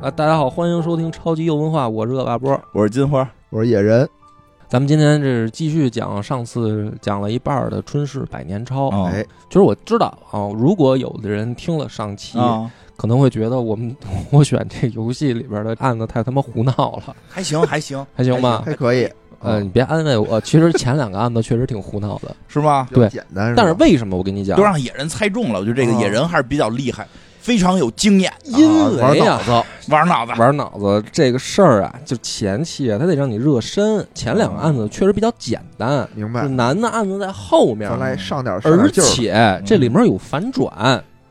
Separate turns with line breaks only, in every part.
啊，大家好，欢迎收听超级优文化，我是恶霸波。
我是金花，
我是野人，
咱们今天这是继续讲上次讲了一半儿的春逝百年超。
哦
哎，
其实我知道啊，如果有的人听了上期，
啊，
可能会觉得我们 我选这游戏里边的案子太他妈胡闹了，
还行还行
还行吧？
还可以，哦
呃，你别安慰我，其实前两个案子确实挺胡闹的，
是吗？
比较
对
简单，是吧
但是为什么我跟你讲啊
都？让野人猜中了，我觉得这个
哦
野人还是比较厉害，非常有经验，
因
玩
为
脑
呀、啊，
玩脑子。
玩脑子这个事儿啊，就前期啊，他得让你热身。前两个案子确实比较简单，
明
就
白，
难的案子在后面
咱。来上点儿，上点
嗯而
儿劲儿
且
嗯
这里面有反转，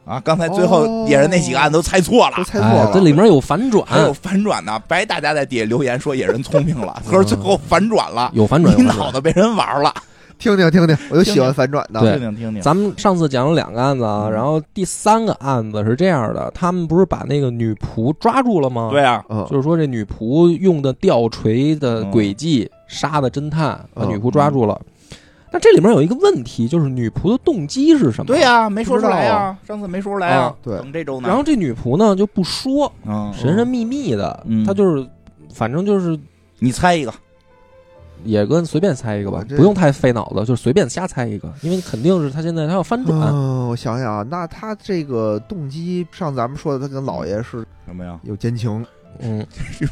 啊！刚才最后
哦
野人那几个案都猜错了
都，猜错
哎
了，
这里面有反转，
还有反转呢。白大家在底下留言说野人聪明 了，可是最后反转了，
有反转，
你
有反
脑
转。
子被人玩了。
听听听听，我就
听
喜欢
听
反转的，
对
听听听，
咱们上次讲了两个案子啊，
嗯
然后第三个案子是这样的，他们不是把那个女仆抓住了吗？
对，啊，
嗯，
就是说这女仆用的吊锤的
嗯
轨迹杀的侦探，把
嗯
女仆抓住了。那这里面有一个问题，就是女仆的动机是什么？
对呀，没说出来
不知道
呀，上次没说出来呀
啊，
对
等这周呢。
然后这女仆呢就不说，
嗯，
神神秘秘的，
嗯
她就是反正就是
你猜一个，
也跟随便猜一个吧
我，啊这
不用太费脑子，就是随便瞎猜一个，因为肯定是她现在她要翻转，
嗯，我想想啊，那他这个动机，上咱们说的，他跟老爷是
什么呀？
有奸情，
嗯，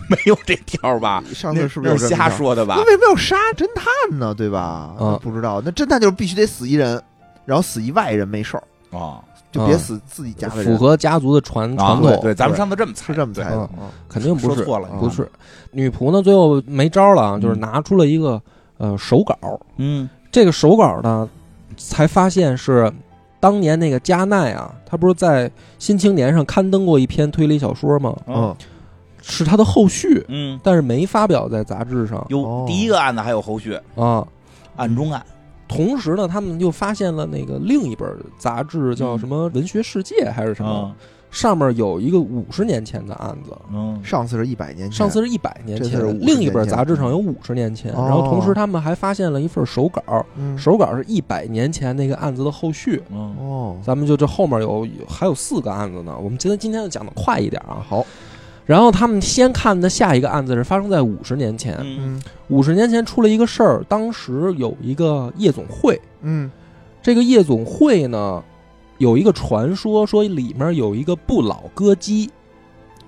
没有这条吧？
上次是不
啊那
是
是
有这么
瞎
条？
说啊 的吧
那？为什么要杀侦探呢？对吧？
嗯
那不知道，那侦探就是必须得死一人，然后死一外人没事儿，
啊，
就别
嗯
死自己家的人，
符合家族的传传
对
统，
啊对，咱们
对
上次这么猜，
是这么猜
对
的
嗯。
嗯
肯定不
说
是，
错了，
不，是。女仆呢，最后没招了啊，就是
嗯
拿出了一个呃手稿，
嗯，
这个手稿呢，才发现是当年那个加奈啊，他不是在《新青年》上刊登过一篇推理小说吗？
嗯
嗯，
是他的后续，
嗯，
但是没发表在杂志上
有
哦
第一个案子还有后续，
啊。
案中案，
同时呢，他们又发现了那个另一本杂志，叫
嗯
什么《文学世界》还是什
啊
么，上面有一个五十年前的案子，
嗯
上次是一百年前，
上次是一百年前
这次
的，
是50
另一本杂志上有五十年前。
哦
然后同时他们还发现了一份手稿，
嗯
手稿是一百年前那个案子的后续。
嗯
哦，
咱们就这后面有有还有四个案子呢，我们今天今天就讲的快一点啊。
好，
然后他们先看的下一个案子是发生在五十年前，
嗯
嗯
五十年前出了一个事儿，当时有一个夜总会，
嗯，
这个夜总会呢有一个传说，说里面有一个不老歌姬，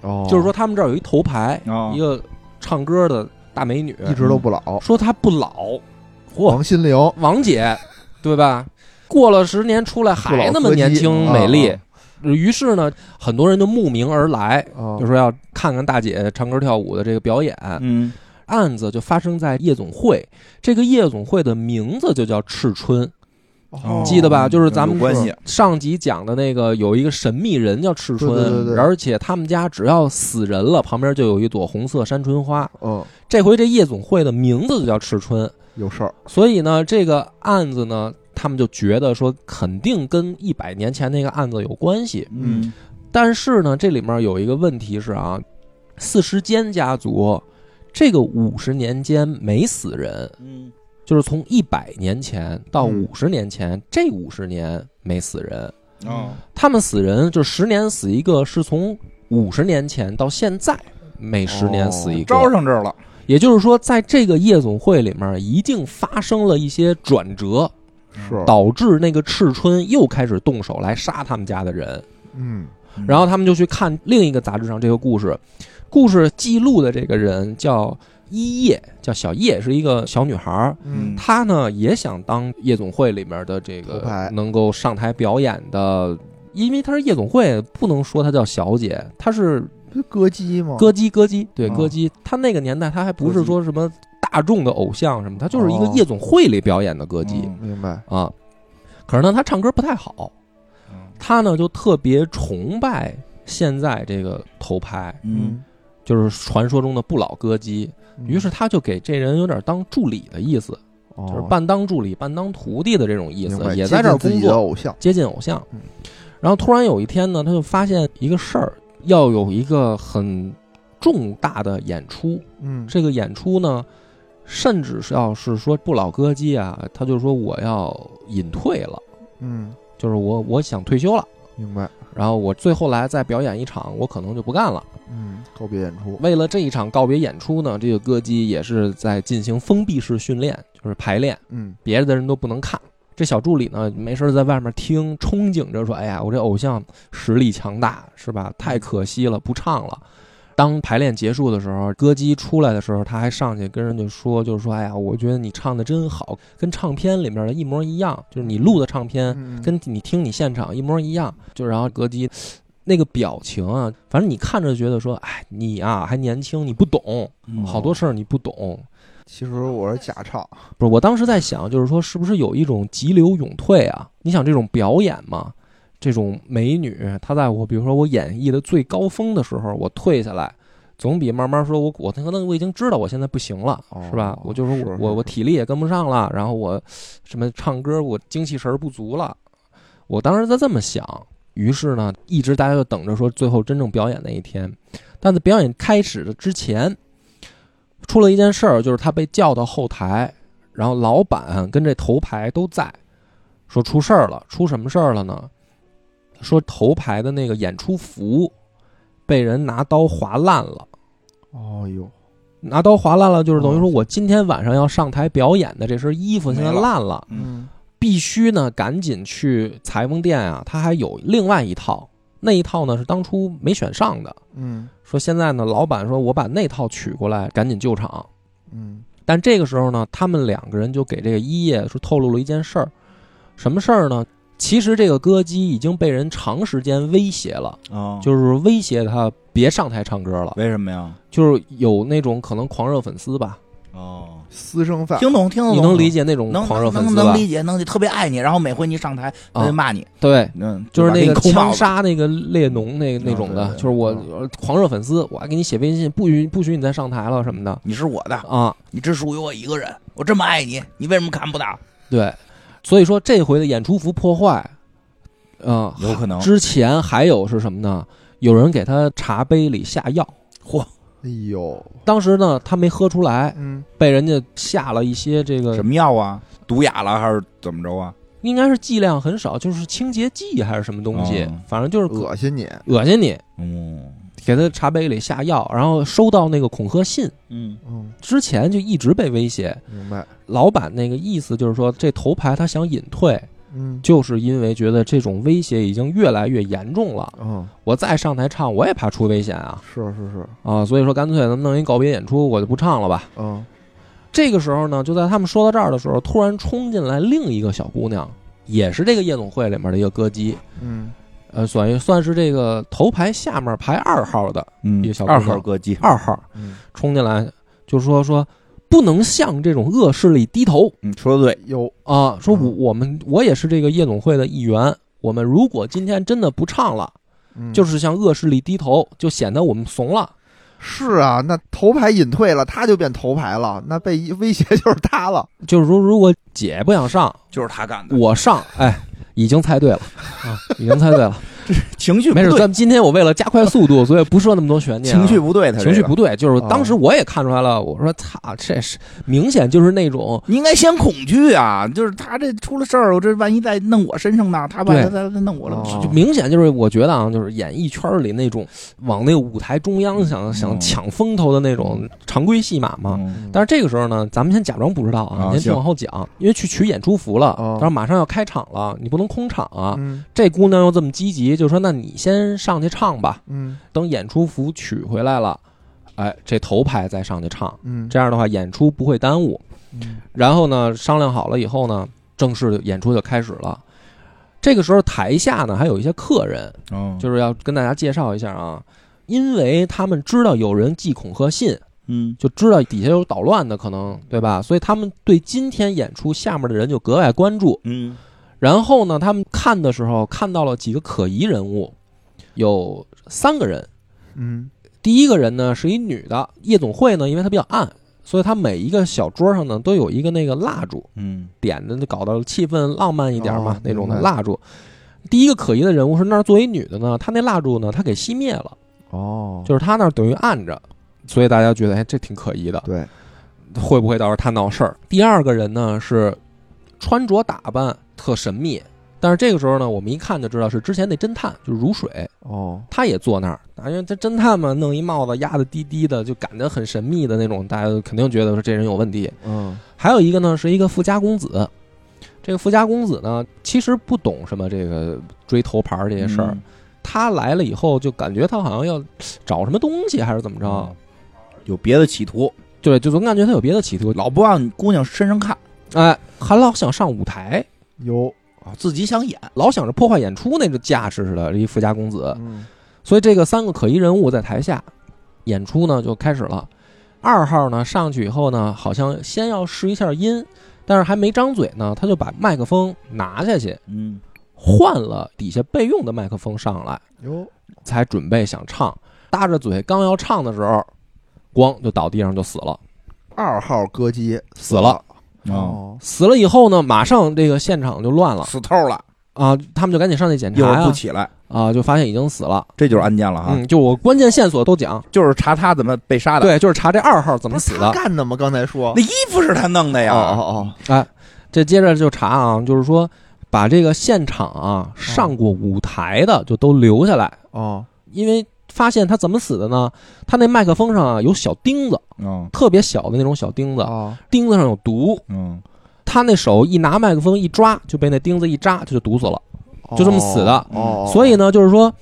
哦，
就是说他们这儿有一头牌，
哦
嗯一个唱歌的大美女，
一直哦都不老，
说她不老，嚯，
王心凌
王姐，对吧？过了十年出来还那么年轻
不老
美
歌姬
丽
啊，
于是呢，很多人就慕名而来，
啊，
就说要看看大姐唱歌跳舞的这个表演。
嗯
案子就发生在夜总会，这个夜总会的名字就叫赤春，
哦
记得吧？就是咱
有
们
关系
上集讲的那个有一个神秘人叫赤春，
对对对对
而且他们家只要死人了，旁边就有一朵红色山春花。
嗯，
这回这夜总会的名字就叫赤春，
有事儿，
所以呢，这个案子呢，他们就觉得说肯定跟一百年前那个案子有关系。
嗯
但是呢，这里面有一个问题是啊，四十间家族这个五十年间没死人，
嗯
就是从一百年前到
嗯
五十年前、这五十年没死人。
哦
他们死人就十年死一个，是从五十年前到现在每十年死嗯一个。
招上这儿了，
也就是说，在这个夜总会里面，一定发生了一些转折。
是，
导致那个赤春又开始动手来杀他们家的人，
嗯，
然后他们就去看另一个杂志上这个故事，故事记录的这个人叫一叶，叫小叶，是一个小女孩儿，
嗯
她呢也想当夜总会里面的这
头
个
牌
能够上台表演的，因为她是夜总会，不能说她叫小姐，她是
不是歌姬吗？
歌姬，歌姬，对，
啊
歌姬，她那个年代她还不是说什么大众的偶像什么，她就是一个
哦
夜总会里表演的歌姬。
嗯明白，
啊。可是呢，他唱歌不太好，
嗯
他呢就特别崇拜现在这个头牌，
嗯，
就是传说中的不老歌姬。
嗯
于是他就给这人有点当助理的意思，就是
哦，
半当助理、半当徒弟的这种意
明
思，
白
也在这儿
接近自
工
己的
作，
偶像，
接近偶像
嗯。
然后突然有一天呢，他就发现一个事儿，要有一个很重大的演出。
嗯，
这个演出呢，甚至是要是说不老歌姬啊，他就说我要隐退了。
嗯
就是我我想退休了，
明白，
然后我最后来再表演一场，我可能就不干了。
嗯，告别演出，
为了这一场告别演出呢，这个歌姬也是在进行封闭式训练，就是排练，
嗯
别的人都不能看。这小助理呢，没事儿在外面听，憧憬着说：“哎呀，我这偶像实力强大，是吧？太可惜了，不唱了。”当排练结束的时候，歌姬出来的时候，他还上去跟人家说，就是说：“哎呀，我觉得你唱的真好，跟唱片里面的一模一样，就是你录的唱片
嗯
跟你听你现场一模一样。”就然后歌姬那个表情啊，反正你看着觉得说：“哎，你啊还年轻，你不懂，
嗯
好多事儿你不懂。”
其实我是假唱，
不是，我当时在想，就是说，是不是有一种急流勇退啊？你想这种表演嘛，这种美女，她在我，比如说我演绎的最高峰的时候，我退下来，总比慢慢说我我可能我已经知道我现在不行了，
哦
是吧？我就说我
是
我
是
我体力也跟不上了，然后我什么唱歌我精气神儿不足了，我当时在这么想。于是呢，一直大家就等着说最后真正表演那一天，但在表演开始的之前，出了一件事儿，就是他被叫到后台，然后老板嗯跟这头牌都在，说出事儿了，出什么事儿了呢？说头牌的那个演出服被人拿刀划烂了，
哦哟，
拿刀划烂了就是等于说我今天晚上要上台表演的这身衣服现在烂了，
嗯
必须呢赶紧去裁缝店啊，他还有另外一套，那一套呢是当初没选上的，
嗯
说现在呢老板说我把那套取过来，赶紧救场。
嗯
但这个时候呢，他们两个人就给这个一叶说透露了一件事儿，什么事儿呢？其实这个歌姬已经被人长时间威胁了，
啊，
就是威胁他别上台唱歌了，
为什么呀？
就是有那种可能狂热粉丝吧，
哦，
私生饭，
听懂听懂，
你能理解那种
哦能
狂热
能
粉丝
能
吧
能？理解，能特别爱你，然后每回你上台他就
啊，
骂你，
对。
嗯，
就是
把
那个
给你扣帽
枪
子，
杀那个列侬那
嗯
那种的，
对对
就是我
嗯
呃狂热粉丝，我还给你写微信，不许不许你再上台了什么的
你是我的，
啊，
你只属于我一个人，我这么爱你，你为什么看不到？
对，所以说这回的演出服破坏，嗯、
有可能
之前还有是什么呢？有人给他茶杯里下药，
嚯，
哎呦，
当时呢他没喝出来，
嗯
被人家下了一些这个
什，么药啊？毒哑了还是怎么着啊？
应该是剂量很少，就是清洁剂还是什么东西，
哦
反正就是恶
恶心你，
恶心你，
嗯
给他茶杯里下药，然后收到那个恐吓信，
嗯
嗯，
之前就一直被威胁。
明白，
老板那个意思就是说，这头牌他想隐退，
嗯
就是因为觉得这种威胁已经越来越严重了，
嗯，
我再上台唱我也怕出危险啊
是是是，
啊，所以说干脆咱们弄一告别演出，我就不唱了吧。
嗯
这个时候呢，就在他们说到这儿的时候，突然冲进来另一个小姑娘，也是这个夜总会里面的一个歌姬，
嗯
呃，算于算是这个头排下面排二号的
嗯
一个小姑
二
娘
号歌姬，
二号
嗯，
冲进来，就说说不能向这种恶势力低头
嗯，说的对，
有
啊，说我
嗯
我们我也是这个夜总会的一员，我们如果今天真的不唱了，就是向恶势力低头，就显得我们怂了。
是啊，那头牌隐退了，他就变头牌了，那被一威胁就是他了，
就是说，如果姐不想上，
就是他干的，
我上，哎，已经猜对了啊，已经猜对了。
情绪 不
没事，咱
对，
们今天我为了加快速 度，所以不设那么多悬念啊、
情绪不对，他这
情绪
个啊
不对，就是
哦
当时我也看出来了，我说操，这是明显就是那种
你应该先恐惧啊！就是他这出了事儿，我这万一再弄我身上呢？他万一再弄我了，
哦
就
就明显就是我觉得啊，就是演艺圈里那种往那个舞台中央想、想抢风头的那种常规戏码嘛。
嗯
但是这个时候呢，咱们先假装不知道啊，
啊
您先
行啊
往后讲，因为去取演出服了，
哦
然后马上要开场
嗯
了，你不能空场啊。
嗯
这姑娘又这么积极，就说那你先上去唱吧，
嗯
等演出服取回来了，哎，这头牌再上去唱，
嗯，
这样的话演出不会耽误。
嗯
然后呢，商量好了以后呢，正式演出就开始了。这个时候台下呢还有一些客人，
哦
就是要跟大家介绍一下啊，因为他们知道有人寄恐吓信，
嗯
就知道底下有捣乱的可能，对吧？所以他们对今天演出下面的人就格外关注。
嗯
然后呢，他们看的时候看到了几个可疑人物，有三个人。
嗯
第一个人呢是一女的，夜总会呢，因为它比较暗，所以它每一个小桌上呢都有一个那个蜡烛，
嗯
点的搞到气氛浪漫一点嘛，
哦
那种的
明白
蜡烛。第一个可疑的人物是那儿作为女的呢，她那蜡烛呢，她给熄灭了，
哦，
就是她那儿等于按着，所以大家觉得哎，这挺可疑的，
对，
会不会到时候她闹事儿？第二个人呢是穿着打扮特神秘，但是这个时候呢，我们一看就知道是之前那侦探，就是如水，
哦，
他也坐那儿，啊因为这侦探嘛，弄一帽子压得低低的，就感觉很神秘的那种，大家肯定觉得说这人有问题。
嗯，
还有一个呢，是一个富家公子。这个富家公子呢，其实不懂什么这个追头牌儿这些事儿。
嗯
他来了以后，就感觉他好像要找什么东西，还是怎么
嗯
着？
有别的企图，
对，就总感觉他有别的企图。
老不往姑娘身上看，
哎，还老想上舞台，
有，
啊自己想演，
老想着破坏演出那个架势似的，一富家公子。
嗯
所以这个三个可疑人物在台下演出呢就开始了。二号呢上去以后呢，好像先要试一下音，但是还没张嘴呢，他就把麦克风拿下去，
嗯，
换了底下备用的麦克风上来，
有，
才准备想唱，搭着嘴刚要唱的时候，咣就倒地上就死了。
二号歌姬
死了，
哦，
哦，
死了以后呢，马上这个现场就乱了
死透了，
啊！他们就赶紧上去检
一会
查
儿不
呀
起来，
啊，就发现已经死了。
这就是案件了哈，
嗯，就我关键线索都讲，
就是查他怎么被杀的，
对，就是查这二号怎么
不是
死的。
他干的吗？刚才说
那，衣服是他弄的
哦
呀，
哦
这接着就查啊，就是说把这个现场啊上过舞台的就都留下来，
哦哦，
因为发现他怎么死的呢？他那麦克风上啊有小钉子，
嗯
特别小的那种小钉子，啊
哦，
钉子上有毒。
嗯，
他那手一拿麦克风一抓，就被那钉子一扎，他就毒死了。就这么死的
哦，
所以，呢，就是说，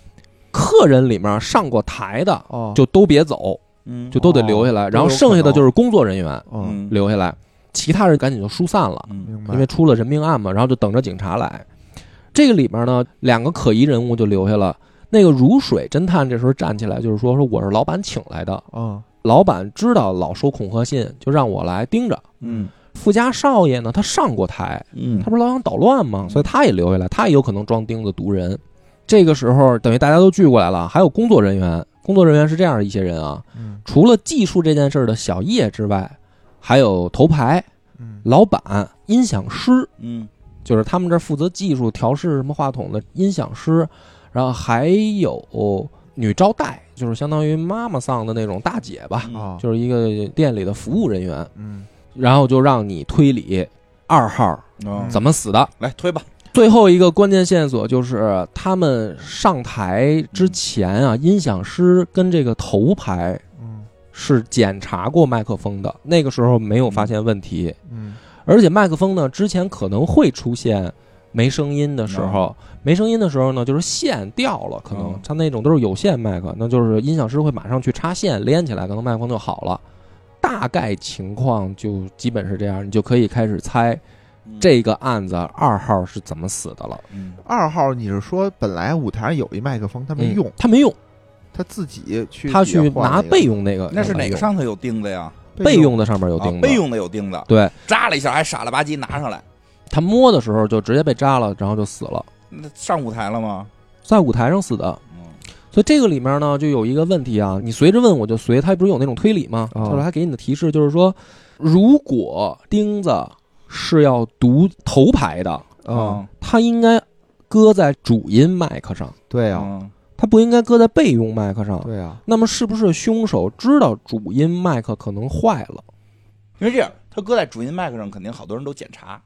客人里面上过台的
哦，
就都别走，
嗯，
就都得留下来，
哦
然后剩下的就是工作人员
嗯，
留下来，其他人赶紧就疏散了，
嗯，
明白，
因为出了人命案嘛，然后就等着警察来。这个里面呢，两个可疑人物就留下了。那个如水侦探这时候站起来，就是说说我是老板请来的，
啊，
老板知道老收恐吓信，就让我来盯着。
嗯
富家少爷呢，他上过台，
嗯
他不是老想捣乱吗？嗯所以他也留下来，他也有可能装钉子毒人。这个时候，等于大家都聚过来了，还有工作人员。工作人员是这样的一些人啊，
嗯
除了技术这件事儿的小叶之外，还有头牌、
嗯，
老板、音响师，
嗯
就是他们这儿负责技术调试什么话筒的音响师，然后还有女招待，就是相当于妈妈桑的那种大姐吧，
嗯
啊，
嗯就是一个店里的服务人员。
嗯，
然后就让你推理二号
嗯
怎么死的。
来推吧，
最后一个关键线索就是，他们上台之前啊，音响师跟这个头牌
嗯
是检查过麦克风的，那个时候没有发现问题，
嗯，
而且麦克风呢，之前可能会出现没声音的时候，没声音的时候呢，就是线掉了，可能
嗯
它那种都是有线麦克，那就是音响师会马上去插线连起来，可能麦克风就好了。大概情况就基本是这样，你就可以开始猜这个案子二号是怎么死的了。
嗯
二号你是说本来舞台上有一麦克风，他没用
嗯，他没用，
他自己去
他
也
去
换了
拿
一个
备用那个，
那是哪个
上
上头有钉子呀？
备用的上面有
啊
钉子，
备用的有钉子，
对
扎了一下还哎傻了吧唧拿上来，
他摸的时候就直接被扎了，然后就死了，
那上舞台了吗？
在舞台上死的。
嗯
所以这个里面呢，就有一个问题啊，你随着问我就随，他不是有那种推理吗？
哦
就是他给你的提示就是说，如果钉子是要读头牌的，
啊，
嗯
它应该搁在主音麦克上，
对啊，
嗯
它不应该搁在备用麦克上。
对啊，
那么是不是凶手知道主音麦克可能坏了？
因为这样，他搁在主音麦克上，肯定好多人都检查，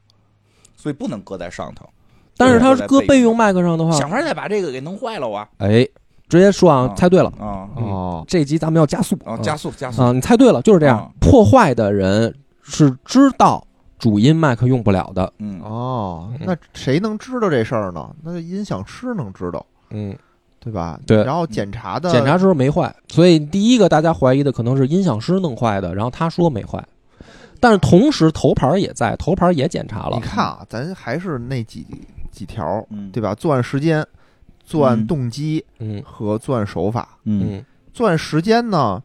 所以不能搁在上头。
但是他
对
要搁
在备
备
用
用麦克上的话，
想法再把这个给弄坏了啊！
哎，直接说啊
啊，
猜对了，
啊
嗯
哦，
这集咱们要加速
啊，加速加速
啊，你猜对了，就是这样
啊。
破坏的人是知道主音麦克用不了的，
嗯
哦
嗯，
那谁能知道这事儿呢？那音响师能知道，
嗯，
对吧？
对
然后检查的
检查时候没坏，所以第一个大家怀疑的可能是音响师弄坏的，然后他说没坏，但是同时头牌也在，头牌也检查了
你，看啊，咱还是那几几条，
嗯
对吧？作案时间、作案
嗯
动机
嗯
和作案手法。
嗯
嗯
作案时间呢，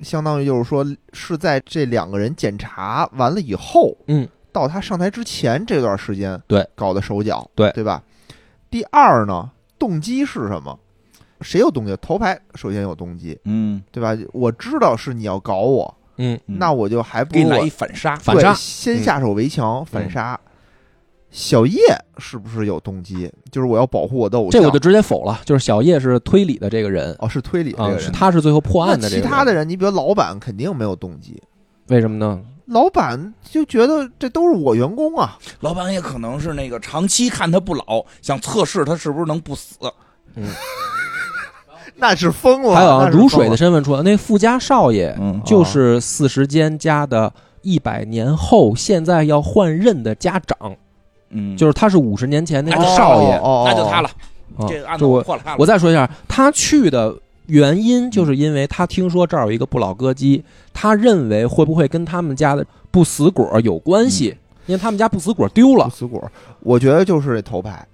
相当于就是说是在这两个人检查完了以后，
嗯，
到他上台之前这段时间，
对，
搞的手脚，
对
对吧？第二呢，动机是什么？谁有动机？头牌首先有动机，
嗯，
对吧？我知道是你要搞我，
嗯，
那我就还不
给
如
你来
我
一反杀，
反杀嗯
对，先下手为强，反杀。小叶是不是有动机？就是我要保护我的偶像。
这我就直接否了，就是小叶是推理的这个人
哦，是推理这个
啊，
人。
是他是最后破
那
案的这
其
个人，
他的人，你比如老板肯定没有动机，
为什么呢？
老板就觉得这都是我员 工啊，
老板也可能是那个长期看他不老，想测试他是不是能不死。
那是疯了。
还有啊，
那是
如水的
疯了哦
身份出来，那富家少爷
嗯
就是四十间家的一百年后，现在要换任的家长，
嗯，
就是是他是五十年前那个
哎
少爷。
哦哦哦
那就他了，
啊
这个案子
就我
破了他了。
我再说一下，他去的原因，就是因为他听说这儿有一个不老歌姬，他认为会不会跟他们家的不死果有关系？因为他们嗯家不死果丢
不
了，
死果，我觉得就是这头牌。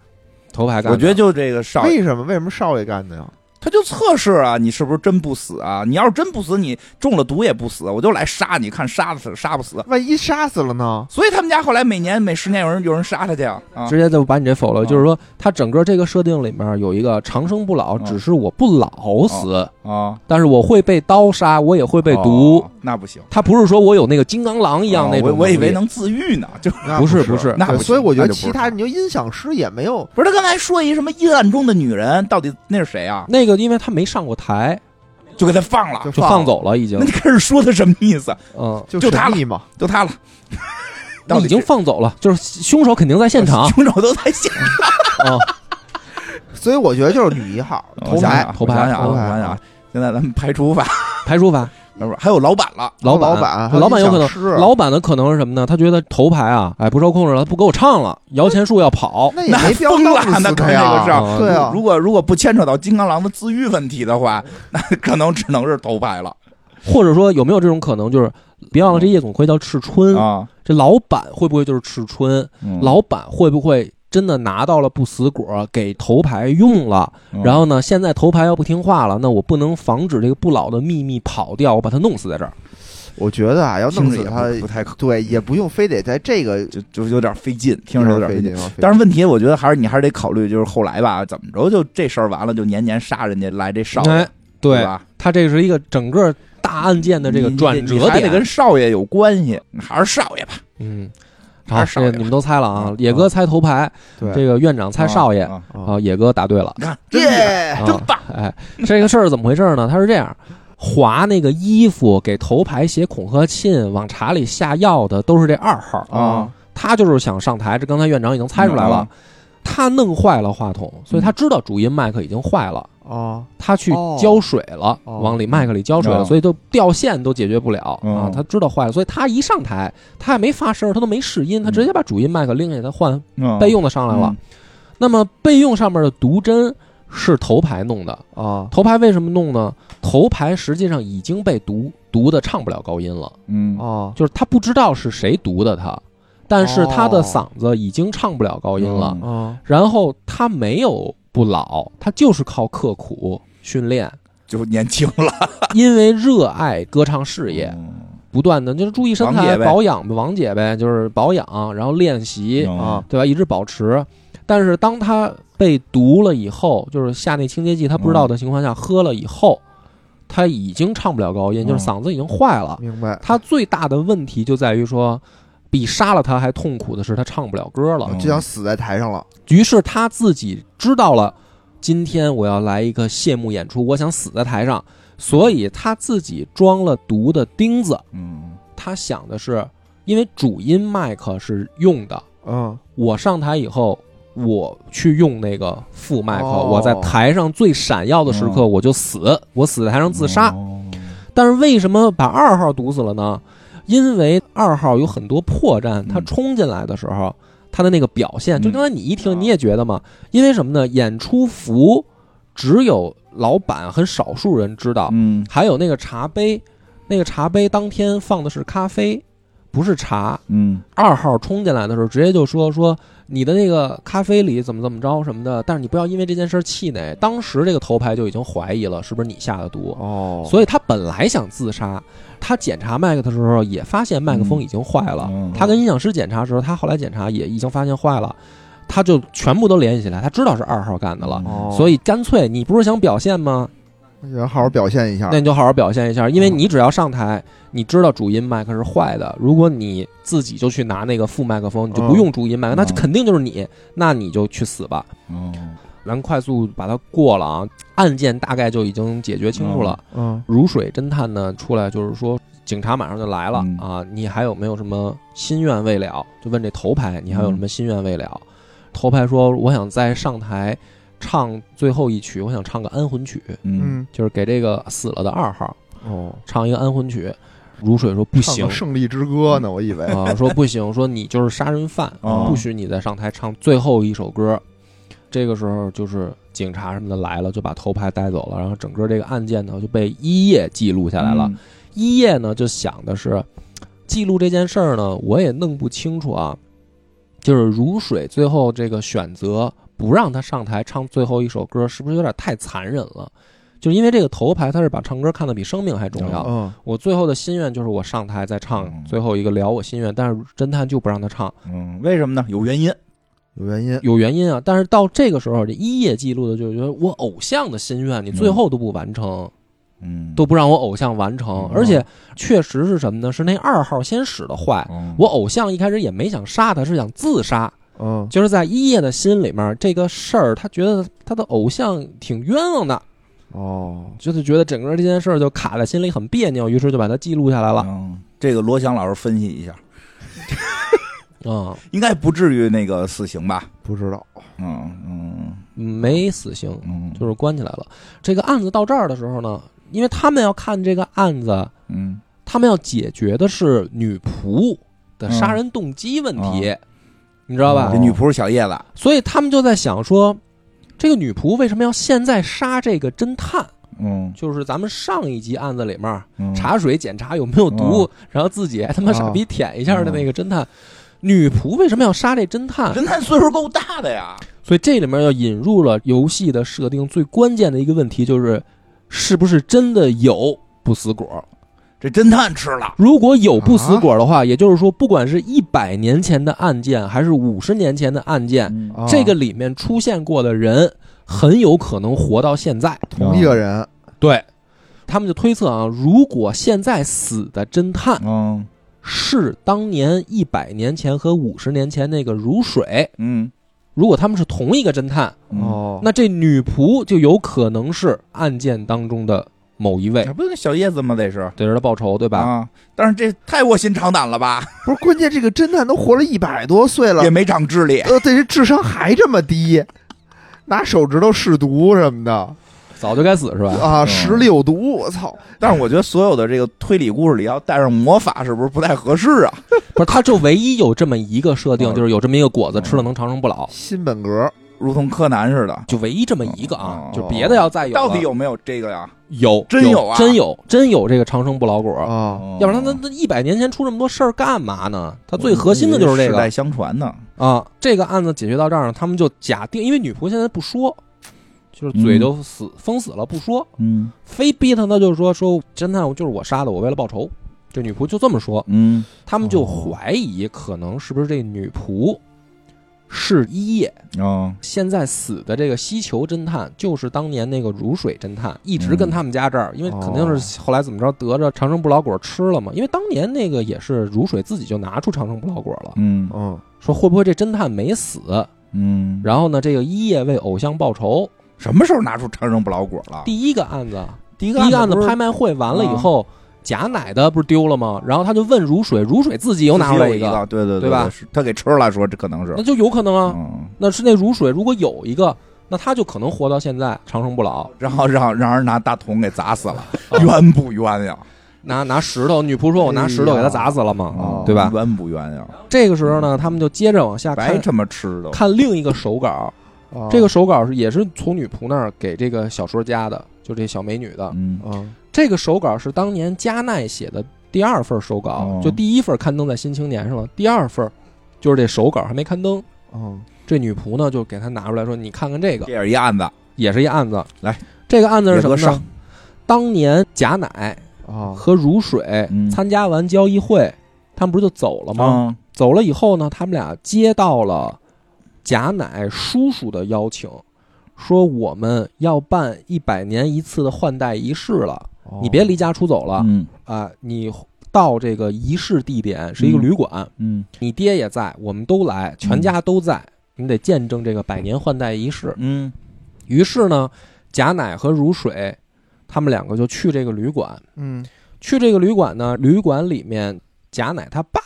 头牌干的。
我觉得就这个少爷，
为什么？为什么少爷干的呀？
他就测试啊，你是不是真不死啊？你要是真不死，你中了毒也不死，我就来杀你，看杀得死杀不死。
万一杀死了呢？
所以他们家后来每年每十年有人有人杀他去啊，啊
直接就把你这否了。
啊
就是说，他整个这个设定里面有一个长生不老，
啊
只是我不老死，
啊，
但是我会被刀杀，我也会被毒。
哦那不行，
他不是说我有那个金刚狼一样
哦
那种
我我以为
能力。
能自愈呢，就
那
不
不
是不
不
是
那不
对
行
所以我觉
那
得
就不
其
是
他你就音响师也没有
不是他刚才说一什么阴暗中的女人，到底那是谁啊？
那个，因为他没上过台，
就给他放了，
就
放
放，走了，已经
那。你开始说他什么意思？
嗯，
就
就他
神秘嘛。
就他了，
那已经放走了，就是凶手肯定在现场
凶手都在现场。
啊。
所以我觉得就是女一号
哦
头牌，
头
我
牌
想想啊，
头
我
牌
想想啊，现在咱们排除法，
排除法，
不是还有老板了，
老
板，
板，
老板还
老板有
音
可
响
能，
师
啊
老板的可能是什么呢？他觉得头牌啊，哎，不受控制了，他不给我唱了，摇钱树要跑，
那也
那
没必要
疯了
弄死
那
他
那个是
呀。
啊
啊
对啊
如，果如果不牵扯到金刚狼的自愈问题的话， 那可能只能是头牌了
或者说有没有这种可能？就是别忘了，这夜总会叫赤春，
啊。
这老板会不会就是赤春？嗯
嗯
老板会不会真的拿到了不死果给头牌用了？
嗯
然后呢，现在头牌要不听话了，那我不能防止这个不老的秘密跑掉，我把它弄死在这儿。
我觉得啊，要弄
听着
死
也
他，
不不太可，
对，也不用非得在这个
就就有点费劲，听着有点
费
费劲。
劲啊。费
但是
劲
问题，我觉得还是你还是得考虑，就是后来吧，怎么着就这事儿完了，就年年杀人家来这少爷
哎，，对，
吧？
它这是一个整个大案件的这个
你
转
你
折
还得跟
点。
少爷有关系，还是少爷吧？
嗯，好，
还是少
这
爷
个
吧
你们都猜了啊
嗯，
野哥猜头牌，
对哦
这个院长猜少爷
啊，啊
啊，野哥答对了。
你看，真厉害
耶，
啊
真棒！
哎，这个事儿怎么回事呢？他是这样，划那个衣服给头牌写恐吓信，往茶里下药的都是这二号
啊，
他就是想上台，这刚才院长已经猜出来了，他弄坏了话筒，所以他知道主音麦克已经坏了。
哦，
他去
哦
浇水了，
哦
往里麦克里浇水了，
哦
所以都掉线都解决不了、
嗯
啊。他知道坏了，所以他一上台，他也没发声，他都没试音，他直接把主音麦克拎下来，他换
嗯
备用的上来了。那么备用上面的毒针是头牌弄的，
啊，
头牌为什么弄呢？头牌实际上已经被毒毒的唱不了高音了，
嗯，
哦，
就是他不知道是谁毒的他，但是他的
哦
嗓子已经唱不了高音了。
嗯
啊，
然后他没有不老，他就是靠刻苦训练，
就年轻了，
因为热爱歌唱事业，
嗯
不断的就是注意身
王
材
姐呗
保养呗，王姐呗，就是保养，然后练
嗯
习，
啊，
对吧？一直保持。但是当他被毒了以后，就是下那清洁剂，他不知道
嗯
的情况下、喝了以后，他已经唱不了高音，
嗯
就是嗓子已经坏了。
明白。
他最大的问题就在于说，比杀了他还痛苦的是他唱不了歌了。
嗯
就想死在台上了，
于是他自己知道了，今天我要来一个谢幕演出，我想死在台上，所以他自己装了毒的钉子。
嗯，
他想的是，因为主音麦克是用的，
嗯，
我上台以后，我去用那个副麦克，
哦
我在台上最闪耀的时刻
嗯
我就死，我死在台上自杀。
哦
但是为什么把二号毒死了呢？因为二号有很多破绽，他
嗯
冲进来的时候，他的那个表现，就
嗯
刚才你一听
啊
你也觉得嘛，因为什么呢？演出服只有老板很少数人知道，
嗯，
还有那个茶杯，那个茶杯当天放的是咖啡，不是茶。
嗯
二号冲进来的时候，直接就说说你的那个咖啡里怎么怎么着什么的，但是你不要因为这件事儿气馁。当时这个头牌就已经怀疑了，是不是你下的毒？
哦，
所以他本来想自杀，他检查麦克的时候也发现麦克风已经坏了。
嗯
他跟音响师检查的时候，他后来检查也已经发现坏了，他就全部都联系起来，他知道是二号干的了。
嗯
哦，
所以干脆你不是想表现吗？
要好好表现
啊
一下
那。你就好好表现一下，因为
嗯
你只要上台，你知道主音麦克是坏的。如果你自己就去拿那个副麦克风，你就不用主音麦克，
嗯
那就肯定就是你，那你就去死吧。
嗯
咱快速把它过了啊，案件大概就已经解决清楚了。
嗯，
如水侦探呢出来就是说，警察马上就来了、
嗯
啊！你还有没有什么心愿未了？就问这头牌，你还有什
嗯
么心愿未了？头牌说：“我想再上台唱最后一曲，我想唱个安魂曲，
嗯
嗯，
就是给这个死了的二号
哦，
唱一个安魂曲。”如水说：“不
唱
行
个胜利之歌呢，我以为，
啊，说不行，说你就是杀人犯，
哦
不许你再上台唱最后一首歌。”这个时候就是警察什么的来了，就把头牌带走了，然后整个这个案件呢就被一夜记录下来了。，
嗯
一叶呢就想的是，记录这件事儿呢，我也弄不清楚啊。就是如水最后这个选择不让他上台唱最后一首歌，是不是有点太残忍了？就是因为这个头牌，他是把唱歌看得比生命还重要。
嗯，
我最后的心愿就是我上台再唱
嗯
最后一个聊我心愿，但是侦探就不让他唱，
嗯，为什么呢？有原因，
有原因，
有原因啊。但是到这个时候，这一叶记录的就是觉得我偶像的心愿，你最后都不完成，
嗯，
都不让我偶像完成
嗯，
而且确实是什么呢？是那二号先使的坏，
嗯
我偶像一开始也没想杀他，是想自杀，
嗯，
就是在一叶的心里面，这个事儿他觉得他的偶像挺冤枉的，
哦，
就是觉得整个这件事儿就卡在心里很别扭，于是就把它记录下来了。
嗯，这个罗翔老师分析一下，
嗯，
应该不至于那个死刑吧？
不知道，
嗯嗯
没死刑，
嗯，
就是关起来了。这个案子到这儿的时候呢，因为他们要看这个案子，
嗯
他们要解决的是女仆的杀人动机问题，你知道吧？
嗯啊这女仆是小叶子，
所以他们就在想说，这个女仆为什么要现在杀这个侦探？
嗯，
就是咱们上一集案子里面
嗯
茶水检查有没有毒，然后自己还他妈傻逼舔一下
嗯
的那个侦探，女仆为什么要杀这侦探？
侦探岁数够大的呀，
所以这里面要引入了游戏的设定最关键的一个问题，就是是不是真的有不死果？
这侦探吃了，
如果有不死果的话，也就是说，不管是一百年前的案件，还是五十年前的案件，
嗯
啊
这个里面出现过的人很有可能活到现在。
同一个人，
对，他们就推测啊，如果现在死的侦探
嗯
是当年一百年前和五十年前那个如水，
嗯
如果他们是同一个侦探，
嗯，
哦，
那这女仆就有可能是案件当中的某一位
那，不是那小叶子吗？得是。
得着她报仇，对吧？
嗯啊！但是这太卧薪尝胆了 吧，
不是，关键这个侦探都活了一百多岁了
也，没长智力。
呃，对，这智商还这么低，拿手指头试毒什么的
早就该死是吧？
啊，
嗯
实力有毒，我操，
但是我觉得所有的这个推理故事里要带上魔法，是不是不太合适啊？
不是，他就唯一有这么一个设定，
嗯
就是有这么一个果子吃了能长生不老，
新本格，
如同柯南似的。
就唯一这么一个啊
哦，
就别的要再有了，
到底有没有这个呀？
有
真有啊哦
真有真有这个长生不老果，
啊，
要不然他他一百年前出这么多事儿干嘛呢？他最核心的就是这
世
个
嗯代相传呢。
啊，这个案子解决到这儿呢，他们就假定，因为女仆现在不说，就是嘴就死、封死了不说，
嗯
非逼他呢，就是说说侦探就是我杀的，我为了报仇。这女仆就这么说，
嗯
他们就怀疑可能是不是这女仆是一夜
哦
现在死的这个西球侦探，就是当年那个如水侦探，一直跟他们家这儿，因为肯定是后来怎么着得着长生不老果吃了嘛，因为当年那个也是如水自己就拿出长生不老果了，
嗯
嗯，
说会不会这侦探没死？
嗯
然后呢，这个一夜为偶像报仇，
什么时候拿出长生不老果了？
第一个案子，
第一
第一个案子
不是嗯
拍卖会完了以后，贾乃的不是丢了吗？然后他就问如水，如水自己又拿出来
自己
一
有一
个，
个，对对
对吧？
是他给吃了，说这可能是
那。就有可能啊。
嗯，
那是那如水如果有一个，那他就可能活到现在长生不老。
然后让让人拿大桶给砸死了，
哦
冤不冤呀？
拿拿石头，女仆说我拿石头
哎
给他砸死了嘛。
哦
对吧
冤不冤呀？
这个时候呢，他们就接着往下
白哦
看，
这么吃的，
看另一个手稿。
啊
这个手稿是也是从女仆那儿给这个小说家的，就这小美女的。
嗯
啊，
这个手稿是当年加奈写的第二份手稿
哦，
就第一份刊登在《新青年》上了，第二份就是这手稿还没刊登。
嗯，
这女仆呢就给他拿出来说：“你看看这个
这，也一案子，
也是一案子。
来，
这个案子是什么
野哥
呢
上？
当年贾乃
啊，
和如水
嗯
参加完交易会，他们不是就走了吗？
嗯
走了以后呢，他们俩接到了贾乃叔叔的邀请，说我们要办一百年一次的换代仪式了，
哦
你别离家出走了啊、
嗯
你到这个仪式地点是一个旅馆，
嗯
你爹也在，我们都来，全家都在，你得见证这个百年换代仪式。
嗯
于是呢，贾乃和如水他们两个就去这个旅馆。
嗯，
去这个旅馆呢，旅馆里面贾乃他爸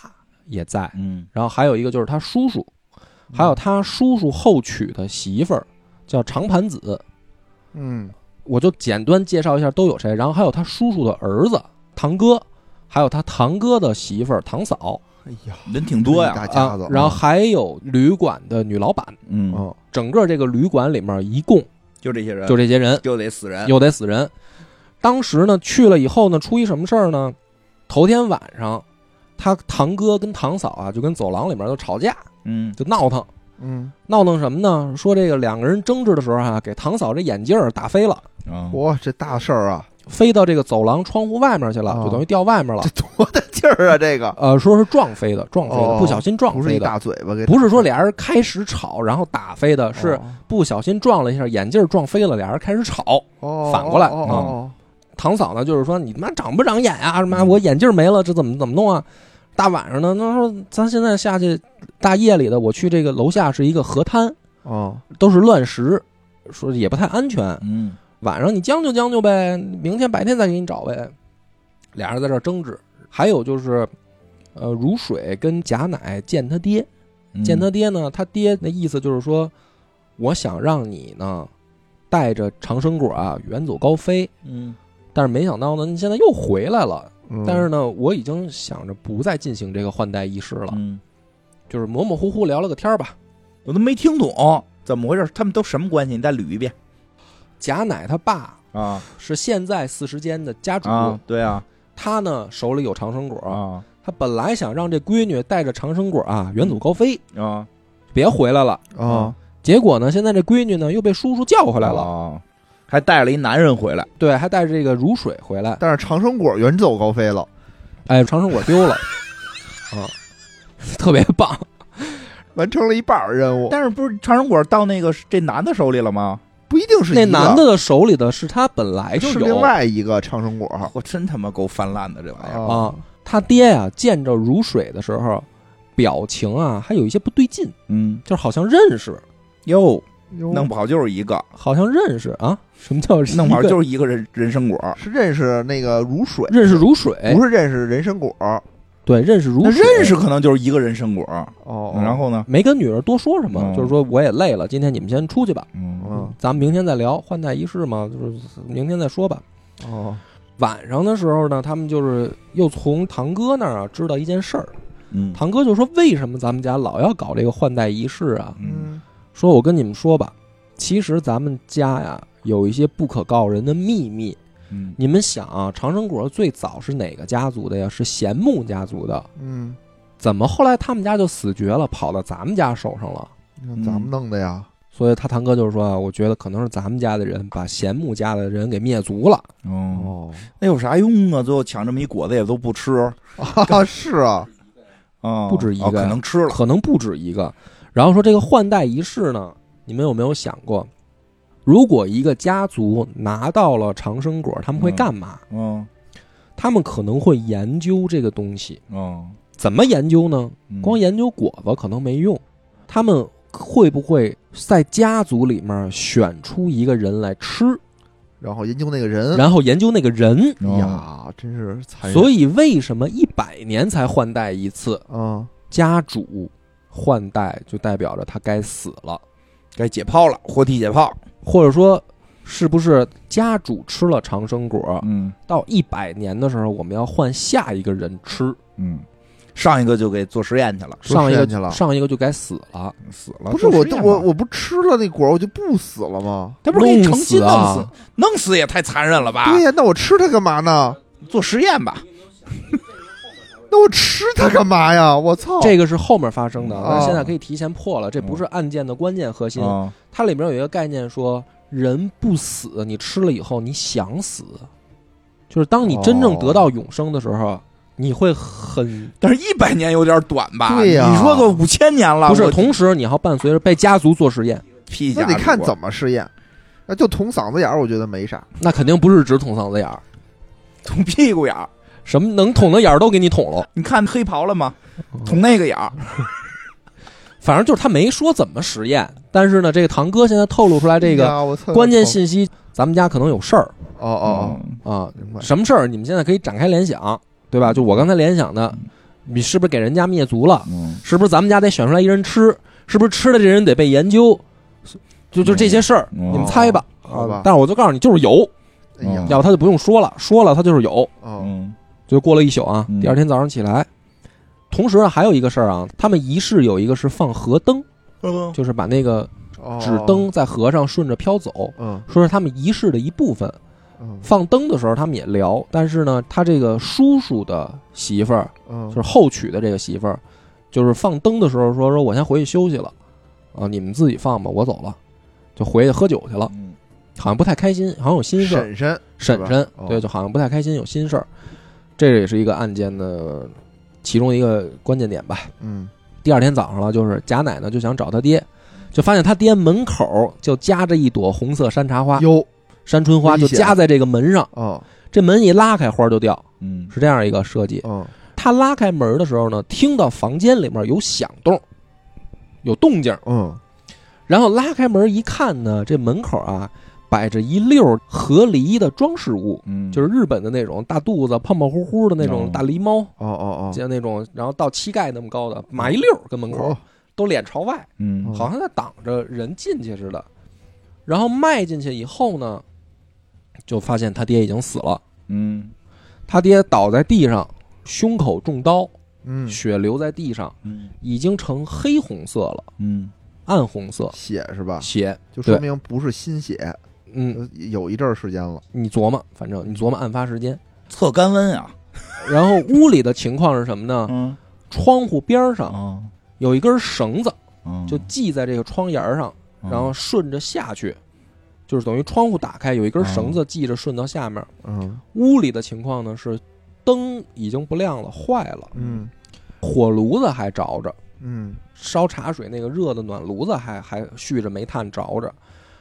也在，
嗯，
然后还有一个就是他叔叔，
嗯
还有他叔叔后娶的媳妇儿叫长盘子，
嗯
我就简单介绍一下都有谁，然后还有他叔叔的儿子堂哥，还有他堂哥的媳妇儿堂嫂
哎呀，
人挺多呀，
大家
啊
子，，
然后还有旅馆的女老板，
嗯，
嗯
整个这个旅馆里面一共
就这些人，
就这些人，
就得死人，
又得死人。当时呢，去了以后呢，出一什么事儿呢？头天晚上，他堂哥跟堂嫂啊，就跟走廊里面就吵架，
嗯，
就闹腾，
嗯，
闹腾什么呢？说这个两个人争执的时候啊，给堂嫂这眼镜儿打飞了，
啊
哇，这大事儿啊，
飞到这个走廊窗户外面去了，
哦
就等于掉外面了
这。多大劲儿啊！这个
呃，说是撞飞的，撞飞的，
哦
不小心撞
不是
飞
一
的，
大嘴巴给，
不是说俩人开始吵然后打飞的，是
哦
不小心撞了一下，眼镜儿撞飞了，俩人开始吵。
哦
反过来
哦哦
堂嫂呢，就是说你他妈长不长眼啊？什么我眼镜没了，这怎么怎么弄啊？大晚上的，那说咱现在下去，大夜里的，我去这个楼下是一个河滩，
哦哦
都是乱石，说也不太安全。
嗯，
晚上你将就将就呗，明天白天再给你找呗。俩人在这儿争执，还有就是，呃，如水跟贾乃见他爹，
嗯
见他爹呢，他爹那意思就是说，我想让你呢，带着长生果啊远走高飞，
嗯，
但是没想到呢，你现在又回来了。
嗯
但是呢，我已经想着不再进行这个换代仪式了，
嗯，
就是模模糊糊聊了个天儿吧。
我都没听懂怎么回事，他们都什么关系？你再捋一遍
贾乃他爸
啊
是现在四十间的家主，
啊，对啊
他呢手里有长生果，
啊
他本来想让这闺女带着长生果
嗯
啊远走高飞，
啊，
别回来了。
啊，
结果呢，现在这闺女呢又被叔叔叫回来了，
了，还带了一男人回来，
对，还带着这个如水回来。
但是长生果远走高飞了，
哎，长生果丢 了，啊，特别棒。
完成了一半儿任务，
但是不是长生果到那个这男的手里了吗？
不一定是
那
一个
男的的手里的是他本来就是有
另外一个长生果
啊我真他妈够泛滥的这玩意
哦
儿，
啊，他爹呀、见着如水的时候，表情啊还有一些不对劲，
嗯，
就是好像认识，
哟，
哟
弄不好就是一个，
好像认识啊？什么叫
弄不好
一个
就是一个人人参果，
是认识那个如水，
认识如水？
不是认识人参果
对，认识如
那
水，
认识可能就是一个人参果，
哦，
然后呢，
没跟女儿多说什么，
嗯
就是说我也累了，今天你们先出去吧，
嗯
嗯
咱们明天再聊换代仪式嘛，就是明天再说吧。
哦
晚上的时候呢，他们就是又从堂哥那儿啊知道一件事儿，
嗯
堂哥就说为什么咱们家老要搞这个换代仪式啊？
嗯
说我跟你们说吧，其实咱们家呀有一些不可告人的秘密。
嗯
你们想啊，长生果最早是哪个家族的呀？是贤木家族的。
嗯，
怎么后来他们家就死绝了，跑到咱们家手上了？
那咱们弄的呀，
所以他堂哥就是说啊，我觉得可能是咱们家的人把贤木家的人给灭族了。嗯
哦，
哦
那有啥用啊？最后抢这么一果子也都不吃
啊是啊，
啊，
不止一个
哦可能吃了，
可能不止一个。然后说这个换代仪式呢，你们有没有想过，如果一个家族拿到了长生果，他们会干嘛？
嗯
他们可能会研究这个东西，
嗯，
怎么研究呢？
嗯
光研究果子可能没用，他们会不会在家族里面选出一个人来吃，
然后研究那个
嗯
人，
然后研究那个人？
哎
呀，
呀，真是残忍，
所以为什么一百年才换代一次？
啊
家主换代就代表着他该死了。
该解剖了，活体解剖，
或者说是不是家主吃了长生果，
嗯
到一百年的时候，我们要换下一个人吃，
嗯，上一个就给做实验去了，
说
上一
实验
个
去了
上一个就该死了。
死了，
不是我
做实验吧
我我不吃了那果儿我就不死了吗？
他不是给你
弄
成
死
心弄
啊
死，弄死也太残忍了吧？
对呀，那我吃它干嘛呢？
做实验吧，
那我吃它干嘛呀？我操！
这个是后面发生的，
哦
但是现在可以提前破了，这不是案件的关键核心。
啊，
它里面有一个概念说，人不死，你吃了以后你想死，就是当你真正得到永生的时候，你会很
但是一百年有点短吧？
对呀
你说个五千年了，
不是，
我
同时你还伴随着被家族做实验，
屁
那
家
得看
伙
怎么试验，那就捅嗓子眼儿，我觉得没啥。
那肯定不是只捅嗓子眼儿，
捅屁股眼儿。
什么能捅的眼儿都给你捅了。
你看黑袍了吗？
嗯
捅那个眼儿，
反正就是他没说怎么实验，但是呢，这个堂哥现在透露出来这
哎
个
呀我操
关键信息，咱们家可能有事儿，
哦哦，
嗯
啊
哦，，明白。
什么事儿？你们现在可以展开联想，对吧？就我刚才联想的，你是不是给人家灭族了？
嗯，
是不是咱们家得选出来一人吃？是不是吃的这人得被研究？就就这些事儿，
嗯
你们猜吧。
哦好吧
啊但是我就告诉你，就是有，
哎呀
嗯，
要不他就不用说了，说了他就是有。
哦，
嗯
就过了一宿啊，
嗯
第二天早上起来，同时啊还有一个事儿啊，他们仪式有一个是放河灯，就是把那个纸
哦，
灯在河上顺着飘走，
嗯
说是他们仪式的一部分。
嗯
放灯的时候他们也聊，但是呢，他这个叔叔的媳妇儿
嗯，
就是后娶的这个媳妇儿，就是放灯的时候说说我先回去休息了，啊，你们自己放吧，我走了，就回去喝酒去了，
嗯
好像不太开心，好像有心事儿，
婶婶，
婶
是吧
婶
哦
对，就好像不太开心，有心事儿，这也是一个案件的其中一个关键点吧。
嗯
第二天早上了，就是贾奶呢就想找他爹，就发现他爹门口就夹着一朵红色山茶花，
哟，
山春花
危
就
险
夹在这个门上，
哦
这门一拉开花就掉，
嗯
是这样一个设计。
嗯
他拉开门的时候呢，听到房间里面有响动，有动静儿，
嗯，
然后拉开门一看呢，这门口啊摆着一溜儿河狸的装饰物，
嗯，
就是日本的那种大肚子、胖胖乎乎的那种
哦
大狸猫，
哦哦哦，
就那种，然后到膝盖那么高的，码一溜儿跟门口
哦，
都脸朝外，
嗯
哦
好像在挡着人进去似的。然后迈进去以后呢，就发现他爹已经死了，
嗯
他爹倒在地上，胸口中刀，
嗯，
血流在地上。
嗯
已经成黑红色了，
嗯
暗红色
血是
啊
吧？
血。
就说
对
明不是新血，
嗯，
呃有一阵儿时间了。
你琢磨，反正你琢磨案发时间。
测干温啊呀，
然后屋里的情况是什么呢？
嗯
窗户边儿上
啊
有一根绳子，
嗯
嗯就系在这个窗沿儿上，
嗯
然后顺着下去，就是等于窗户打开，有一
哦
根绳子系着顺到下面。
嗯
屋里的情况呢是，灯已经不亮了，坏了，
嗯
火炉子还着着，
嗯
烧茶水那个热的暖炉子还还蓄着煤炭着着，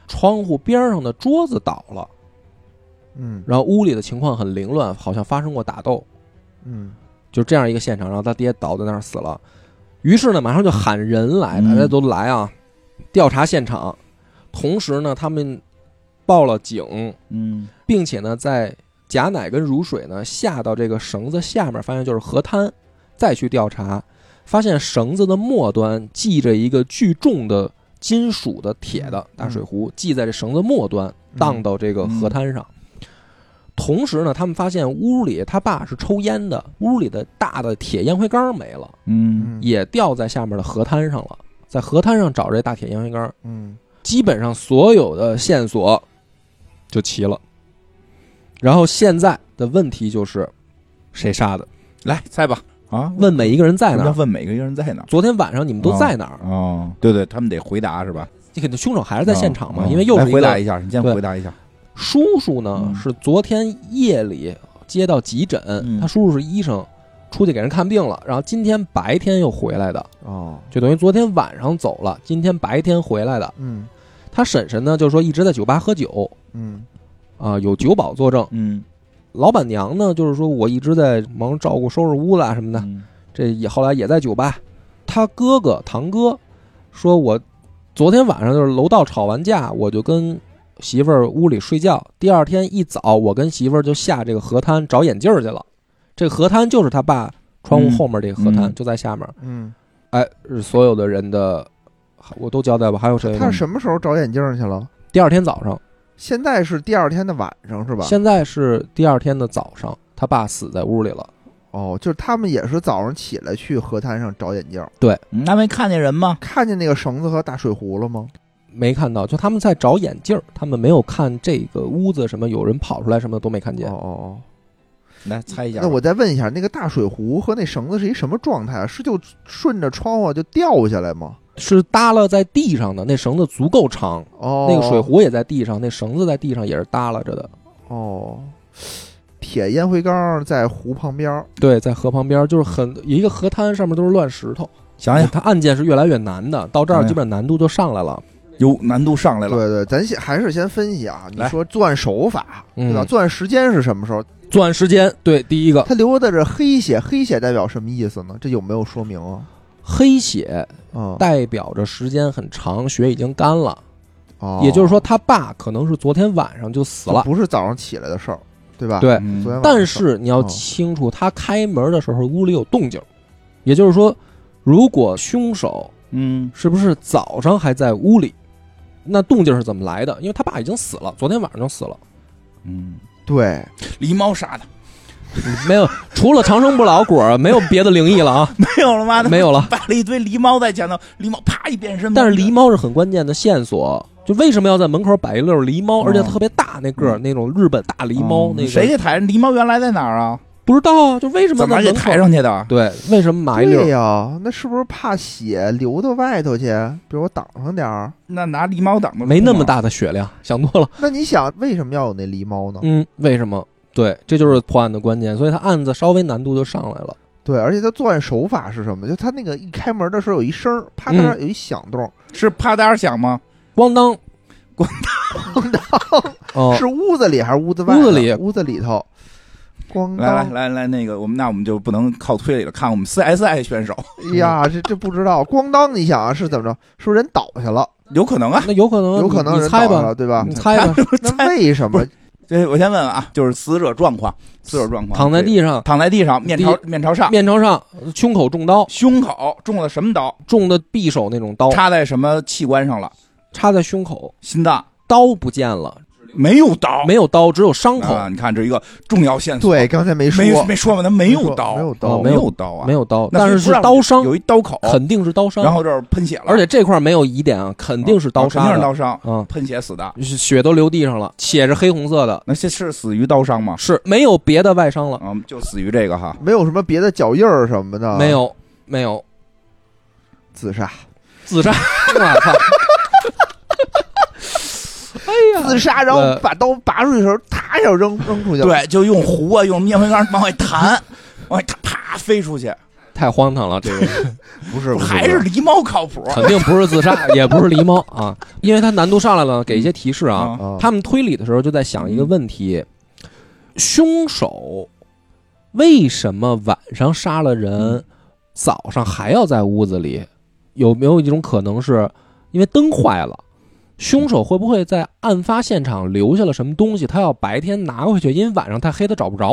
窗户边儿上的桌子倒了。
嗯
然后屋里的情况很凌乱，好像发生过打斗，
嗯，
就这样一个现场。然后他爹倒在那儿死了，于是呢，马上就喊人来，
嗯
大家都来啊，调查现场。同时呢，他们报了警，
嗯
并且呢，在贾乃跟如水呢下到这个绳子下面，发现就是河滩，再去调查，发现绳子的末端系着一个巨重的金属的铁的大水壶，系在这绳子末端，
嗯
荡到这个河滩上。同时呢，他们发现屋里他爸是抽烟的，屋里的大的铁烟灰缸没了，
嗯
嗯
也掉在下面的河滩上了。在河滩上找这大铁烟灰缸，
嗯
基本上所有的线索就齐了。然后现在的问题就是，谁杀的？
来猜吧啊，
问每一个人在
什么
哪儿？
叫问每个人在哪儿？
昨天晚上你们都在哪儿？
哦，对对，他们得回答是吧？
这肯定凶手还是在现场嘛，
哦
因为又
来
是一
回答
个
一下，你先
对
回答一下。
叔叔呢
嗯
是昨天夜里接到急诊，
嗯
他叔叔是医生，出去给人看病了，然后今天白天又回来的，
哦
就等于昨天晚上走了，今天白天回来的。
嗯
他婶婶呢就说一直在酒吧喝酒
嗯
啊、有酒保作证。
嗯，
老板娘呢就是说我一直在忙照顾收拾屋子啊什么的，
嗯
这也后来也在酒吧。他哥哥堂哥说，我昨天晚上就是楼道吵完架，我就跟媳妇儿屋里睡觉。第二天一早，我跟媳妇儿就下这个河滩找眼镜儿去了。这个河滩就是他爸窗户后面这个河滩，
嗯嗯
就在下面。
嗯，
哎，是所有的人的我都交代吧，还有谁呢？
他是什么时候找眼镜去了？
第二天早上，
现在是第二天的晚上是吧？
现在是第二天的早上，他爸死在屋里了。
哦，就是他们也是早上起来去河滩上找眼镜，
嗯那没看见人吗？
看见那个绳子和大水壶了吗？
没看到，就他们在找眼镜儿，他们没有看这个屋子什么有人跑出来什么的都没看见。
哦哦
来猜
哦
一，下吧。
那我再问一下，那个大水壶和那绳子是一什么状态啊？是就顺着窗户就掉下来吗？
是耷拉在地上的，那绳子足够长，
哦，
那个水壶也在地上，那绳子在地上也是耷拉着的。
哦，铁烟灰缸在湖旁边儿。
对，在河旁边就是很有一个河滩，上面都是乱石头。哎
想
哎
想
它案件是越来越难的，到这
哎
儿
呀
基本难度就上来了。
有难度上来了。
对对，咱先还是先分析啊。你
来
说作案手法对吧？
嗯
作案时间是什么时候？
作案时间，对，第一个
他留的这黑血，黑血代表什么意思呢？这有没有说明啊？
黑血
嗯，
代表着时间很长，血已经干了，
哦
也就是说，他爸可能是昨天晚上就死
就
了。
不是早上起来的事儿，对吧？
对
嗯
昨天晚上
但是你要
哦
清楚，他开门的时候屋里有动静，也就是说，如果凶手
嗯
是不是早上还在屋里，那动静是怎么来的？因为他爸已经死了，昨天晚上就死了，
嗯，
对，
狸猫杀的
嗯没有除了长生不老果儿，没有别的灵异了 啊，
没有了吗？他
没有 了。
摆了一堆狸猫在前头，狸猫啪一变身，
但是狸猫是很关键的线索，就为什么要在门口摆一溜儿狸猫，
嗯
而且特别大那个儿，那种日本大狸猫
嗯，
那
谁
个
给抬？狸猫原来在哪儿啊？
不知道啊，就为什么
怎
在
么给
门
抬
口？
上去的？
对，为什么埋一溜
对
儿？
呀、那是不是怕血流到外头去？比如我挡上点儿。
那拿狸猫挡的
没那么，大的血量，想多了。
那你想，为什么要有那狸
啊
猫呢？
嗯，为什么？对，这就是破案的关键，所以他案子稍微难度就上来了。
对，而且他作案手法是什么？就他那个一开门的时候有一声儿，啪嗒
嗯
有一响动，
是啪嗒响吗？
咣当，
咣
当，哦，
是屋子里还是屋子外？
屋子里
屋子里头，
嗯
咣
来来
当，
来来，那个我们那我们就不能靠推理了，看我们 CSI 选手
哎呀，这这不知道，咣当，你想啊，是怎么着？是不是人倒下了？
有可能啊。
那有可能，
有可能
呃你
人
你
倒
猜
下
吧
了，，对吧
你？猜 吧，
那为什么？
这我先问问啊，就是死者状况，死者状况，
躺在地 上，
躺在地上，面朝面朝上，
面朝上，胸口中刀，
胸口中了什么刀？
中的匕首那种刀，
插在什么器官上了？
插在胸口，
心脏
刀不见了，
没有刀，
没有刀，只有伤口，
啊！你看这一个重要线索，
对，刚才没说，
没没说完，他没
没
有
说
刀
没，有
哦
刀，
没有
刀啊，
没有刀，
那
但是
所
是
以不让
刀伤，
有一刀口，
肯定是刀伤，
然后这儿喷血了，
而且这块没有疑点啊，肯定是刀
啊肯
杀
定是
的，
刀伤，
嗯，
喷血死的。
血都流地上了，血是黑红色的，
那这是死于刀伤吗？
是没有别的外伤了，
啊，就死于这个哈。
没有什么别的脚印儿什么
啊
的，
没有，没有。
自杀，
自杀， 我操！哎呀，
自杀，然后
呃
把刀拔出去的时候，啪一下扔扔出去了，
对，就用壶啊，用面粉杆往外弹，往外弹，啪飞出去，
太荒唐了，这个
不是，不
还是
不
狸猫靠谱
肯定不是自 杀，也不是狸猫啊，因为它难度上来了，给一些提示啊。
啊！
啊
他们推理的时候就在想一个问题：
嗯
凶手为什么晚上杀了人
嗯，
早上还要在屋子里？有没有一种可能是因为灯坏了？凶手会不会在案发现场留下了什么东西？他要白天拿回去，因为晚上太黑，他找不着。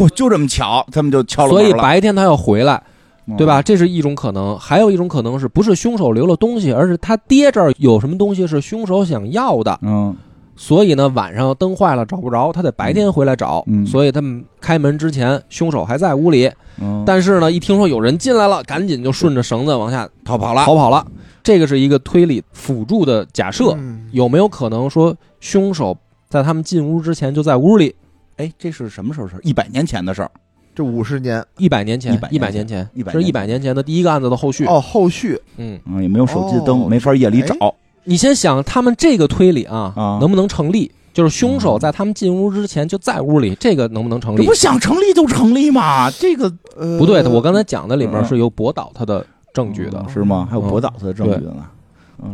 我就这么巧，他们就敲了
所
门
以
了，
白天他要回来，
嗯
对吧？？这是一种可能，还有一种可能是不是凶手留了东西，而是他爹这儿有什么东西是凶手想要的，
嗯，
所以呢晚上灯坏了找不着，他得白天回来找。
嗯
所以他们开门之前，凶手还在屋里，
嗯
但是呢一听说有人进来了，赶紧就顺着绳子往下
逃跑了
逃跑了。这个是一个推理辅助的假设，
嗯
有没有可能说凶手在他们进屋之前就在屋里？
哎，这是什么时候事儿？一百年前的事儿，
这五十年
一百年前，
100
一百
年
年前，
100
这是一
年
百年前的第一个案子的后续。
哦，后续
嗯，
嗯，也没有手机
哦
灯，没法夜里找，
你先想他们这个推理啊，
啊嗯
能不能成立？就是凶手在他们进屋之前就在屋里，这个能不能成
这
立
不？想成立就成立嘛？这个
呃，
不对的，我刚才讲的里面
嗯
是有驳倒他的证据的
嗯。是吗？还有
嗯
博导的证据呢。嗯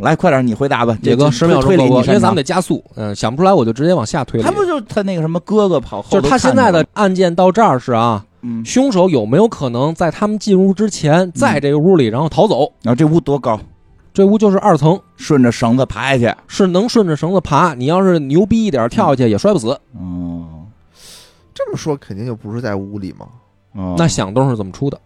来，快点，你回答吧。这
野哥
这
十秒钟
推理
够不够？因
你擅
为咱
长
们得加速，嗯，想不出来我就直接往下推理
他。不就他那个什么哥哥跑后
就
头
是他
看
现
着
在
了
的
吗，
案件到这儿是啊，
嗯，
凶手有没有可能在他们进屋之前，在这个屋里然后逃走？
然后这屋多高？
这屋就是二层，
顺着绳子爬下去。
是能顺着绳子爬。你要是牛逼一点，跳下去也摔不死。
哦，
这么说，肯定就不是在屋里嘛。
哦
那响动是怎么出的？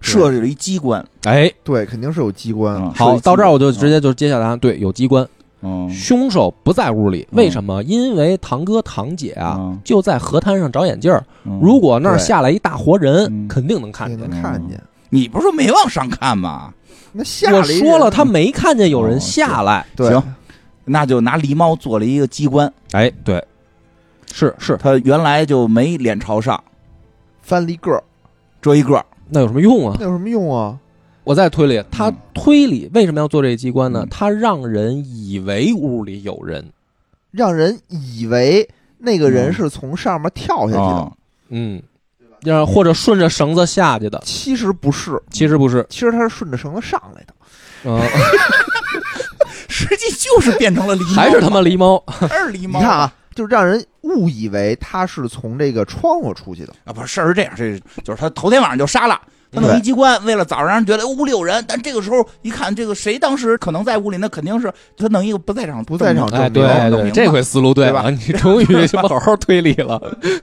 设置了一机关。
哎，
对，肯定是有机关。
嗯
好，到这儿我就直。接就揭晓答案。对，有机关。
嗯
凶手不在屋里，
嗯
为什么？因为堂哥堂姐啊
嗯
就在河滩上找眼镜儿。
嗯
如果那儿
对
下来一大活人，
嗯
肯定能看
也
见。
能看见。
你不是说没往上看吗？
那下
我
一人
说了，他没看见有人下来。
对
行那就拿狸猫做了一个机关，
哎，对，是是，
它原来就没脸朝上，
翻了一个儿，
这一个。
那有什么用啊
那？有什么用啊？
我再推理，他
嗯
推理为什么要做这机关呢
嗯？
他让人以为屋里有人。
让人以为那个人
嗯
是从上面跳下去的，
啊
嗯。让或者顺着绳子下去的，
其实不是，
其实 不是，
其实他是顺着绳子上来的。
嗯，
实际就是变成了狸猫，
还 是他妈狸猫，
还是狸
你
猫。
看啊，就是让人误以为他是从这个窗户出去的。
啊，不是，事儿是这样，这是就是他头天晚上就杀了，他弄
对
一机关，为了早上让人觉得屋里有人，但这个时候一看，这个谁当时可能在屋里，那肯定是他弄一个不在场
不在场
证
证
哎，
明
对
弄
对，
明白
这回思路对了，你终于他妈好好推理了，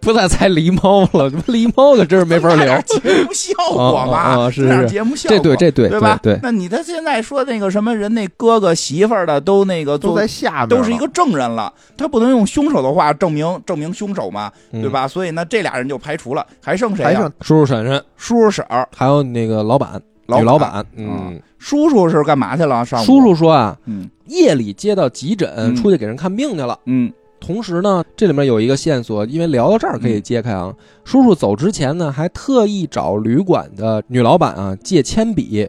不再猜狸猫了，他妈狸猫可真是没法
这
聊
哪。是节目效果
啊啊
嘛，
啊是
这哪
是
节目效 果，
这对，这对，
对吧
对？对，
那你他现在说那个什么人，那哥哥媳妇儿的都那个
都
做
在下面，
都是一个，证人了，他不能用凶手的话证明证明凶手嘛，
嗯
对？吧？所以呢，这俩人就排除了，还剩谁
还
呀、
剩
叔叔、婶婶，
叔叔婶儿，
还有那个老板，女老，板，嗯，
叔叔是干嘛去了？上午
叔，叔说啊，
嗯
夜里接到急诊，
嗯
出去给人看病去了。
嗯
同时呢，这里面有一个线索，因为聊到这儿可以揭开啊。叔叔走之前呢，还特意找旅馆的女老板啊借铅笔，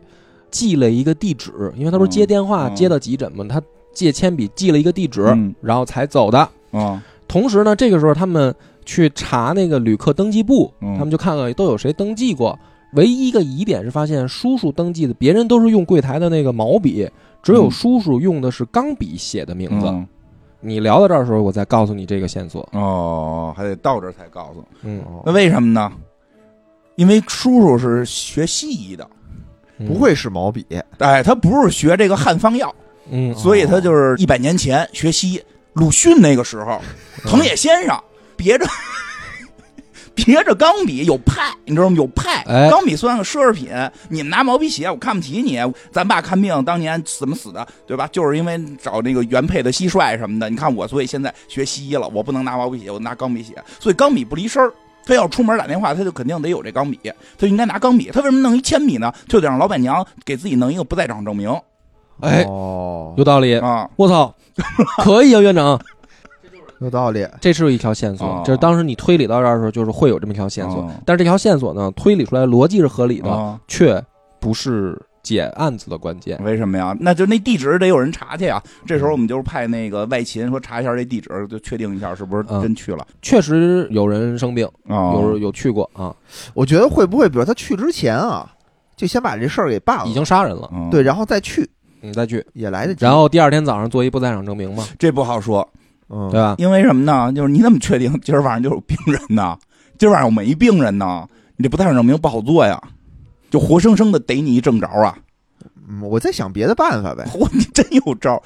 记了一个地址，因为他不是接电话、
嗯嗯
接到急诊嘛，他借铅笔记了一个地址，
嗯
然后才走的。
哦
同时呢，这个时候他们去查那个旅客登记簿，
嗯
他们就看看都有谁登记过。唯一一个疑点是发现叔叔登记的，别人都是用柜台的那个毛笔，只有
嗯
叔叔用的是钢笔写的名字。
嗯
你聊到这儿的时候，我再告诉你这个线索。
哦，还得到这儿才告诉。
嗯，
那
哦
为什么呢？因为叔叔是学西医的，
嗯
不，会是毛笔，
哎，他不是学这个汉方药，
嗯，
所以他就是一百年前学西。鲁迅那个时候，藤野先生别着别着钢笔有派，你知道吗？有派
哎，
钢笔算个奢侈品。你们拿毛笔写，我看不起你。咱爸看病当年怎么死的，对吧？就是因为找那个原配的蟋蟀什么的。你看我，所以现在学西医了，我不能拿毛笔写，我拿钢笔写，所以钢笔不离身儿。非要出门打电话，他就肯定得有这钢笔，他就应该拿钢笔。他为什么弄一铅笔呢？就得让老板娘给自己弄一个不在场证明
哎，
哦，
有道理。
啊。
我操，可以啊，院 长，
有道理，
这是一条线索
哦。
就是当时你推理到这儿的时候，就是会有这么一条线索
哦，
但是这条线索呢，推理出来逻辑是合理的，
啊，
却不是解案子的关键。
为什么呀？那就那地址得有人查去啊。这时候我们就是派那个外勤说查一下这地址，就确定一下是不是真去了。
确实有人生病，
啊
嗯有有去过啊，
我觉得会不会，比如他去之前啊，就先把这事儿给办了，
已经杀人了，
嗯
对，然后再去
你再去。
也来得及，
然后第二天早上做一不在场证明嘛，
这不好说，
嗯
对，吧？
因为什么呢？就是你怎么确定今儿晚上就有病人呢？今儿晚上有没病人呢？你这不在场证明不好做呀，就活生生的逮你一正着啊！
嗯我在想别的办法呗，
嚯，你真有招儿，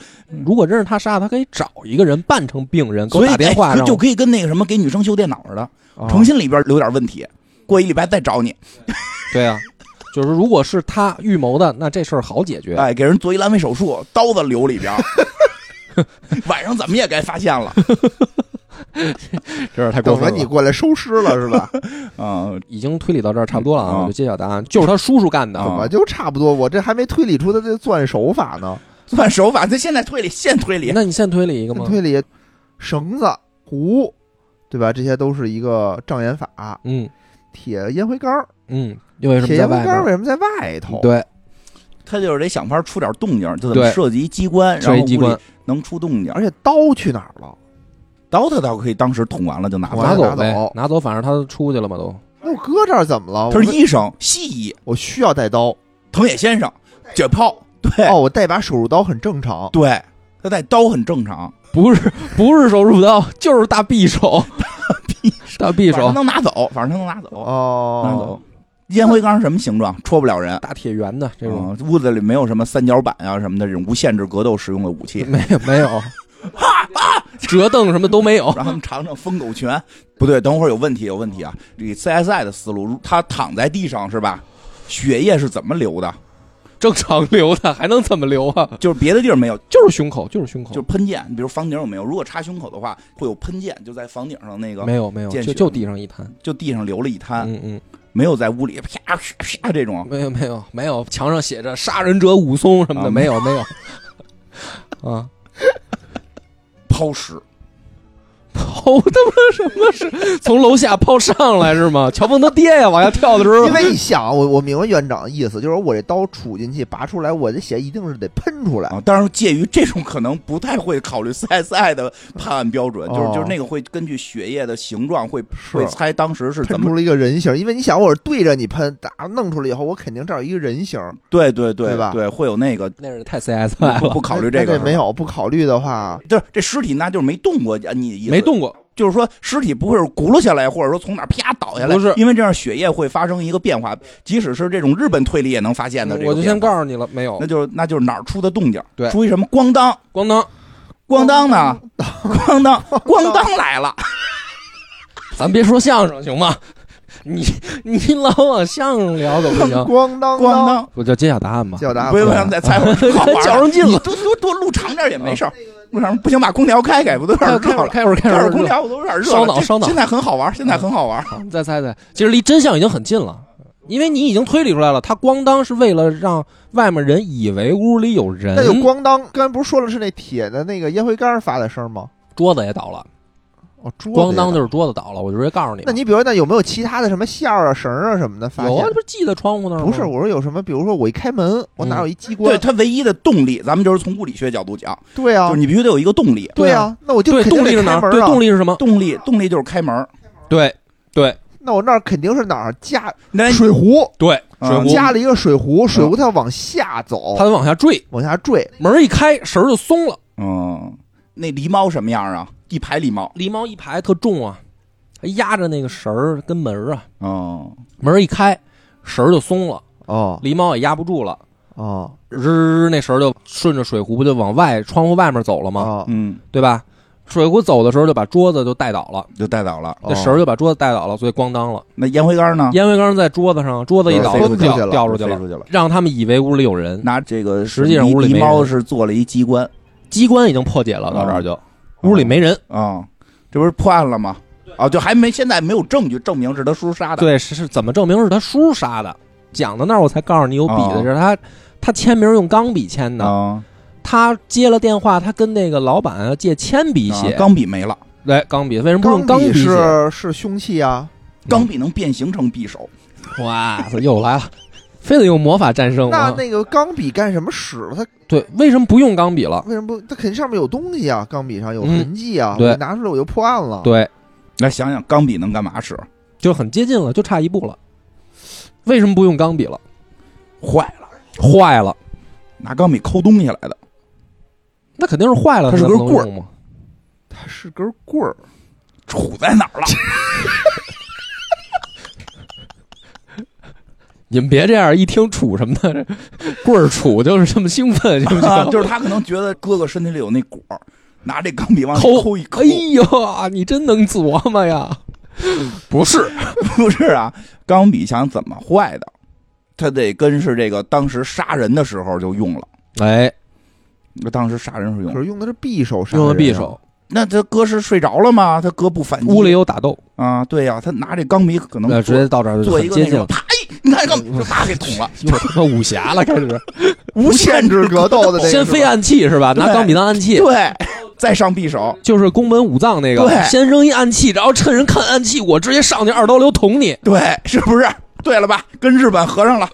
如果真是他杀，他可以找一个人扮成病人，给
所
我
以
打电话
哎就
让
就
我
可以跟那个什么给女生修电脑似的，
啊
诚心里边留点问题，过一礼拜再找你，
对啊，就是如果是他预谋的，那这事儿好解决。
哎，给人做一阑尾手术，刀子留 里边儿，晚上怎么也该发现了。
这是太
啊等着你过来收尸了是吧？
啊，
已经推理到这儿差不多了啊，
嗯
我就揭晓答案，就是他叔叔干的。
啊
怎么就差不多？我这还没推理出他这作案手法呢。
算手法，咱现在推理，现推理。
那你现在推理一个吗？
推理绳子、壶，对吧？这些都是一个障眼法。
嗯
铁烟灰缸，
嗯，因为什么
铁
在
烟灰
外边？
缸为什么在外头？，
对，
他就是得想法出点动静，就怎么
对
设计一机关，然
设
后
一机
屋
关
里能出动静。
而且刀去哪儿了？
刀他倒可以当时捅完了就拿
我拿
走。
走
拿
呗
走，
拿走，反正他出去了嘛都。
那我搁这儿怎么了？
他
我
是医生，西医，
我需要带刀。
藤野先生，解剖，对、
哦，我带把手术刀很正常。
对，他带刀很正常，
不是不是手术刀，就是大匕首，大匕
反正
首，
能拿走，反正能拿走，拿
哦，
走。烟灰缸是什么形状？戳不了人。
大铁圆的这种。
嗯，屋子里没有什么三角板啊什么的这种无限制格斗使用的武器，
没有没有，折凳什么都没有。
让他们尝尝疯狗拳。不对，等会儿有问题，有问题啊！这个 CSI 的思路，他躺在地上是吧？血液是怎么流的？
正常流的，还能怎么流啊？
就是别的地儿没有，
就是胸口，就是胸口，
就是喷溅。你比如房顶有没有？如果插胸口的话，会有喷溅，就在房顶上那个，
没有没有，
见
就
血
就地上一滩。
就地上流了一滩，
嗯嗯，
没有在屋里啪啪啪这种。
没有没有没有，墙上写着“杀人者武松”什么的，
啊
没有没有。 啊，
抛尸，
抛他妈什么是从楼下抛上来是吗？乔峰他爹呀，往下跳的时候
因，为你想，我我明白院长的意思，就是我这刀杵进去拔出来，我这血一定是得喷出来。
啊，当然介于这种可能不太会考虑 CSI 的判案标准，就是
哦
就是那个会根据血液的形状会
是
会猜当时是
喷
怎
出
么
了一个人形，因为你想，我是对着你喷，打弄出来以后，我肯定这儿有一个人形。
对对对
对吧哎
对，会有那 个
那是太 CSI
不
了，
不考虑这
那
个
这没有不考虑的话，
是吧，就是这尸体那就是没动过，啊你意 思
没动过，
就是说尸体不会是轱辘下来，或者说从哪儿啪倒下来，
不是
因为这样血液会发生一个变化，即使是这种日本推理也能发现的这个
我就先
变化
告诉你了，没有
那就是那就是哪儿出的动静，
对
出一什么咣当，
咣当，
咣当
嗯
呢，咣当，咣当来了，
咱别说相声行 吗？你你老往相声聊怎么 行？
咣当
咣
当，
当，
我就揭晓答案吧。啊
叫大家
不用不用再猜 会儿，好玩儿
较上劲了
你多多多录长点也没事儿，录长不行把空调开开，不都
开
有点
会
热
儿
了？
开会儿开会
开
儿
着
开
空
会儿，
调我都有点热了，
烧脑
这
烧脑
现在很好玩，现在很好玩，
好，你再猜猜。其实离真相已经很近了，因为你已经推理出来了，他咣当是为了让外面人以为屋里有人
那，就咣当，刚才不是说了是那铁的那个烟灰缸发的声吗？
桌子也倒了，
哦，桌子
咣
也
当
倒
就是桌子倒了，我就直接告诉你吧。
那你比如说那有没有其他的什么线儿啊、绳儿啊什么的发
有啊，嗯
现
这？不是系在窗户那儿吗？
不是，我说有什么？比如说我一开门，我哪有一机关
对？它唯一的动力，咱们就是从物理学角度讲，
对啊
就是，你必须得有一个动力，
对啊，那我就
对
肯定
动
得
力是哪
开
儿？
门
对，
啊
动力是什么？
动力动力就是开门儿，
对对
那我那儿肯定是哪儿架
那
水壶，啊
对，
嗯
水壶嗯
家
架了一个水壶，水壶它往下走
它，得往下坠，
往下坠，
门一开绳儿就松了，
嗯，那狸猫什么样啊？一排狸猫，
狸猫一排特重啊，它压着那个绳儿跟门儿啊，
嗯，
门儿一开，绳儿就松了，
哦
狸猫也压不住了。
哦
日，那绳儿就顺着水壶不就往外窗户外面走了吗？
哦，
嗯，
对吧？水壶走的时候就把桌子就带倒了，
就带倒了。
哦
那绳儿就把桌子带倒了，所以咣当了。
那烟灰缸呢？
烟灰缸在桌子上，桌子一倒
啊就飞出去
掉
了
掉出去
飞
了，
出去了。
让他们以为屋里有人。
拿这个
实际上屋里
狸
没人
猫是做了一机关
机关已经破解了，到这儿就屋里没人。
啊，这不是破案了吗？啊，就还没现在没有证据证明是他叔杀的。
对，是是怎么证明是他叔杀的？讲到那儿我才告诉你有笔
哦
的是他，他签名用钢笔签的。
啊，
他接了电话，他跟那个老板借铅笔
啊
写。
钢笔没了，
来钢笔为什么不用钢
钢
笔写？
是是凶器啊，
嗯
钢笔能变形成匕首。
哇塞，又来了，非得用魔法战胜
那
我。
那个钢笔干什么使了？它
对，为什么不用钢笔了？
为什么不？它肯定上面有东西啊，钢笔上有
嗯
痕迹啊，
对
我拿出来我就破案了。
对，
来想想钢笔能干嘛使？
就很接近了，就差一步了。为什么不用钢笔了？
坏了，
坏了，
拿钢笔抠东西来的。
那肯定是坏了。
它是
才
根
能
棍儿
用嘛
它是根棍儿，
杵在哪儿了？
你们别这样，一听杵什么的， 棍儿杵就是这么兴奋， 就
啊就是他可能觉得哥哥身体里有那果儿，拿这钢笔往里
抠
抠一抠
哎。呦，你真能琢磨呀！不是，
不是啊，钢笔想怎么坏的，他得跟是这个当时杀人的时候就用了。
哎，
那当时杀人时候用
可
了，
是用的是匕首杀人
用
啊，
了匕首，
那他哥是睡着了吗？他哥不反击。
屋里有打斗，
啊，对呀、他拿这钢笔可能
呃，直
做
接到这儿就
做
很
一个
接
那
近
种
了，嗯
啪！哎，你看钢笔就啪给捅了，
又他妈武侠了，开始
无
限制格斗的那个
先飞暗器是吧？
对
拿钢笔当暗器，
对，再上匕首，
就是宫本武藏那个
对，
先扔一暗器，然后趁人看暗器，我直接上去二刀流捅你，
对，是不是？对了吧？跟日本合上了。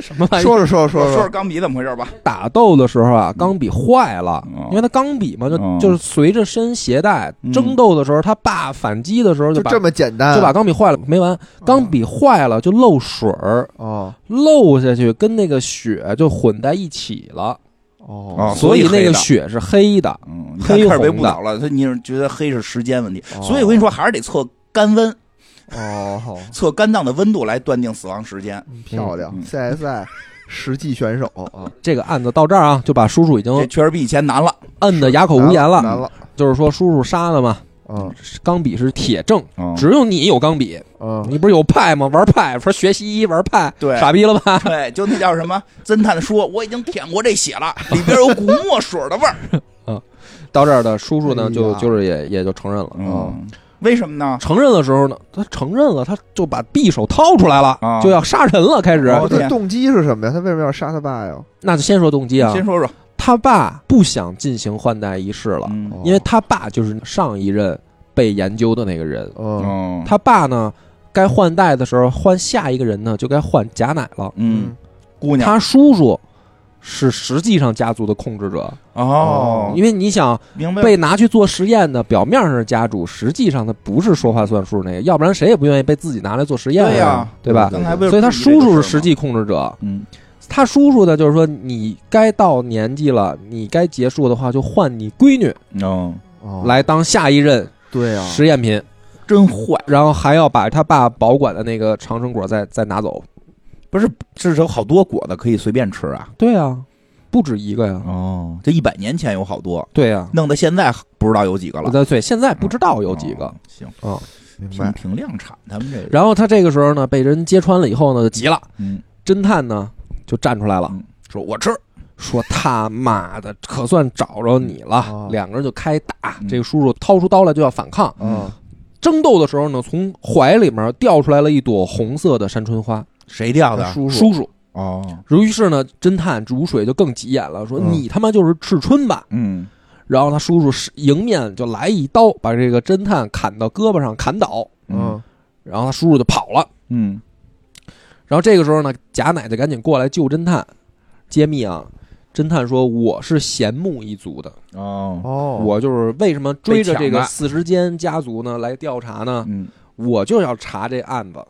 什么玩意儿？
说着说着说
说
着
说钢笔怎么回事吧。
打斗的时候啊，钢笔坏了
嗯，
因为他钢笔嘛，就
嗯
就是随着身携带
嗯。
争斗的时候，他爸反击的时候
就
把
这么嗯简单，
就把钢笔坏了，没完，钢笔坏了就漏水儿，
哦
漏下去跟那个血就混在一起了，
啊
哦
所以
所以
那
黑
个
的
血是黑的。
嗯，你看
黑
科尔贝
红
不
的
倒了，他你是觉得黑是时间问题，
哦
所以我跟你说还是得测肝温，
哦，
测肝脏的温度来断定死亡时间。
漂亮
嗯
，CSI 实际 选手啊，
这个案子到这儿啊，就把叔叔已
这
经
确实比以前难了。
摁得哑口无言
哦难
了。
了，
就是说，叔叔杀的嘛，
嗯
钢笔是铁证，
嗯
只有你有钢笔，
嗯，
你不是有派吗？玩派，说学西医玩派，
对
傻逼了吧？
对，就那叫什么侦探说，我已经舔过这血了，里边有股墨水 的味儿。
到这儿的叔叔
哎
呢，
呀
就就是也也就承认了。啊
嗯，为什么呢？
承认的时候呢，他承认了，他就把匕首掏出来了
啊，
就要杀人了，开始。
哦
哦，他
对
动机是什么呀？他为什么要杀他爸呀？
那就先说动机啊，
先说说，
他爸不想进行换代仪式了，
嗯
哦
因为他爸就是上一任被研究的那个人。
嗯
嗯
他爸呢，该换代的时候换下一个人呢，就该换贾乃了。
嗯，，姑娘
他叔叔是实际上家族的控制者，
哦，
因为你想
明白了
被拿去做实验的，表面上是家主，实际上他不是说话算数那个，要不然谁也不愿意被自己拿来做实验
对呀
对吧？
刚才不
对
是
所以他叔叔是实
质
际
疑
控制者，
这事儿吗，
他叔叔呢，就是说你该到年纪了，你该结束的话，就换你闺女
嗯，哦，
哦
来当下一任
对啊，
实验品，
真坏，
然后还要把他爸保管的那个长生果再再拿走。
不是至少好多果子可以随便吃啊。
对啊，不止一个呀。
哦，这一百年前有好多，
对呀、
弄得现在不知道有几个
我
了。
在对，现在不知道有几个
哦。行，
明
挺
白。
挺量产，他们这个。
然后他这个时候呢，被人揭穿了以后呢，就急了。
嗯，
侦探呢就站出来了，
嗯说我吃，
说他妈的可算找着你了
哦。
两个人就开打
嗯，
这个叔叔掏出刀来就要反抗。
嗯，
争斗的时候呢，从怀里面掉出来了一朵红色的山春花。
谁掉的？
叔
叔叔，
哦，
于是呢，侦探如水就更急眼了，说
嗯
你他妈就是赤春吧？
嗯，
然后他叔叔是迎面就来一刀，把这个侦探砍到胳膊上砍倒，
嗯
嗯
然后他叔叔就跑了。
嗯，
然后这个时候呢，贾乃就赶紧过来救侦探，揭秘啊。侦探说：“我是贤木一族的，
哦，
哦，
嗯我就是为什么追着这
被抢
个
了
四十间家族呢来调查呢？
嗯，
我就要查这案子，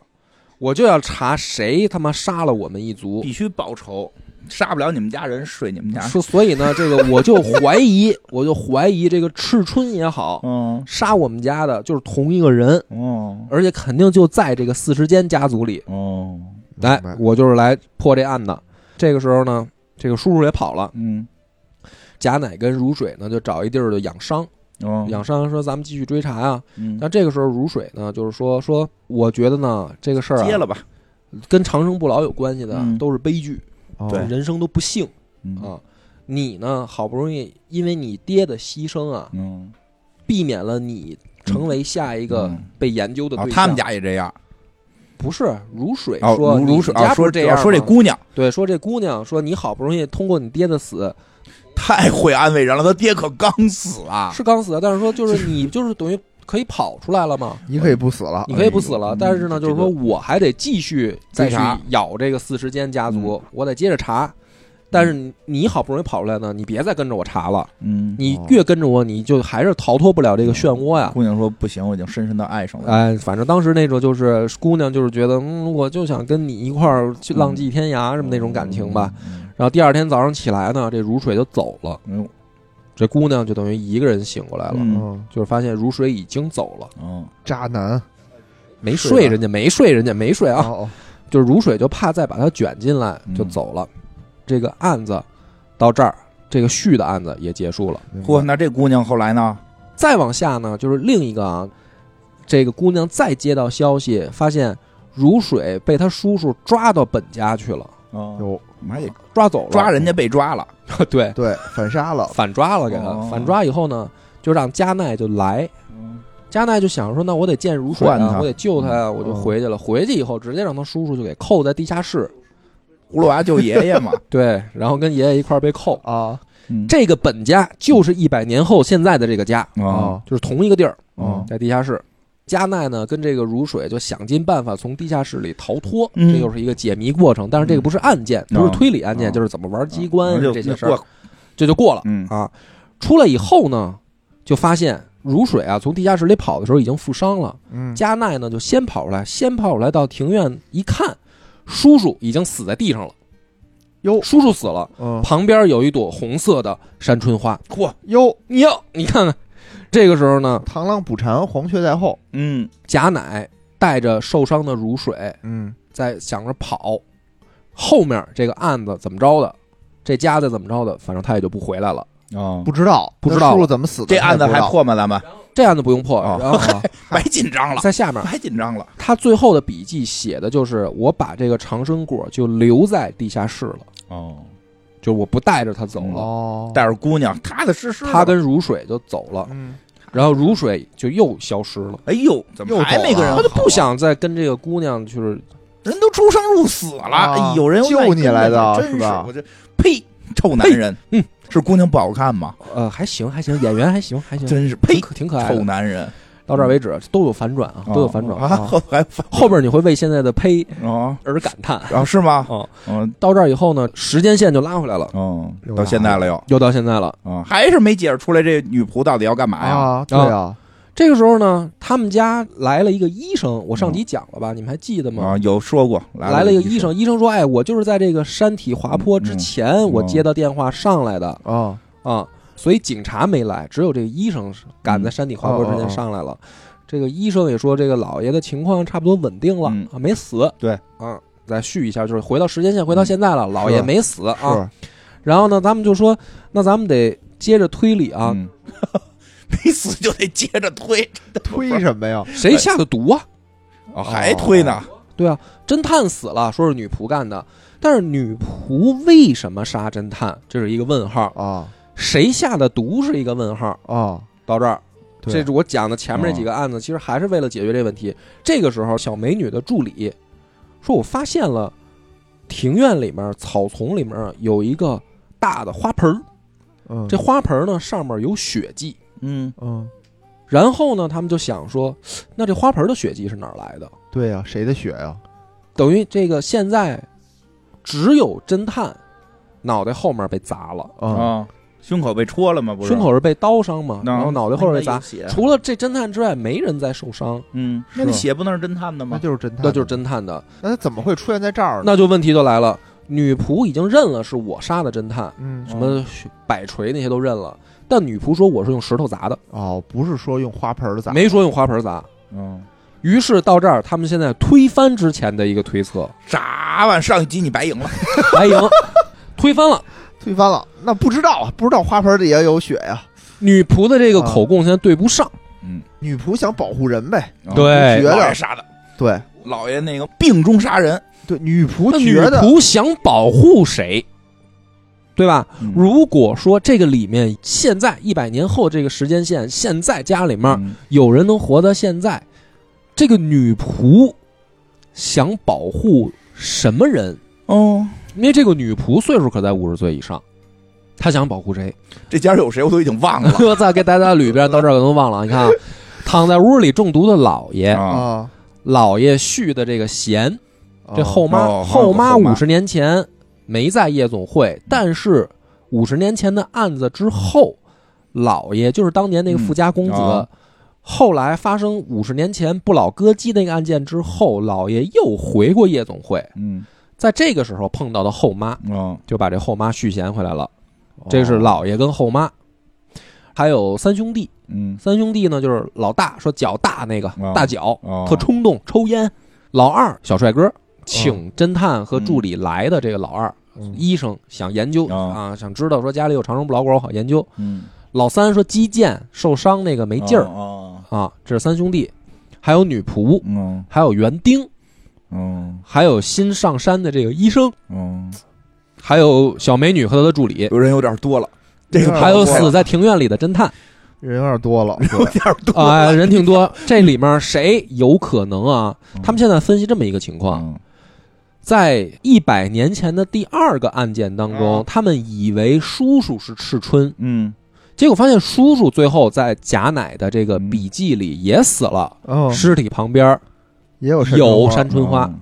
我就要查谁他妈杀了我们一族。
必须报仇，杀不了你们家人，睡你们家。
说，所以呢，这个我就怀疑， 我就怀疑这个赤春也好，
嗯，
杀我们家的就是同一个人。”
哦，
而且肯定就在这个四十间家族里。
哦，
明
来
白，
我就是来破这案的。这个时候呢，这个叔叔也跑了，
嗯，
贾乃跟如水呢就找一地儿就养伤，
哦，
养伤说咱们继续追查啊。
嗯，
但这个时候如水呢就是说说，我觉得呢这个事儿、
接
啊、
了吧，
跟长生不老有关系的
嗯
都是悲剧，
哦
对
人生都不幸
嗯，
啊。你呢好不容易因为你爹的牺牲啊，
嗯，
避免了你成为下一个
嗯
被研究的
哦
对象。
他们家也这样。
不是如水
哦，
说，
如
你
如水
你家
哦，
不
说
是这样
哦说这
吗
姑娘
对，说这姑娘说你好不容易通过你爹的死
太会安慰人了，她爹可刚死啊了。
是刚死的，啊但是说就是你就是等于可以跑出来了嘛，
你可以不死了
你，可以不死了
嗯，
但是呢，
这
就是说我还得继续再去
追查嗯
咬这个四十间家族，我得接着查。但是你你好不容易跑出来呢，你别再跟着我查了，
嗯，
你越跟着我，你就还是逃脱不了这个漩涡呀。
姑娘说不行，我已经深深的爱上了。
哎，反正当时那种就是姑娘，就是觉得，嗯，我就想跟你一块儿去浪迹天涯，什么那种感情吧。
嗯。
然后第二天早上起来呢，这如水就走了，
嗯，
这姑娘就等于一个人醒过来了。
嗯
嗯，
就是发现如水已经走了，
哦，
渣男
没
睡
睡，
了
人家没睡，人家没睡啊，
哦
就是如水就怕再把他卷进来，
嗯
就走了。这个案子到这儿，这个续的案子也结束了。
明白
嚯，嗯那这姑娘后来呢？
再往下呢，就是另一个啊，这个姑娘再接到消息，发现如水被他叔叔抓到本家去了，
哦，
有
我们还得
抓走了，
抓嗯人家被抓了。
家， 对，
对反杀了，
反抓了给他。
哦
反抓以后呢，就让加奈就来，加奈就想说，那我得见如水
换
啊，
他
我得救他呀，我就
嗯
回去了。回去以后，直接让他叔叔就给扣在地下室，
葫芦娃救爷爷嘛。
对，然后跟爷爷一块儿被扣。
啊
嗯
这个本家就是一百年后现在的这个家，
哦，
就是同一个地儿，
哦
在地下室。加奈呢，跟这个如水就想尽办法从地下室里逃脱，
嗯
这又是一个解谜过程。但是这个不是案件，
嗯
不是推理案件，
嗯
就是怎么玩机关、
就
这些
就
事儿，
过
这就过了、
嗯
啊。出来以后呢，就发现如水啊，从地下室里跑的时候已经负伤了。
嗯
加奈呢，就先跑出来，先跑出来到庭院一看，叔叔已经死在地上了，
哟
叔叔死了。
哦
嗯
旁边有一朵红色的山春花。
嚯，
哟
哟，你看看，这个时候呢，
螳螂捕蝉黄雀在后，
嗯，
贾乃带着受伤的如水
嗯
在想着跑，后面这个案子怎么着的，这家子怎么着的，反正他也就不回来了。
哦
不，知道
不知道
那叔叔怎么死的，
这案子
他也
还
不知道
破吗？咱们
这案子不用破，
哦
然后
白紧张了，
在下面，
白紧张了。
他最后的笔记写的就是我把这个长生果就留在地下室了，
哦，
就我不带着他走了，
哦，
带着姑娘踏踏实实的。
他跟如水就走了，
嗯
然后如水就又消失了。
哎呦，怎么
又
还
走
没个人
了
好啊？
他就不想再跟这个姑娘，就是
人都出生入死了，
啊
哎有人又在
救你来的
真
是吧
我这呸，臭男 人，
嗯，
是姑娘不好看吗？
呃，还行还行，演员还行还行，
真是
挺
呸，
可挺可爱的
臭。男人，
到这儿为止都有反转啊，都有反转
啊， 后还反
后边你会为现在的呸
哦，
而感叹。
啊是 吗？
哦，
嗯
到这儿以后呢，时间线就拉回来了，
嗯
又，
到
来
现在了又
又到现在了。
啊，还是没解释出来这女仆到底要干
哎
嘛呀？
啊对啊
这个时候呢，他们家来了一个医生，我上集讲了吧，你们还记得吗？
啊，有说过
来
了
一个医，生，医生说：“哎，我就是在这个山体滑坡之前，
嗯
我接到电话上来的
啊
啊。所以警察没来，只有这个医生是赶在山体滑坡之
哦哦
前
哦
上来了。这个医生也说，这个老爷的情况差不多稳定了、
嗯
啊，没死。
对，
嗯，再续一下，就是回到时间线，回到现在了，老
嗯是
爷没死啊。
是
然后呢，咱们就说，那咱们得接着推理啊，
嗯 没死就得接着推，
推什么呀？
谁下的毒啊？
哦还推呢？
对啊，侦探死了，说是女仆干的，但是女仆为什么杀侦探？这是一个问号。
啊
谁下的毒是一个问号。
啊，
到这儿，
啊
对
这是我讲的前面这几个案子，其实还是为了解决这问题。这个时候，小美女的助理说：“我发现了庭院里面草丛里面有一个大的花盆儿，
嗯
这花盆儿呢上面有血迹。
嗯，
嗯，
然后呢，他们就想说，那这花盆儿的血迹是哪儿来的？
对呀，谁的血呀？
等于这个现在只有侦探脑袋后面被砸了，
啊
啊，胸口被戳了吗？不是，
胸口是被刀伤嘛，
那
然后脑袋后面被砸
那。血，
除了这侦探之外，没人再受伤，
嗯，那
是
那血不能是侦探的
那
吗？
就是侦探，
那就是，侦探的。
那他怎么会出现在这儿呢？
那就问题就来了，女仆已经认了是我杀的侦探，
嗯
什么摆锤那些都认了，但女仆说我是用石头砸的，
哦，不是说用花盆儿砸，
没说用花盆砸。
嗯，
于是到这儿，他们现在推翻之前的一个推 测，
咋吧？上一集你白赢了，
白赢，推翻了。
推翻了。那不知道啊，不知道花盆里也有血呀。
女仆的这个口供现在对不上，
嗯，
女仆想保护人呗，
对
觉得
啊老爷杀的，
对
老爷那个病中杀人，
对，女仆
那女
觉得
仆想保护谁，对吧？
嗯
如果说这个里面现在一百年后这个时间线，现在家里面
嗯
有人能活到现在，这个女仆想保护什么人？
哦，
因为这个女仆岁数可在五十岁以上，她想保护谁？
这家有谁我都已经 忘了
我再给大家捋一遍，到这儿可能忘了。你看啊，躺在屋里中毒的老爷，
啊。
啊，
老爷续的这个弦，
啊
这后妈、
哦
后
妈
妈
后妈
五十年前没在夜总会，但是五十年前的案子之后，老爷就是当年那个富家公子，
嗯哦
后来发生五十年前不老歌姬那个案件之后，老爷又回过夜总会，
嗯，
在这个时候碰到的后妈，
哦，
就把这后妈续弦回来了。这是老爷跟后妈，还有三兄弟。
嗯，
三兄弟呢，就是老大说脚大那个、
哦
大脚，
哦，
特冲动，抽烟。老二小帅哥，请侦探和助理来的这个老二、
嗯
医生想研究、
啊
啊，想知道说家里有长生不老果，我好研究。
嗯，
老三说击剑受伤那个没劲儿、
哦，
啊，这是三兄弟，还有女仆，
嗯，
还有园丁，
嗯，
还有新上山的这个医生，
嗯，
还有小美女和她的助理，
有人有点多了，这个
嗯
还有
跑过来
死在庭院里的侦探
人有点多了，
有点 多了，
啊、人挺多。这里面谁有可能啊？他们现在分析这么一个情况，
嗯
在一百年前的第二个案件当中
嗯，
他们以为叔叔是赤春，
嗯，
结果发现叔叔最后在贾乃的这个笔记里也死了，
嗯，
尸体旁边
也
有
有山
嗯
山春花，
哦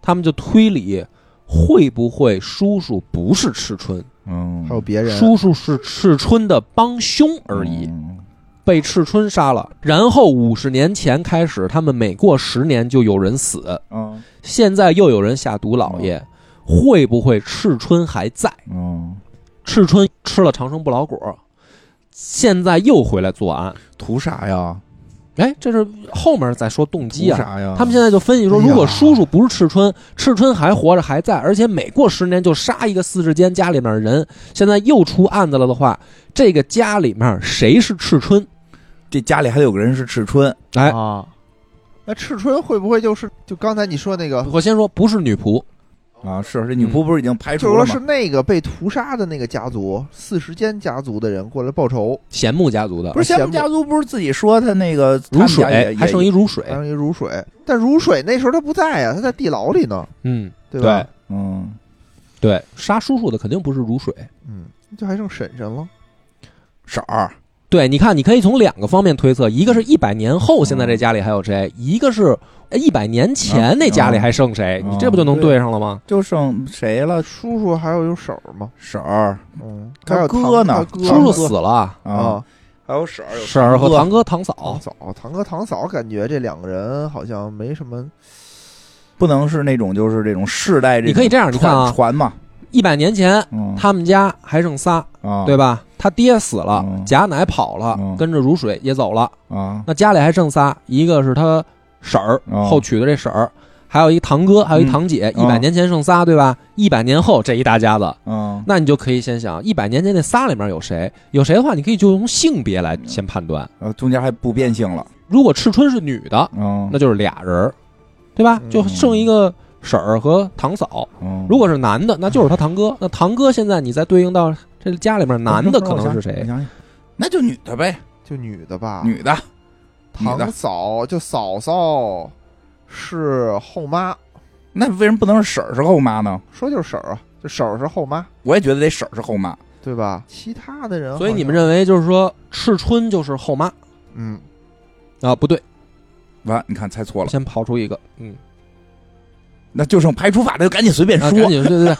他们就推理会不会叔叔不是赤春，
嗯，嗯，
还有别人
叔叔是赤春的帮凶而已，
哦
被赤春杀了。然后五十年前开始，他们每过十年就有人死，
嗯，
现在又有人下毒老爷，会不会赤春还在？
嗯，
赤春吃了长生不老果，现在又回来作案。
图啥呀？
哎，这是后面再说动机
图
啊。
啥呀？
他们现在就分析说，
哎呀
如果叔叔不是赤春，赤春还活着还在，而且每过十年就杀一个四世间家里面的人，现在又出案子了的话，这个家里面谁是赤春？
这家里还有个人是赤春，
哎
啊。那赤春会不会就是就刚才你说那个，
我先说不是女仆，
啊，是这女
嗯
仆不是已经排
就是
除了
说
吗
是？那个被屠杀的那个家族四十间家族的人过来报仇，
贤木家族的
不是，
羡
先
慕
家族不是自己说他那个
如水，还剩一
一，
如水，
当一如水，但如水那时候他不在啊呀，他在地牢里呢，
嗯，
对吧？
嗯，
对，杀叔叔的肯定不是如水。
嗯，就还剩婶婶了。
婶儿，
对，你看，你可以从两个方面推测，一个是一百年后现在
嗯
这家里还有谁，一个是哎一百年前那家里还剩谁，
嗯
你这不就能对上了吗？
就剩谁了？
叔叔还有有婶儿吗？
婶儿
嗯，
他
还有
哥
堂
呢
他哥
叔叔死了，
啊，
啊，
还有婶儿，有
婶儿和
堂
堂哥堂
堂
嫂，
嫂、堂哥、堂嫂，感觉这两个人好像没什么
不能是那种就是这种世代这种
你可以这样你看啊
传传嘛，
一百年前
嗯
他们家还剩仨，
啊，
对吧？他爹死了
嗯，
贾乃跑了
嗯，
跟着如水也走了。
啊，
那家里还剩仨，一个是他婶儿
哦
后娶的这婶儿，还有一堂哥，还有一堂姐。一
嗯
百年前剩仨，对吧？一百年后这一大家子，
嗯
那你就可以先想，一百年前那仨里面有谁？有谁的话，你可以就从性别来先判断。
呃，中间还不变性了，
如果赤春是女的，
嗯，
那就是俩人儿，对吧？
嗯
就剩一个婶儿和堂嫂。
嗯
如果是男的，那就是他堂哥。那堂哥现在你再对应到这家里面男的可能是
我
谁？
想想，那就女的呗，
就女的吧，
女的，女
堂
的，
嫂就嫂嫂是后妈，
那为什么不能是婶儿是后妈呢？
说就是婶儿啊，就婶儿是后妈，
我也觉得得婶儿是后妈，
对吧？其他的
嗯
人好像，
所以你们认为就是说赤春就是后妈
嗯，
啊？不对，
完，你看猜错
我
了，
先刨出一个，嗯，
那就剩排除法，那就赶紧随便
啊
哎说
赶，紧对对 对，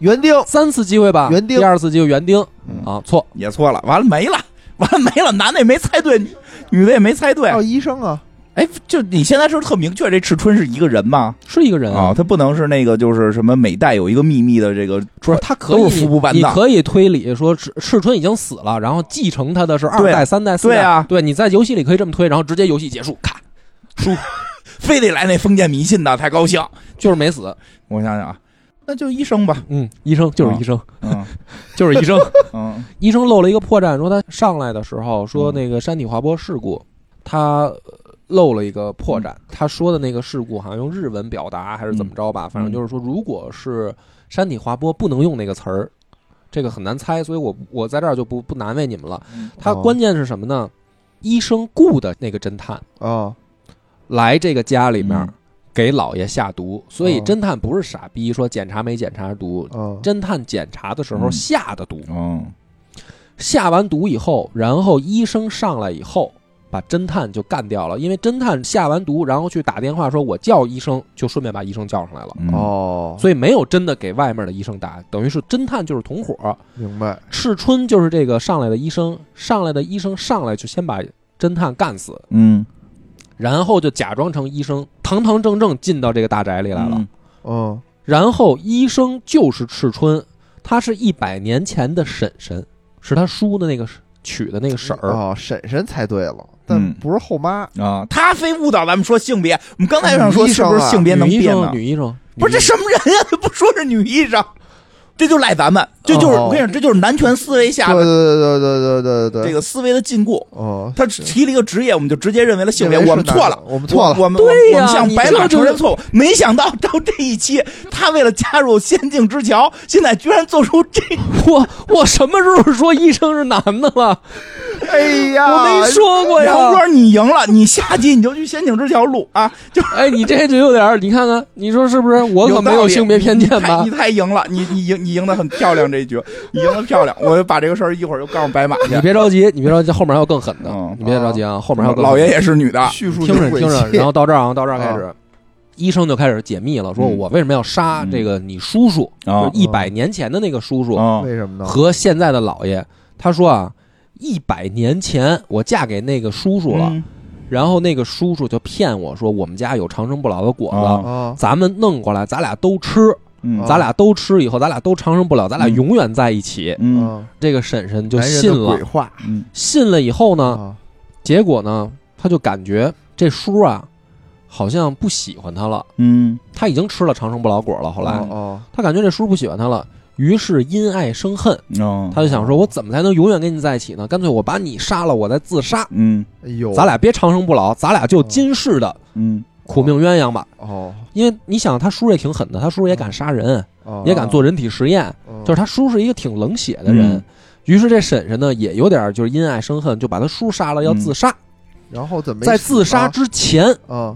园丁
三次机会吧，
园丁
第二次机会园丁
嗯
啊，错，
也错了，完了没了，完了没了，男的也没猜对，女女的也没猜对
还，有医生啊，
哎，就你现在是不是特明确，这赤春是一个人吗？
是一个人
啊，，他不能是那个就是什么美代有一个秘密的这个，
不是他可
呃都
以
是父母班的
你可以推理说赤赤春已经死了，然后继承他的是二
对
代、三代、四代，
对啊
对，你在游戏里可以这么推，然后直接游戏结束，咔，
非得来那封建迷信的，太高兴。
就是没死，
我想想啊，那就医生吧，
嗯，医生就是医生，
嗯
就是医生，
嗯
医生漏了一个破绽，说他上来的时候说那个山体滑坡事故，他呃漏了一个
嗯
破绽。他说的那个事故好像用日文表达还是怎么着吧，反
嗯
正就是说，如果是山体滑坡，不能用那个词儿，这个很难猜，所以我我在这儿就不不难为你们了
嗯。
他
哦
关键是什么呢？医生雇的那个侦探
啊，
来这个家里面
嗯
给老爷下毒，所以
哦
侦探不是傻逼，说检查没检查毒，
嗯，
侦探检查的时候
哦嗯
下的毒。
嗯
下完毒以后，然后医生上来以后，把侦探就干掉了，因为侦探下完毒，然后去打电话说我叫医生，就顺便把医生叫上来了。
嗯
哦，
所以没有真的给外面的医生打，等于是侦探就是同伙，
明白，
赤春就是这个上来的医生，上来的医生上来就先把侦探干死，
嗯
然后就假装成医生，堂堂正正进到这个大宅里来了。
嗯
嗯，
然后医生就是赤春，他是一百年前的婶婶，是他叔的那个娶的那个婶儿。
哦
啊，婶婶猜对了，但
嗯
不是后妈，
啊，他非误导咱们说性别，我们刚才想说是不是性别能
女医
变呢
生，？女医生，
不是
女
这
医生
什么人呀、他不说是女医生，这就赖咱们，这就是、
哦
我跟你讲，这就是男权思维下
对对
的
对对对对对对，
这个思维的禁锢。
哦，
他提了一个职业，我们就直接认为了性别，
认为是
我们错了
男。的，我们错了，
我们
对呀
我们向白马
你这就
承
是
认错误。没想到到这一期，他为了加入仙境之桥，现在居然做出这，
我我什么时候说医生是男的了？
哎
啊
呀，
我没说过呀。
杨哥你赢了，你下集你就去仙境之桥录啊，就
哎，你这就有点儿，你看看，你说是不是？我可没
道
有
理
性别偏见吧
你太你？太赢了，你你赢你赢得很漂亮这一局，你赢得漂亮，我就把这个事儿一会儿就告诉白马去
你。别着急，你别着急，后面还有更狠的
嗯，
你别着急啊，后面还有更狠
老爷也是女的，啊
叙述
啊听着听着，然后到这儿啊，到这儿
啊
开始。医生就开始解密了，说
嗯
我为什么要杀这个你叔叔？
啊
一百年前的那个叔叔
啊
为什么呢？
和现在的老爷。他说啊，一百年前我嫁给那个叔叔
嗯
了，然后那个叔叔就骗我说我们家有长生不老的果子，
啊
啊，
咱们弄过来，咱俩都吃，
嗯
咱俩都吃以后，咱俩都长生不老，咱俩
嗯
永远在一起。
嗯
嗯
这个婶婶就
男人
信
的
了
鬼，话
嗯
信了以后呢，
啊，
结果呢，他就感觉这叔啊，好像不喜欢他了。
嗯
他已经吃了长生不老果了，后来
哦哦，
他感觉这叔不喜欢他了，于是因爱生恨，
哦
他就想说，我怎么才能永远跟你在一起呢？干脆我把你杀了，我再自杀，
嗯
哎呦，
咱俩别长生不老，咱俩就今世的
嗯
苦命鸳鸯吧。
哦
因为你想，他叔也挺狠的，他叔也敢杀人，
哦，
也敢做人体实验，
哦，
就是他叔是一个挺冷血的人
嗯。
于是这婶婶呢，也有点就是因爱生恨，就把他叔杀了，要自杀。
然后怎么
在自杀之前，
啊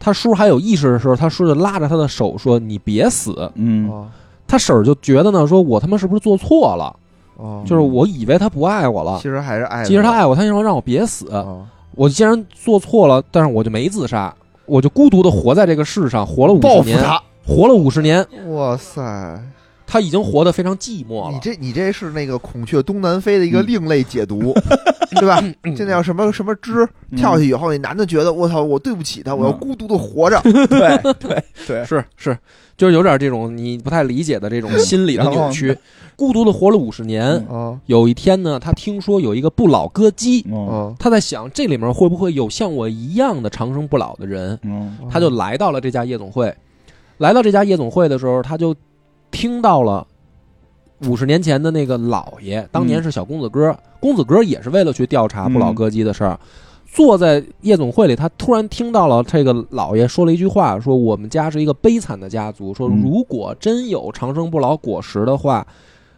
他叔还有意识的时候，他叔就拉着他的手说：“你别死。
嗯
哦”
他婶儿就觉得呢，说我他妈是不是做错了？
哦，
就是我以为他不爱我了
其，实还是爱的，
其实他爱我，他就说让我别死。
啊，
我既然做错了，但是我就没自杀，我就孤独的活在这个世上，活了五
报
十
复
年，
他，
活了五十年，
哇塞，
他已经活得非常寂寞
你
了。
这你这是那个孔雀东南飞的一个
嗯
另类 解读，对吧？现嗯在要什么什么枝
嗯
跳下去以后，那男的觉得我操，我对不起他，我要
嗯
孤独的 活着。
对对对，
嗯是是，就是有点这种你不太理解的这种心
嗯
理的扭曲。孤独的活了五十年
嗯，
啊
有一天呢，他听说有一个不老歌姬，
嗯
啊，
他在想这里面会不会有像我一样的长生不老的人，
嗯
哦
他就来到了这家夜总会。来到这家夜总会的时候，他就听到了五十年前的那个老爷，当年是小公子哥，公子哥也是为了去调查不老歌姬的事儿。坐在夜总会里，他突然听到了这个老爷说了一句话：“说我们家是一个悲惨的家族，说
嗯
如果真有长生不老果实的话，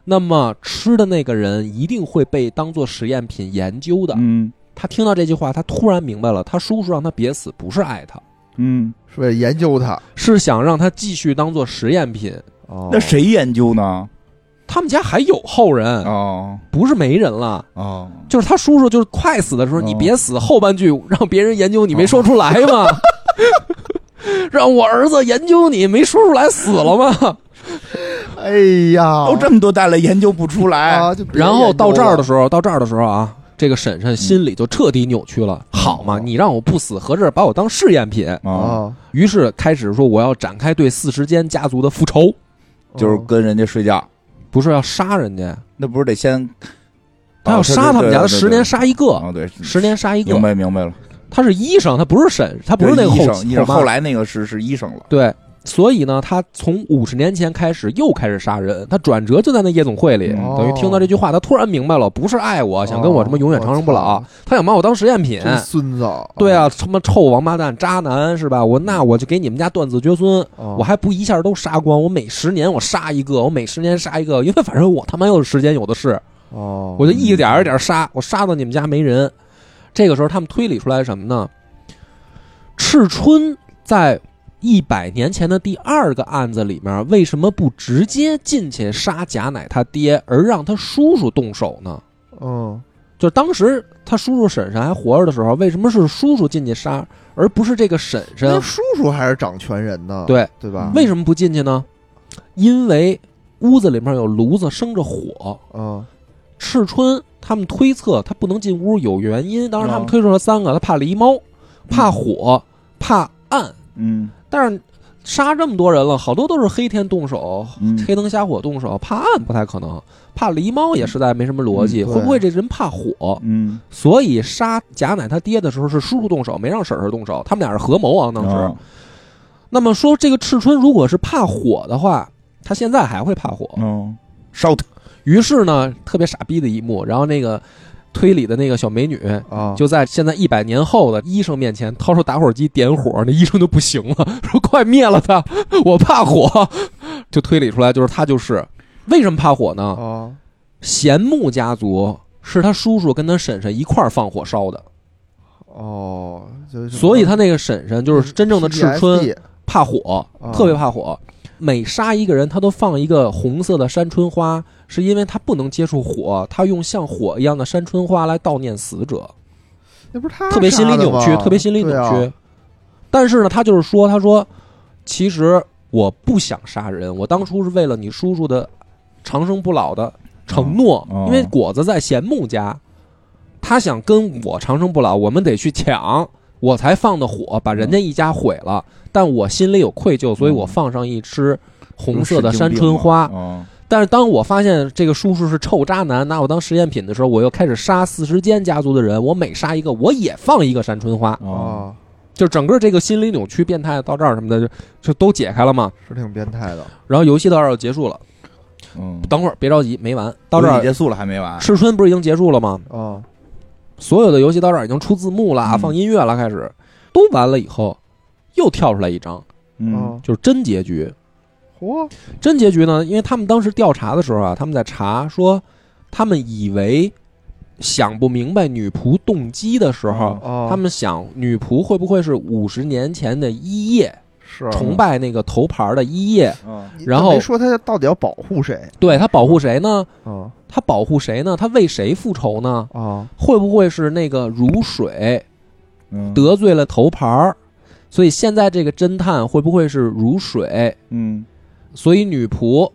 那么吃的那个人一定会被当做实验品研究的。
嗯”
他听到这句话，他突然明白了，他叔叔让他别死不是爱他，
嗯，
是为了研究他。
是想让他继续当做实验品。
哦
那谁研究呢？
他们家还有后人，
哦
不是没人了。
哦，
就是他叔叔，就是快死的时候，
哦
你别死，后半句让别人研究你没说出来吗？ 让我儿子研究你没说出来死了吗？
哎
哦
呀，
都这么多代了，研究不出来。
啊，就别
哎然后到这儿的
研究
时候，到这儿的时候啊，这个婶婶心里就彻底扭曲了。好嘛，你让我不死，合着把我当试验品。
了
啊，
啊，
于是开始说我要展开对四十间家族的复仇，
啊
就是
哦
跟人家睡觉，
不是要杀人家，
那不是得先
他
哦
要杀他们家的十年杀一个，
啊？对，
十年杀一个
明。白明白了，
他是医生，他不是婶，他不是那个
对医
后
生，医生
后妈
后来那个是是医生了。
对，所以呢，他从五十年前开始又开始杀人，他转折就在那夜总会里，
嗯
等于听到这句话，他突然明白了，不是爱我，想跟我什么永远长生不老，
哦我
他想把我当实验品。
哎
真孙子，
对啊，什么臭王八蛋、渣男是吧？我那我就给你们家断子绝孙，
哦，
我还不一下都杀光？我每十年我杀一个，我每十年杀一个，因为反正我他妈有时间有的是，
哦，
我就一点儿一点儿杀，我杀到你们家没人。这个时候，他们推理出来什么呢？赤春在一百年前的第二个案子里面，为什么不直接进去杀贾乃他爹，而让他叔叔动手呢？
嗯
就是当时他叔叔婶婶还活着的时候，为什么是叔叔进去杀，而不是这个婶
那
婶？
叔叔还是掌权人呢，
对，嗯
对吧？
为什么不进去呢？因为屋子里面有炉子生着火，
嗯
赤春他们推测他不能进屋有原因，当时他们
啊
推测了三个，他怕狸猫，怕火，怕暗。
嗯
但是杀这么多人了，好多都是黑天动手，
嗯
黑灯瞎火动手，怕暗不太可能，怕狸猫也实在没什么逻辑，
嗯对
会不会这人怕火？
嗯，
所以杀贾乃他爹的时候是叔叔动手，没让婶婶动手，他们俩是合谋啊，当时。
啊
那么说这个赤春如果是怕火的话，他现在还会怕火，
嗯，烧他
于是呢，特别傻逼的一幕，然后那个推理的那个小美女，
啊，
嗯就在现在一百年后的医生面前掏出打火机点火，那医生就不行了， 说快灭了它，我怕火，就推理出来就是他就是为什么怕火呢？
啊
贤木家族是他叔叔跟他婶婶一块儿放火烧的，
哦，就是
所以他那个婶婶就是真正的赤
嗯
春，怕火
啊，
特别怕火。每杀一个人，他都放一个红色的山春花，是因为他不能接触火，他用像火一样的山春花来悼念死者。
那不是他
特别心理扭
杀
曲，
的吗
特别心理扭
对啊
曲。但是呢，他就是说，他说，其实我不想杀人，我当初是为了你叔叔的长生不老的承诺，
哦哦
因为果子在贤木家，他想跟我长生不老，我们得去抢，我才放的火，把人家一家毁了。但我心里有愧疚，所以我放上一枝红色的山春花。
嗯
但是当我发现这个叔叔是臭渣男，拿我当实验品的时候，我又开始杀四十间家族的人。我每杀一个，我也放一个山春花。
啊，
啊，
就整个这个心理扭曲、变态到这儿什么的，就就都解开了嘛。
是挺变态的。
然后游戏到这儿就结束了。
嗯，
等会儿别着急，没完。到这
游戏
儿，
结束了还没完，
赤春不是已经结束了吗？
啊，
所有的游戏到这儿已经出字幕了，啊
嗯
放音乐了，开始都完了以后，又跳出来一张，
嗯
啊，
就是真结局。
嚯，
真结局呢？因为他们当时调查的时候啊，他们在查说，他们以为想不明白女仆动机的时候，
啊，
嗯他们想女仆会不会是五十年前的一夜
是啊
崇拜那个头牌的一夜？
嗯
你
然
都
后
没说他到底要保护谁
对他保护谁呢？
啊
他保护谁呢？他为谁复仇呢？
啊
会不会是那个如水
嗯，
得罪了头牌儿？所以现在这个侦探会不会是如水？
嗯
所以女仆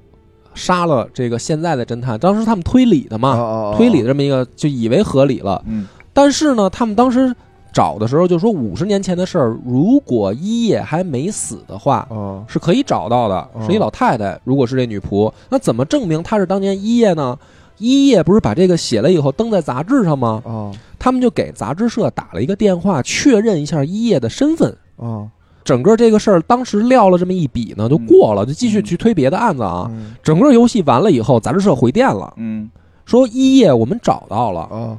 杀了这个现在的侦探，当时他们推理的嘛，
啊
推理的，这么一个就以为合理了。
嗯
但是呢，他们当时找的时候就说，五十年前的事儿，如果一夜还没死的话，
哦，
是可以找到的，
哦
是一老太太。如果是这女仆，那怎么证明她是当年一夜呢？一夜不是把这个写了以后登在杂志上吗？
哦，
他们就给杂志社打了一个电话，确认一下一夜的身份。
哦，
整个这个事儿当时撂了这么一笔呢，就过了，就继续去推别的案子啊。
嗯，
整个游戏完了以后，杂志社回电了，
嗯
说一夜我们找到了，
哦，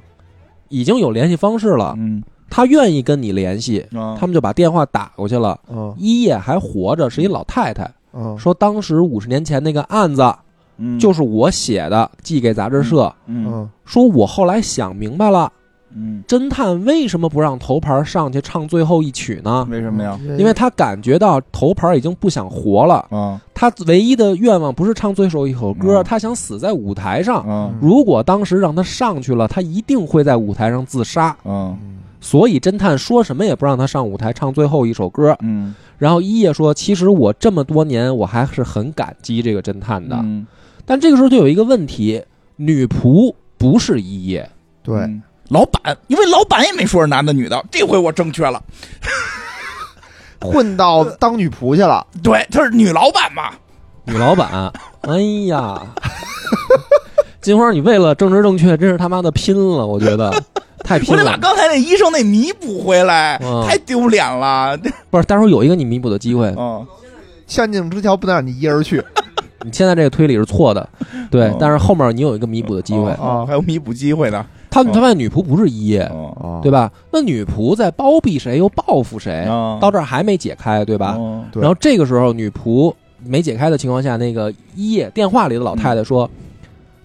已经有联系方式了，
嗯
他愿意跟你联系，
啊
啊他们就把电话打过去了。
哦，
一夜还活着，是一老太太，
哦，
说当时五十年前那个案子
嗯
就是啊我写的，寄给杂志社。
嗯
嗯，
说我后来想明白了，
嗯，
侦探为什么不让头牌上去唱最后一曲呢？
为什么呀？？
因为他感觉到头牌已经不想活了，
啊
他唯一的愿望不是唱最后一首歌，
嗯
他想死在舞台上。
啊
如果当时让他上去了，他一定会在舞台上自杀。
啊
嗯，
所以侦探说什么也不让他上舞台唱最后一首歌。
嗯
然后一也说，其实我这么多年我还是很感激这个侦探的。啊
嗯
但这个时候就有一个问题，女仆不是一夜，
对，
嗯老板，因为老板也没说是男的女的，这回我正确了。
混到当女仆去了，
对，她是女老板嘛，
女老 板。哎呀，金花，你为了政治正确，真是他妈的拼了，我觉 得太
我
拼
得把
了。
刚才那医生那弥补回来，
嗯
太丢 脸了。
不是，待会儿有一个你弥补的机会。
嗯
像这种之桥不能让你一人去，
你现在这个推理是错的，对
哦，
但是后面你有一个弥补的机会。哎
哦还有弥补机会呢。
他们
哦
他发现女仆不是一夜，
哦
哦
对吧？那女仆在包庇谁又报复谁？
哦
哎到这儿还没解开，对吧？
哦
对
然后这个时候女仆没解开的情况下，那个一夜电话里的老太太说。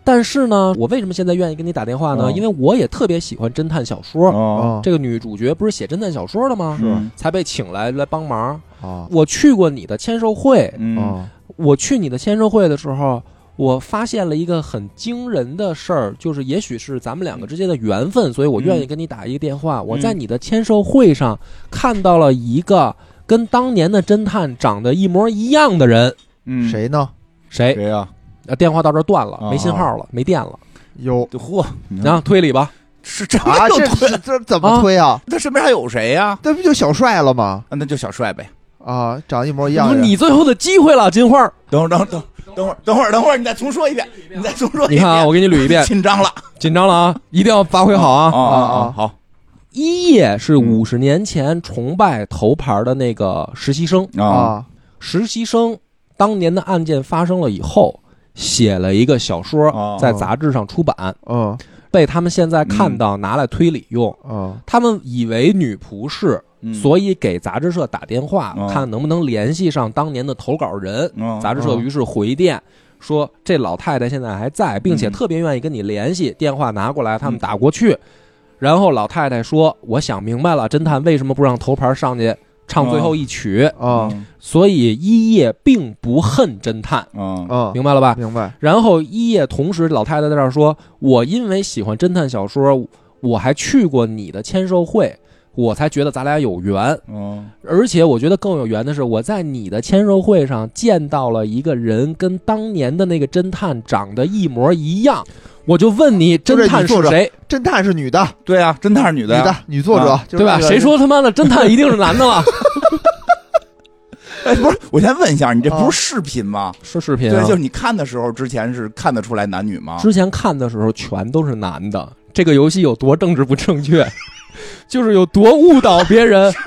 但是呢，我为什么现在愿意跟你打电话呢？
哦
因为我也特别喜欢侦探小说。
哦，
哦，
这个女主角不是写侦探小说的吗？
是
嗯
才被请来来帮忙。
哦，
我去过你的签售会，
嗯
哦，
我去你的签售会的时候，我发现了一个很惊人的事儿，就是也许是咱们两个之间的缘分，所以我愿意跟你打一个电话。我在你的签售会上看到了一个跟当年的侦探长得一模一样的人，
嗯，
谁呢？
谁？
谁呀？
啊，电话到这儿断了，
啊
没信号了，没电了。
有
就嚯，你
然后推理吧，
嗯是这
啊，
么又
这
推
这这怎么推啊？
他身边还有谁呀？
这不就小帅了吗？
啊，那就小帅呗。
啊，长得一模一
不
样
是
人。
你最后的机会了，金花儿。
等会儿，等会儿，等等会儿，等会儿，等会儿，你再重说一遍，你再重说一
你
遍。
看啊，我给你捋一遍
，紧张了，
紧张了啊，一定要发挥好啊。
啊
啊
啊，好
一夜是
嗯
五十年前崇拜头牌的那个实习生，
啊，
啊
实习生当年的案件发生了以后，写了一个小
哦嗯
说，在杂志上出版，
嗯
被他们现在看到，拿来推理用。
嗯
他们以为女仆是，所以给杂志社打电话
嗯哦，
看能不能联系上当年的投稿人。
嗯
杂志社
哦
于是回电说，这老太太现在还在，并且
嗯
特别愿意跟你联系。电话拿过来，他们打过去，然后老太太说：“我想明白了，侦探为什么不让头牌上去唱最
哦
后一曲？
啊
所以一夜并不恨侦探，
嗯
啊，
明白了吧？
明白
然后一夜同时，老太太在这儿说：“我因为喜欢侦探小说，我还去过你的签售会，我才觉得咱俩有缘。
嗯
而且我觉得更有缘的是，我在你的签售会上见到了一个人，跟当年的那个侦探长得一模一样。我就问你，
就这
侦探
你坐
是
着
谁，
侦探是女的，
对啊，侦探是女
女
的呀，
的女作者，就是
对吧？
那个
谁说他妈的侦探一定是男的了？
哎，不是，我先问一下，你这
啊
不是视频吗？
是视频
对，
啊
就。是你看的时候，之前是看得出来男女吗？
之前看的时候全都是男的，这个游戏有多政治不正确， 就是有多误导别人。
什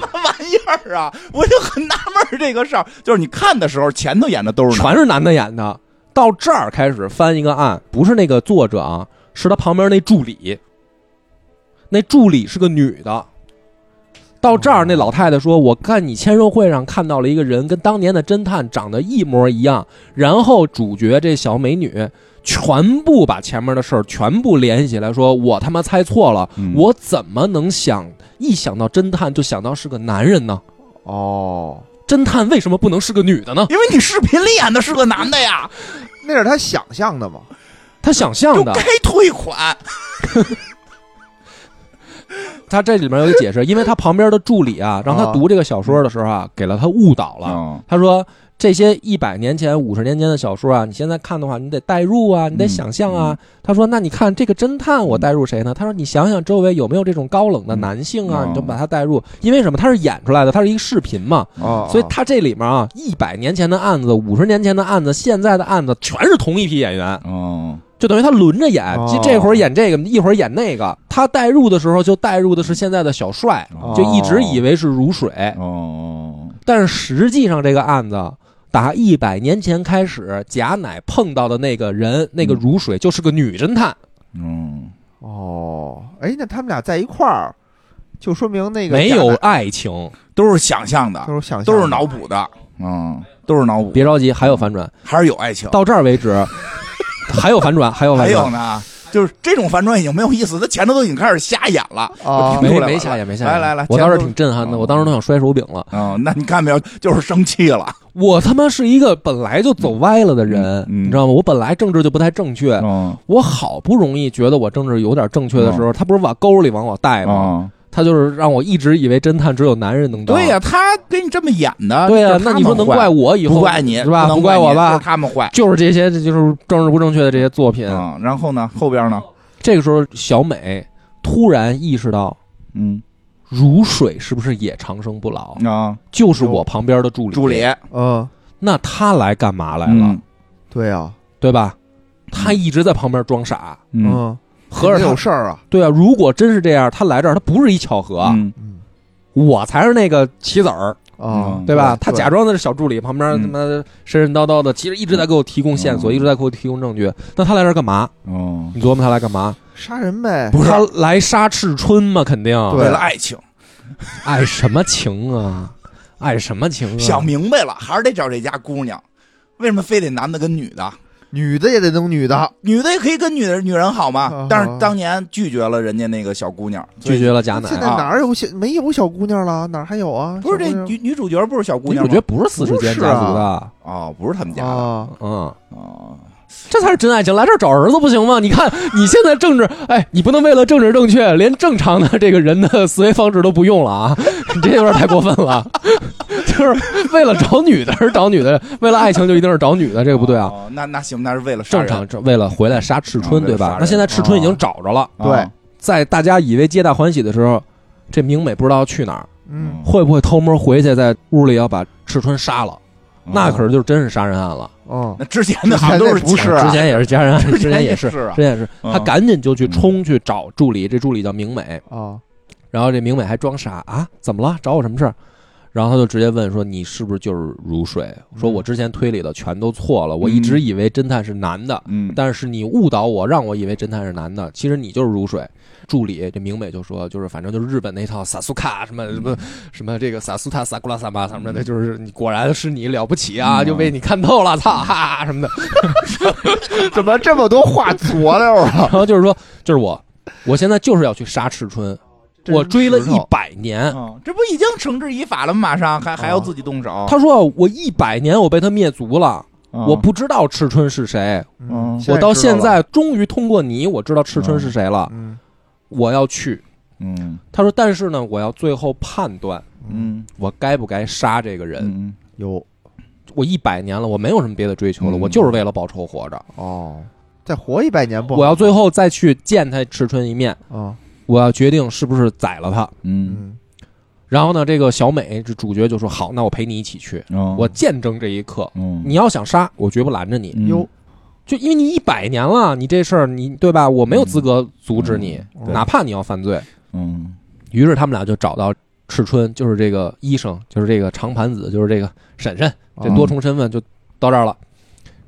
么玩意儿啊！我就很纳闷儿这个事儿，就是你看的时候，前头演的都是男
全是男的演的。到这儿开始翻一个案，不是那个作者啊，是他旁边那助理。那助理是个女的。到这儿，那老太太说：“我看你签售会上看到了一个人，跟当年的侦探长得一模一样。”然后主角这小美女全部把前面的事儿全部联系起来，说：“我他妈猜错了，
嗯
我怎么能想一想到侦探就想到是个男人呢？
哦，
侦探为什么不能是个女的呢？
因为你视频里演的是个男的呀，
那是他想象的嘛？
他想象
就
的
该。”退款。
他这里面有一啊嗯解释，因为他旁边的助理啊，让他读这个小说的时候啊，给了他误导了。
嗯
他说这些一百年前、五十年前的小说啊，你现在看的话，你得代入啊，你得想象啊。他说：“那你看这个侦探，我代入谁呢？”他说：“你想想周围有没有这种高冷的男性啊？
嗯
你就把他代入，因为什么？他是演出来的，他是一个视频嘛，
嗯哦
啊，
所以他这里面啊，一百年前的案子、五十年前的案子、现在的案子，全是同一批演员，
哦，
就等于他轮着演，
哦
这这会儿演这个，一会儿演那个。他代入的时候，就代入的是现在的小帅，
哦
就一直以为是如水，
哦，
但是实际上这个案子打一百年前开始，贾乃碰到的那个人，那个如水就是个女侦探，
嗯，
哦，哎，那他们俩在一块儿，就说明那个
没
贾
有
乃
爱情。
都是想象的，
都是
啊
想象
都是
的
脑补的，嗯，都是脑补，
别着急，还有反转，
还是有爱情。
到这儿为 止，还有反转，还有
还
反
有
转，
呢，就是这种反转已经没有意思，他前头都已经开始瞎演了。我
啊
听
没
出来
没
了
瞎演，没瞎
来
演。
来来
我当时
前头
挺震撼的，
哦
我当时都想摔手柄了。
嗯，那你看没有，就是生气了。
我他妈是一个本来就走歪了的人，
嗯嗯
你知道吗？我本来政治就不太正确，
嗯
我好不容易觉得我政治有点正确的时候，他不是往沟里往我带吗？
嗯，
他就是让我一直以为侦探只有男人能当。
对呀，他给你这么演的，
对呀、
就是他
那
们
你说能
坏
怪我以后
不怪你
是吧？
不能
不怪我
你
吧
就是？他们坏。
就是这些，这就是政治不正确的这些作品。
嗯，然后呢，后边呢，
这个时候，小美突然意识到，
嗯
如水是不是也长生不老？
啊，
就是我旁边的助理。
助理，来
嗯，
那他来干嘛来了？
嗯
对啊，
对吧？他一直在旁边装傻。
嗯
嗯，
合着
有
他
事儿啊，
对啊，如果真是这样，他来这儿，他不是一巧合，啊
嗯
嗯
我才是那个棋子儿，
啊
嗯，
对吧？
对
他假装的是小助理，旁边
嗯
他妈神神叨叨的，其实一直在给我提供线索，
嗯
一直在给我提供证据。那他来这儿干嘛？
哦，
你琢磨他来干嘛？
杀人呗，
不是
他来杀赤春嘛，肯定
哎对
为了爱情，
爱什么情啊？爱什么情啊？
想明白了，还是得找这家姑娘。为什么非得男的跟女的？
女的也得弄女的，
女的也可以跟女人女人好
好
嘛
好？
但是当年拒绝了人家那个小姑娘，所
拒
以
绝了贾乃啊
现在。哪儿有小没有小姑娘了？哪儿还有啊？
不是这
小姑娘
女女主角不是小姑
女
娘
主
吗？
角不是四世间家族
不是
的，
哦，不是他们家的
啊，
嗯，
哦，
这才是真爱情。来这儿找儿子不行吗？你看你现在政治，哎，你不能为了政治正确，连正常的这个人的思维方式都不用了啊！你这有点太过分了。啊 就是为了找女的而找女的，为了爱情就一定是找女的，这
这
个不对啊。
哦，那那行，那是为了杀
正
人
常，这为了回来杀赤春，
啊
对
为了杀
吧？
人
那现在赤春已经找着了，
哦
在大家以为皆大欢喜的时候，这明美不知道去哪儿，
嗯，
哦
会不会偷摸回去，在屋里要把赤春杀了？那可
哦
是就真是杀人案了。
哦，
那之前的好像都
之前那不
假
是啊
之前也是杀人案，之
之前
前也
也
是，
是
之
啊
前也是。
嗯
他赶紧就去冲去找助理，这助理叫明美，
啊，
然后这明美还装傻啊，怎么了？找我什么事儿？然后他就直接问说：“你是不是就是如水？”
嗯
说：“我之前推理的全都错了，我一直以为侦探是男的，
嗯，
但是你误导我，让我以为侦探是男的，其实你就是如水。助理这明美就说，就是反正就是日本那套萨苏卡什么什
嗯
么什么这个萨苏塔萨古拉萨巴什么的，就是你果然是你了不起啊，
嗯
就被你看透了，操哈哈什么的。
怎么这么多话佐料啊？
然后就是说，就是我，我现在就是要去杀赤春，
真
我追了
石头
一百年。
嗯，这不已经绳之以法了吗？马上还还要自己动手？
他说我一百年我被他灭族了，
嗯
哦我不知道赤春是谁，
嗯
嗯
我到现，
知道了
在终于通过你我知道赤春是谁了，
嗯
我要去。
嗯
他说，但是呢，我要最后判断。
嗯
我该不该杀这个人？
嗯
有
我一百年了，我没有什么别的追求了，
嗯
我就是为了报仇活着。
哦，再活一百年不好？
我要最后再去见他赤春一面，
啊，
我要决定是不是宰了他。
嗯
嗯，
然后呢，这个小美这主角就说：“好，那我陪你一起去，
嗯，
我见证这一刻。
嗯
你要想杀，我绝不拦着你，
嗯
哟，
就因为你一百年了，你这事儿你对吧？我没有资格阻止你，
嗯
对
哪怕你要犯罪。
嗯”
于是他们俩就找到赤春，就是这个医生，就是这个长盘子，就是这个婶婶。这
哦
啊
多重身份就到这儿了。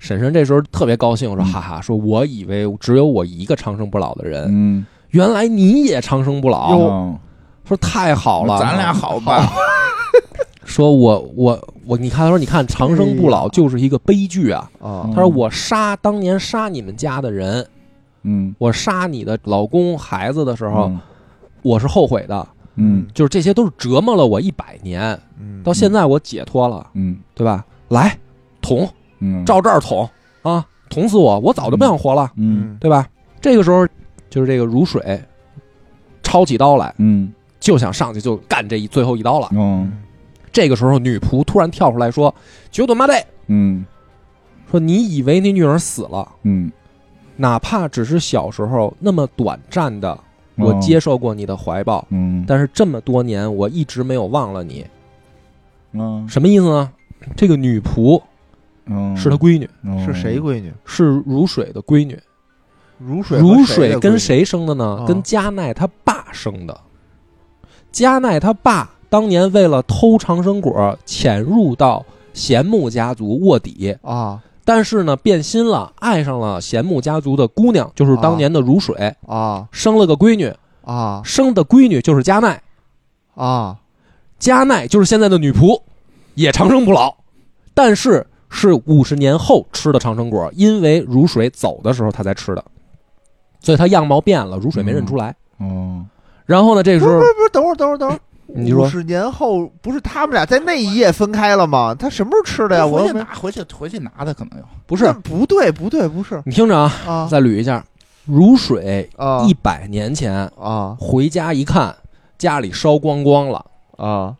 婶婶这时候特别高兴，说：“
嗯
哈哈，说我以为只有我一个长生不老的人，
嗯，
原来你也长生不老。
哦，
说太好了，
咱俩好吧？
说我我我，你看，他说你看长生不
哎
老
呀
就是一个悲剧啊。
啊
他说我杀当年杀你们家的人，
嗯，
我杀你的老公孩子的时
然
候，我是后悔的，
嗯
就是这些都是折磨了我一百年，
嗯
到现在我解脱了，
嗯
对吧？来捅，
嗯，
照这儿捅啊，捅死我，我早就不想活了。
嗯
对吧？这个时候就是这个如水抄起刀来，
嗯
就想上去就干这一最后一刀了。
嗯
这个时候，女仆突然跳出来说：“九朵妈代，
嗯
说你以为你女儿死了，
嗯，
哪怕只是小时候那么短暂的，
嗯
我
哦
接受过你的怀抱，
嗯，
但是这么多年我一直没有忘了你。
哦
嗯
什么意思呢？这个女仆
嗯
是她闺女，
哦
是谁闺女？
是如水的闺女。
如水
如
水
水跟？谁生的呢
啊？
跟加奈他爸生的。加奈他爸当年为了偷长生果，潜入到贤木家族卧底，
啊
但是呢变心了，爱上了贤木家族的姑娘，就是当年的如水，
啊
生了个闺女，
啊
生的闺女就是加奈，
啊！
加奈就是现在的女仆，也长生不老，但是是五十年后吃的长生果，因为如水走的时候她才吃的，所以她样貌变了，如水没认出来。
嗯
哦，
然后呢，这
不
时
是
候
不是不是，等会儿等会儿等会儿。
你说
五十年后不是他们俩在那一夜分开了吗？他什么时候吃的呀？啊我
回
又
去
没
拿回去回去拿的可能有，
不是？
那不对不对不是
你听着啊，
啊
再捋一下，如水
啊
一百年前
啊
回家一看，家里烧光光了，
啊！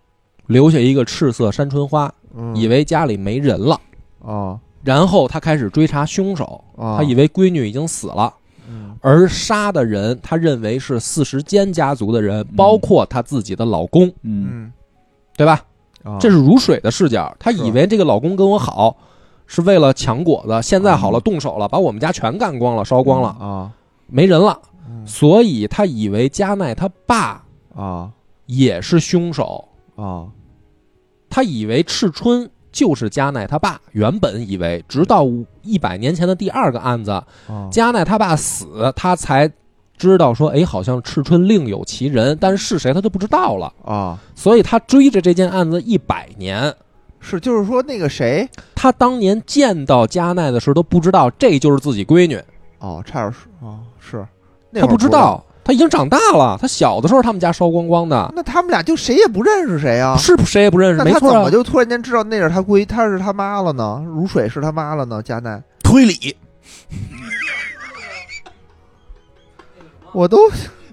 留下一个赤色山春花，
嗯
以为家里没人了。
啊
然后他开始追查凶手，
啊，
他以为闺女已经死了，
嗯
而杀的人他认为是四十间家族的人，包括他自己的老公，
嗯
嗯，
对吧？
啊
这是如水的视角，她
是
以为这个老公跟我好，是为了抢果子，现在
嗯
好了，动手了，把我们家全干光了，烧光了，
啊
没人了，
嗯
所以她以为加奈他爸
啊
也是凶手，
啊
她以为赤春就是加奈他爸，原本以为，直到一百年前的第二个案子，
啊
加奈他爸死，她才知道说，哎，好像赤春另有其人，但是是谁她都不知道了，
啊！
所以她追着这件案子一百年。
是就是说那个谁
他当年见到加奈的时候都不知道这就是自己闺女，
哦，差点说哦是，那
他
会
不
儿
知道，他已经长大了。他小的时候他们家烧光光的，
那他们俩就谁也不认识谁啊？
是谁也不认识，
那
没
他怎
错啊
么。就突然间知道那是他闺，他是他妈了呢？如水是他妈了呢？加奈，
推理
我都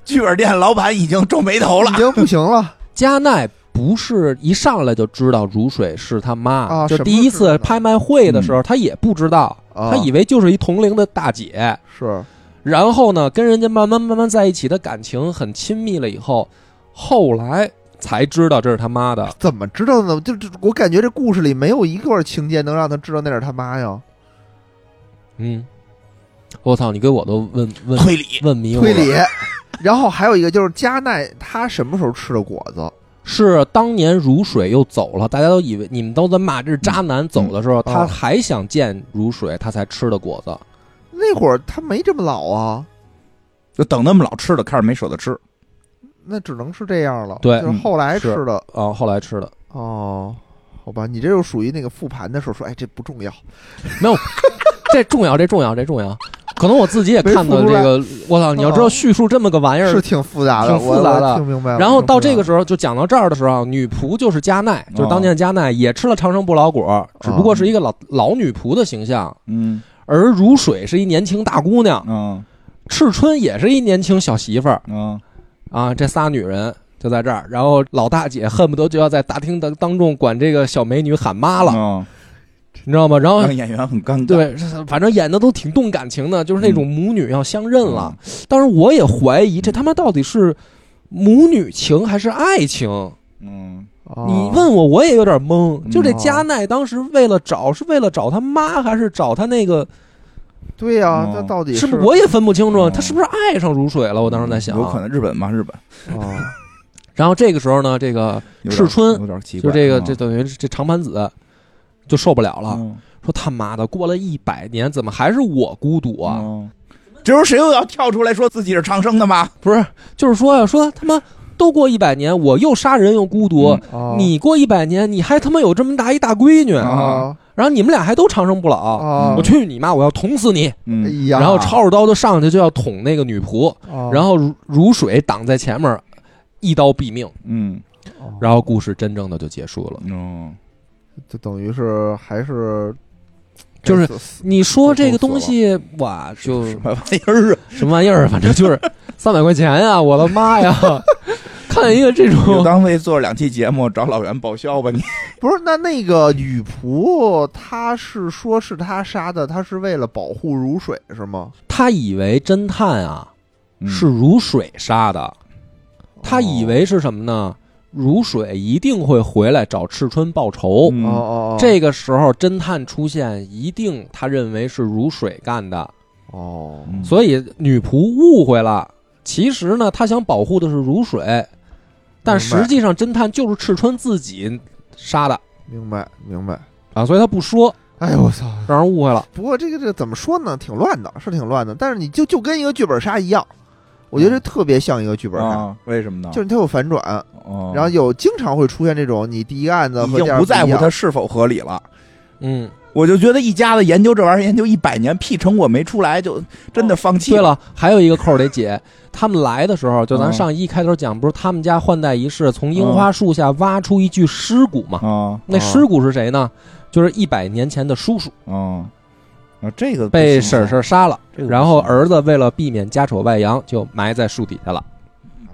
剧本店老板已经皱眉头了
已。经不行了
加奈不是一上来就知道如水是他妈，
啊
就
什么
第一
时候
次
呢
拍卖会的时候，他也不知道，
嗯啊！
他以为就是一同龄的大姐。
是
然后呢，跟人家慢慢慢慢在一起的感情很亲密了以后，后来才知道这是他妈的。
怎么知道呢？就这，我感觉这故事里没有一段情节能让他知道那是他妈呀。
嗯，我操，你给我都问问
推理
问迷糊
推
了。
理， 然后还有一个就是加奈，他什么时候吃的果子？
是当年如水又走了，大家都以为你们都在骂这是渣男走的时候，
嗯
他还想见如水，他才吃的果子。
那会儿他没这么老啊，
就等那么老吃的，开始没舍得吃。
那只能是这样了。
对
就是后来
嗯是
吃的
啊，后来吃的
哦。好吧，你这就属于那个复盘的时候说，哎，这不重要，
这重要，这重要，这重要。可能我自己也看到
没复出
这
来嗯
个，我操！你要知道叙述这么个玩意
是
儿，
挺复杂的，
挺复杂的
我我听明白了。
然后到这个
挺
时候就讲到这儿的时候，女仆就是加奈，就是当年的加奈也吃了长生不老果，只不过是一个老老女仆的形象，
嗯
而如水是一年轻大姑娘，
嗯
赤春也是一年轻小媳妇儿，
嗯
啊，这仨女人就在这儿，然后老大姐恨不得就要在大厅当当众管这个小美女喊妈
嗯
了，
了，
你知道吗？然后
让演员很尴尬。，
对，反正演的都挺动感情的，就是那种母女要相认了。当然，我也怀疑这他妈到底是母女情还是爱情？
嗯
重要，
你
哦
问我，我也有点懵。就这
嗯
加
哦
奈当时为了找，是为了找他妈还是找他那个？
对呀、
哦
那到底
是
是
不是我也分不清楚，
嗯
他是不是爱上如水了？我当时在想
哦
啊
有，可能日本嘛，日本
啊
然后这个时候呢，这个
有点
赤春
有点奇怪，
就这个，这
嗯
等于是这长盘子就受不了了，
嗯
说他妈的，过了一百年，怎么还是我孤独啊？
嗯
这时候谁又要跳出来说自己是长生的吗？
不是，就是说呀，说他妈都过一百年，我又杀人又孤
嗯
独，
啊！
哦
你过一百年，你还他妈有这么大一大闺女，
啊
啊
然后你们俩还都长生不
啊！
哦
老，
啊
我去你妈，我要捅死你！
哎
嗯
呀，
然后抄着刀就上去就要捅那个女仆，
啊，
然后如如水挡在前面，一刀毙命，
嗯
哦
然后故事真正的就结束了。
哦
嗯
就等于是还是
就是
该死
你说这个东西，哇，就
什么玩意儿
啊
啊？
什么玩意儿，反正就是三百块钱呀、我的妈呀！看一个这
你就
种，
当为做了两期节目找老袁报销吧你。
不是，那那个女仆，她是说是她杀的，她是为了保护如水是吗？
他以为侦探啊
嗯
是如水杀的，他以为是什么呢？如水一定会回来找赤春报仇。
哦哦
嗯
哦，
这个时候，侦探出现，一定他认为是如水干的，
哦
嗯
啊所以女仆误会了。其实呢，她想保护的是如水，但
明白
实际上侦探就是赤川自己杀的
明白明白。
啊，所以他不说，
哎呦我操！
让人误会了。
不过这个这个怎么说呢？挺乱的，是挺乱的。但是你就就跟一个剧本杀一样，我觉得这特别像一个剧本杀，
啊，
为什么呢？
就是它有反转，
哦
然后有经常会出现这种你第一个案子
已
和
经
第二
不
个
在
一
乎
样
它是否合理了。
嗯，
我就觉得一家子研究这玩意儿研究一百年，屁成果没出来，就真的放弃
对。了，还有一个扣儿得解。他们来的时候，就咱
嗯
上一开头讲，不是他们家换代仪式从樱花树下挖出一具尸骨嘛？
啊
那尸骨是谁呢？就是一百年前的叔叔
啊啊，这个不
被
行啊
婶，婶杀了，
这个不
然后
行
儿子为了避免家丑外扬，就埋在树底下了。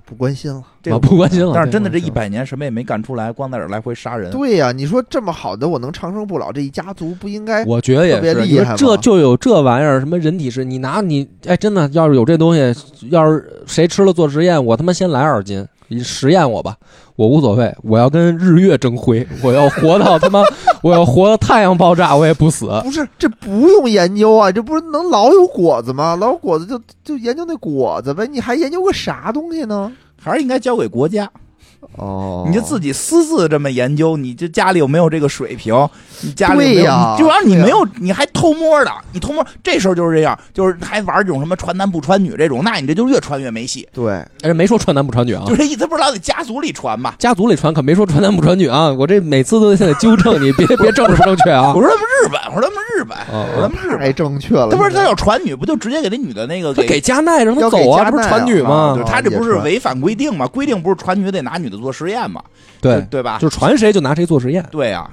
不关心了。
这个
啊不关心了。
但是真的这
对
一百年什么也没干出来，光在这儿来回杀人。
对呀、你说这么好的，我能长生不老，这一家族不应该
我觉得也
特别
是，
厉
因为
害
这
吧
就有这玩意儿，什么人体实，你拿你哎，真的要是有这东西，要是谁吃了做实验，我他妈先来二斤，你实验我吧，我无所谓，我要跟日月争辉，我要活到他妈， 我要活到太阳爆炸，我也不死。
不是，这不用研究啊，这不是能老有果子吗？老有果子就就研究那果子呗，你还研究个啥东西呢？
还是应该交给国家，
哦
你就自己私自这么研究，你这家里有没有这个水平？你家里有没
对
有？
呀
你主要你
对呀
没有，你还偷摸的，你偷摸这时候就是这样，就是还玩这种什么传男不传女这种，那你这就越传越没戏。
对，
哎，没说传男不传女啊
就，这意思，不是老得家族里传嘛？
家族里传可没说传男不传女啊，我这每次都得现在纠正你，别别政治不正确啊
我。说他们日本，我说他们日本，
啊
我说他们日本，
太正确了。
他不是
现
他
在
要传女，不就直接给那女的那个
他给家奈让他
要给
走啊，
家
这不是
奈
传
啊
女吗
对
啊？
他这不
也
是
传
违反规定吗？规定不是传女得拿女的做实验吗？
对，
对吧？
就是传谁就拿谁做实验。
对啊，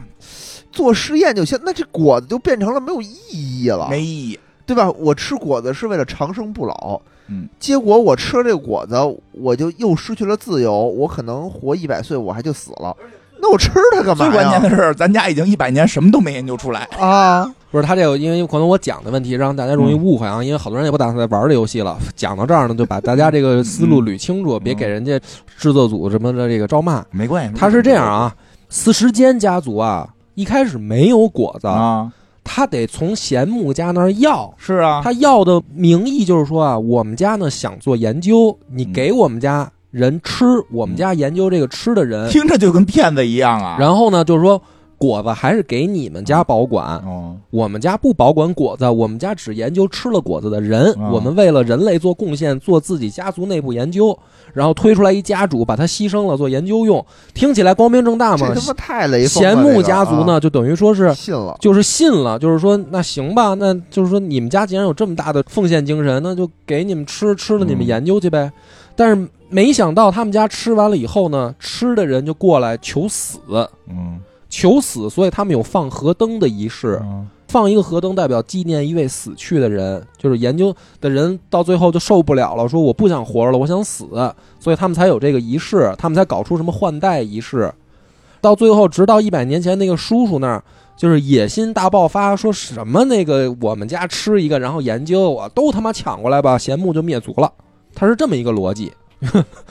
做实验就行，那这果子就变成了没有意义了，
没意义。
对吧？我吃果子是为了长生不老，
嗯，
结果我吃了这个果子，我就又失去了自由，我可能活一百岁我还就死了，那我吃它干嘛
最
呀？
关键的是，咱家已经一百年什么都没研究出来。
啊，
不是他这个，因为可能我讲的问题让大家
嗯
容易误会啊，因为好多人也不打算再玩这游戏了。讲到这儿呢，就把大家这 个思路捋清楚，
嗯
别给人家制作组什么的这个招骂。
没关系
他是这样，啊，四时间家族啊，一开始没有果子，
啊
他得从贤木家那儿要。
是啊，
他要的名义就是说啊，我们家呢想做研究，你
嗯
给我们家人吃，我们家研究这个吃的人，
听着就跟骗子一样啊。
然后呢就是说果子还是给你们家保管，
哦
我们家不保管果子，我们家只研究吃了果子的人。
啊
我们为了人类做贡献，做自己家族内部研究，然后推出来一家主，把它牺牲了做研究用。听起来光明正大嘛
这他？妈太雷锋了。
贤
这
木
个
家族
啊
呢，就等于说是。
信了，
就是信了，就是说，那行吧，那就是说，你们家既然有这么大的奉献精神，那就给你们吃，吃了你们
嗯
研究去呗。但是没想到他们家吃完了以后呢，吃的人就过来求死，
嗯
求死，所以他们有放河灯的仪式。
嗯
放一个河灯代表纪念一位死去的人，就是研究的人到最后就受不了了，说我不想活着了，我想死，所以他们才有这个仪式，他们才搞出什么换代仪式。到最后，直到一百年前那个叔叔那儿，就是野心大爆发，说什么那个我们家吃一个，然后研究我都他妈抢过来吧，贤木就灭族了。他是这么一个逻辑，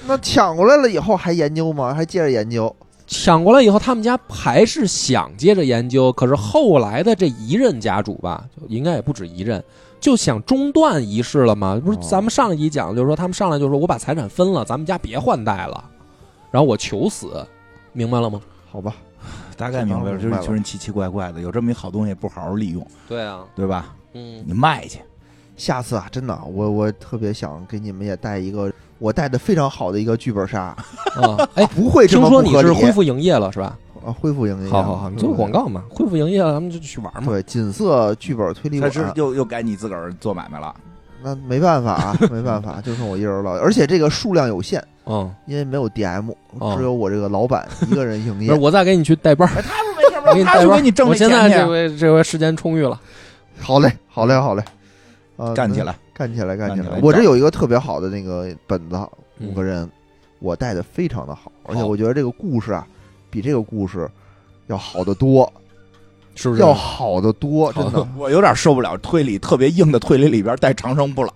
那抢过来了以后还研究吗？还接着研究？
抢过来以后，他们家还是想接着研究，可是后来的这一任家主吧，就应该也不止一任，就想中断仪式了嘛。不是，
哦
咱们上一集讲，就是说他们上来就说我把财产分了，咱们家别换代了，然后我求死，明白了吗？
好吧，
大概明白了，就是
明白
一
了
群人奇奇怪怪的，有这么一好东西不好好利用，
对啊，
对吧？
嗯，
你卖去，
下次啊，真的，我我特别想给你们也带一个我带的非常好的一个剧本杀，
啊，哎，
不会这
听
么
说
不
你
合理
是恢复营业了是吧？
啊，恢复营业，
好好好，你做广告嘛，恢复营业了，咱们就去玩嘛。
对，锦瑟剧本推理
他
馆，
是又又该你自个儿做买卖了。
那没办法 啊，没办法，就剩我一人了，而且这个数量有限，
嗯，
因为没有 DM，
哦
只有我这个老板一个人营
嗯不
业
是，。我再给你去代班儿，
哎，他不没事
我给
吗？
你
他
代
就
班
给你
儿。
挣
我
那
现在
钱
这
去。
回这回时间充裕了，
好嘞，好嘞，好嘞，呃，
站起来，
干起来，干
干
起
起
来
来！
我
找
这有一个特别好的那个本子，五个人，我带的非常的好，而
嗯
且
好
我觉得这个故事啊，比这个故事要好得多，
是不是？
要好得多，真的。
我有点受不了推理特别硬的推理里边带长生不老，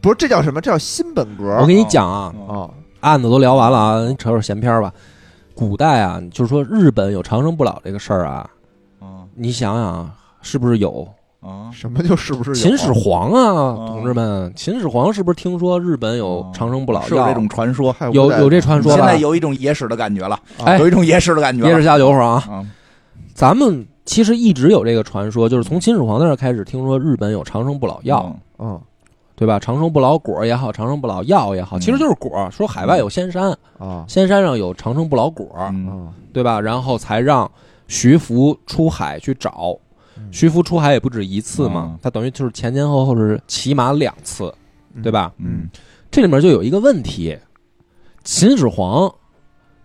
不是，这叫什么？这叫新本格
我跟你讲啊，
嗯
啊！
案子都聊完了啊，扯会儿闲篇儿吧。古代啊，就是说日本有长生不老这个事儿啊，
啊
你想想啊，是不是有？嗯
啊
什么就是不是有
秦始皇啊，
嗯
同志们，秦始皇是不是听说日本有
嗯
长生不老
是有
药
这？种传说，
太无
有
赖
有这
了
传说
现
吧
在？有一种野史的感觉了，
哎
有一种野史的感觉
憋着
了。嗯
下酒会儿啊，
啊
咱们其实一直有这个传说，就是从秦始皇那儿开始听说日本有长生不老药，
嗯
对吧？长生不老果也好，长生不老药也好，
嗯
其实就是果。说海外有仙山，
啊
仙山上有长生不老果，
嗯
啊
对吧？然后才让徐福出海去找
嗯。
徐福出海也不止一次嘛
嗯，
他等于就是前前后后是起码两次，对吧？
嗯
这里面就有一个问题：秦始皇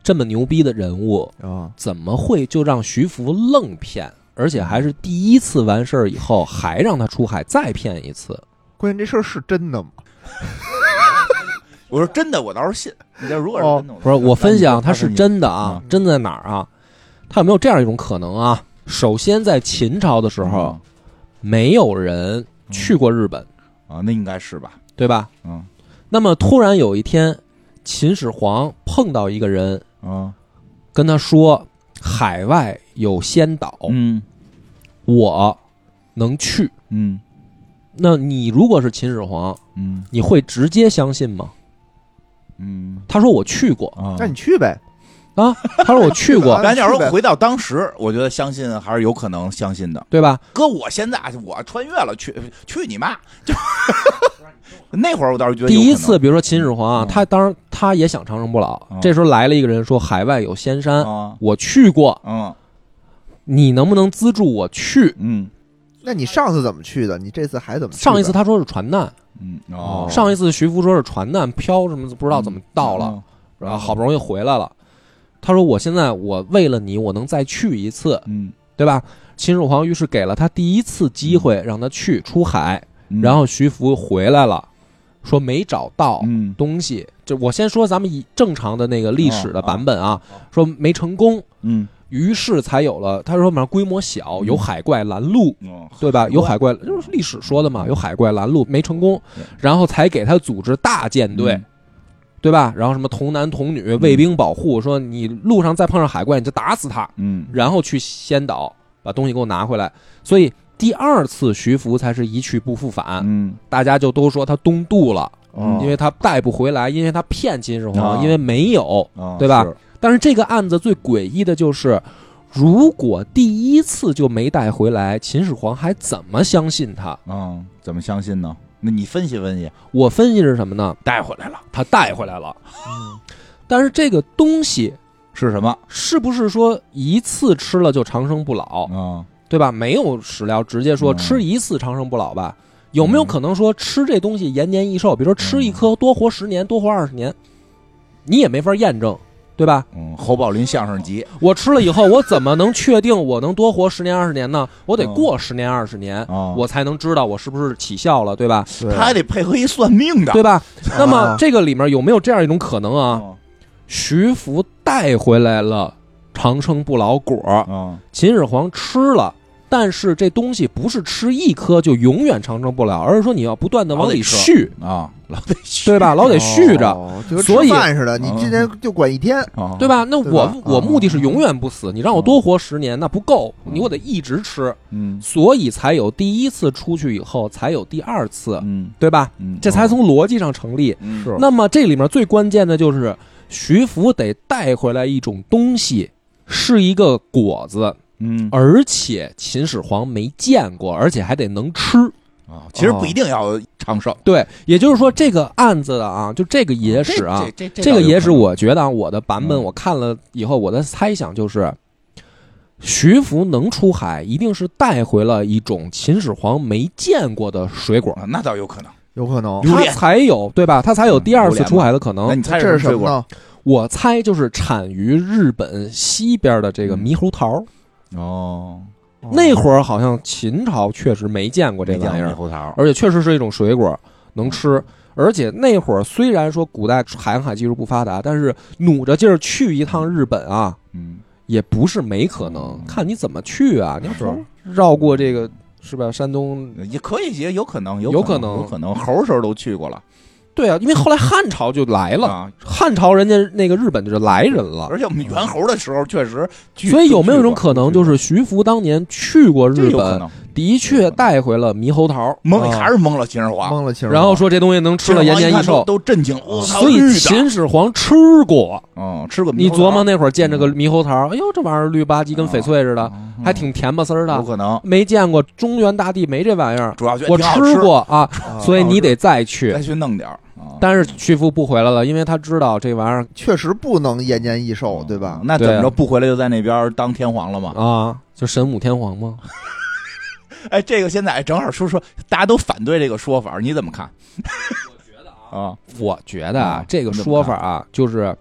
这么牛逼的人物，
啊
怎么会就让徐福愣骗？而且还是第一次完事儿以后，还让他出海再骗一次。
关键这事儿是真的吗？
嗯
我说真的，我倒是信。你这如果是真的，
不是，我分析啊，他是真的啊
啊，
真的在哪儿啊？他有没有这样一种可能啊？首先，在秦朝的时候，没有人去过日本，
啊
啊，那应该是吧？
对吧？
嗯
那么突然有一天，秦始皇碰到一个人，
啊
哦
跟他说：“海外有仙岛，
嗯
我能去。
嗯”
那你如果是秦始皇，
嗯
你会直接相信吗？
嗯
他说我去过，
嗯
啊
啊
那你去呗，
他说我去 过，
咱假如
是呗
回到当时，我觉得相信还是有可能相信的。
对吧？
哥，我现在我穿越了，去去你妈！就 那会儿我倒是觉得
第
有
一
可能
次，比如说秦始皇啊，
嗯
他当然他也想长生不老
嗯，
这时候来了一个人说海外有仙山，
嗯
啊
我去过，
嗯
你能不能资助我去？
嗯
那你上次怎么去的？你这次还怎么去的？
上一次他说是船难，
嗯
哦
上一次徐福说是船难漂什么不知道怎么到了，
嗯
然后好不容易回来了，他说我现在我为了你我能再去一次，
嗯
对吧？秦始皇于是给了他第一次机会让他去出海，
嗯
然后徐福回来了，说没找到，
嗯
东西。就我先说咱们以正常的那个历史的版本啊，说没成功，
嗯
于是才有了。他说嘛，规模小，
嗯
有海怪拦路，
哦
对吧？
怪
有海怪，就是历史说的嘛，有海怪拦路没成功
对，嗯
然后才给他组织大舰队，对吧？然后什么童男童女、卫兵保护，说你路上再碰上海怪，你就打死他，
嗯
然后去仙岛把东西给我拿回来。所以第二次徐福才是一去不复返，
嗯
大家就都说他东渡了。
哦
因为他带不回来，因为他骗秦始皇，
啊
因为没有。
啊
对吧但是这个案子最诡异的就是，如果第一次就没带回来，秦始皇还怎么相信他？
啊怎么相信呢？那你分析分析
我分析是什么呢？
带回来了，
他带回来了，
嗯
但是这个东西
是什么
是不是说一次吃了就长生不老，
啊
对吧？没有史料直接说
嗯
吃一次长生不老吧？有没有可能说吃这东西延年益寿？比如说吃一颗多活十年，多活二十年，你也没法验证，对吧？
嗯
侯宝林相声集
我吃了以后，我怎么能确定我能多活十年二十年呢？我得过十年二十年，
哦
啊
我才能知道我是不是起效了，对吧？
对
他还得配合一算命的，
对吧？
啊
那么这个里面有没有这样一种可能
嗯
啊？
啊
徐福带回来了长生不老果，
啊
秦始皇吃了。但是这东西不是吃一颗就永远长生不老，而是说你要不断的往里续，
啊
老得续
对吧？老得续着，
哦就跟
所以
吃饭似的，你
嗯
今天就管一天，
啊
对吧？那
对吧
我我目的是永远不死，你让我多活十年那不够，
嗯
你我得一直吃。
嗯
所以才有第一次出去以后，才有第二次，
嗯
对吧？
嗯
这才从逻辑上成立。
嗯
是
那么这里面最关键的就是徐福得带回来一种东西，是一个果子，
嗯
而且秦始皇没见过，而且还得能吃。
啊，其实不一定要长寿。
对，也就是说这个案子啊，就这个野史啊，
哦这这
这
倒
个
有
野
可
史
能
我觉得啊，我的版本
嗯
我看了以后，我的猜想就是，徐福能出海，一定是带回了一种秦始皇没见过的水果，
啊，那倒有可能。
有可能。
榴
他
莲
才有对吧？他才有
嗯
第二次
榴莲
出海的可
那
能。
你猜
这是
水
什么
果？
呢？
我猜就是产于日本西边的这个猕猴桃，
哦
那会儿好像秦朝确实没见过这
没
玩
见
意
过猕
儿，
猴桃
而且确实是一种水果，能吃。而且那会儿虽然说古代海洋海技术不发达，但是努着劲儿去一趟日本啊，
嗯，
也不是没可能
嗯。
看你怎么去啊，你要
是
从绕过这个是吧？山东
也可以，也有可能，
有
可
可能
有可能，猴儿时候都去过了，
对啊，因为后来汉朝就来了，
啊，
汉朝人家那个日本就是来人了。
而且我们猿猴的时候确实去，
所以有没有一种
都去
可
过
能，就是徐福当年去过
这
日
有可
本，的
能有可
确
能
带回了猕猴桃，
蒙
啊
还是蒙了秦始皇，
蒙了情。
然后说这东西能吃了延
秦始
年益
皇一看都
寿，
都震惊了，我操
所以
绿的，
秦始皇吃过。
嗯，吃个猕
你
猴桃
琢磨那会儿见着个猕猴桃，哎呦，这玩意儿绿吧唧跟翡翠似的，
嗯
还挺甜吧丝儿
有
的，
可能，
没见过中原大地没这玩意儿，
主要觉得
我
挺好吃，
过啊，
啊，
所以你得再去
再。去弄点儿。
啊
但是屈服不回来了，因为他知道这玩意儿
确实不能延年益寿，对吧？
嗯那怎
对
么
啊
着不回来就在那边当天皇了吗？
啊，就神武天皇嘛。
哎，这个现在正好说说，大家都反对这个说法，你怎么看？我
我觉得啊
嗯，
这个说法啊，就是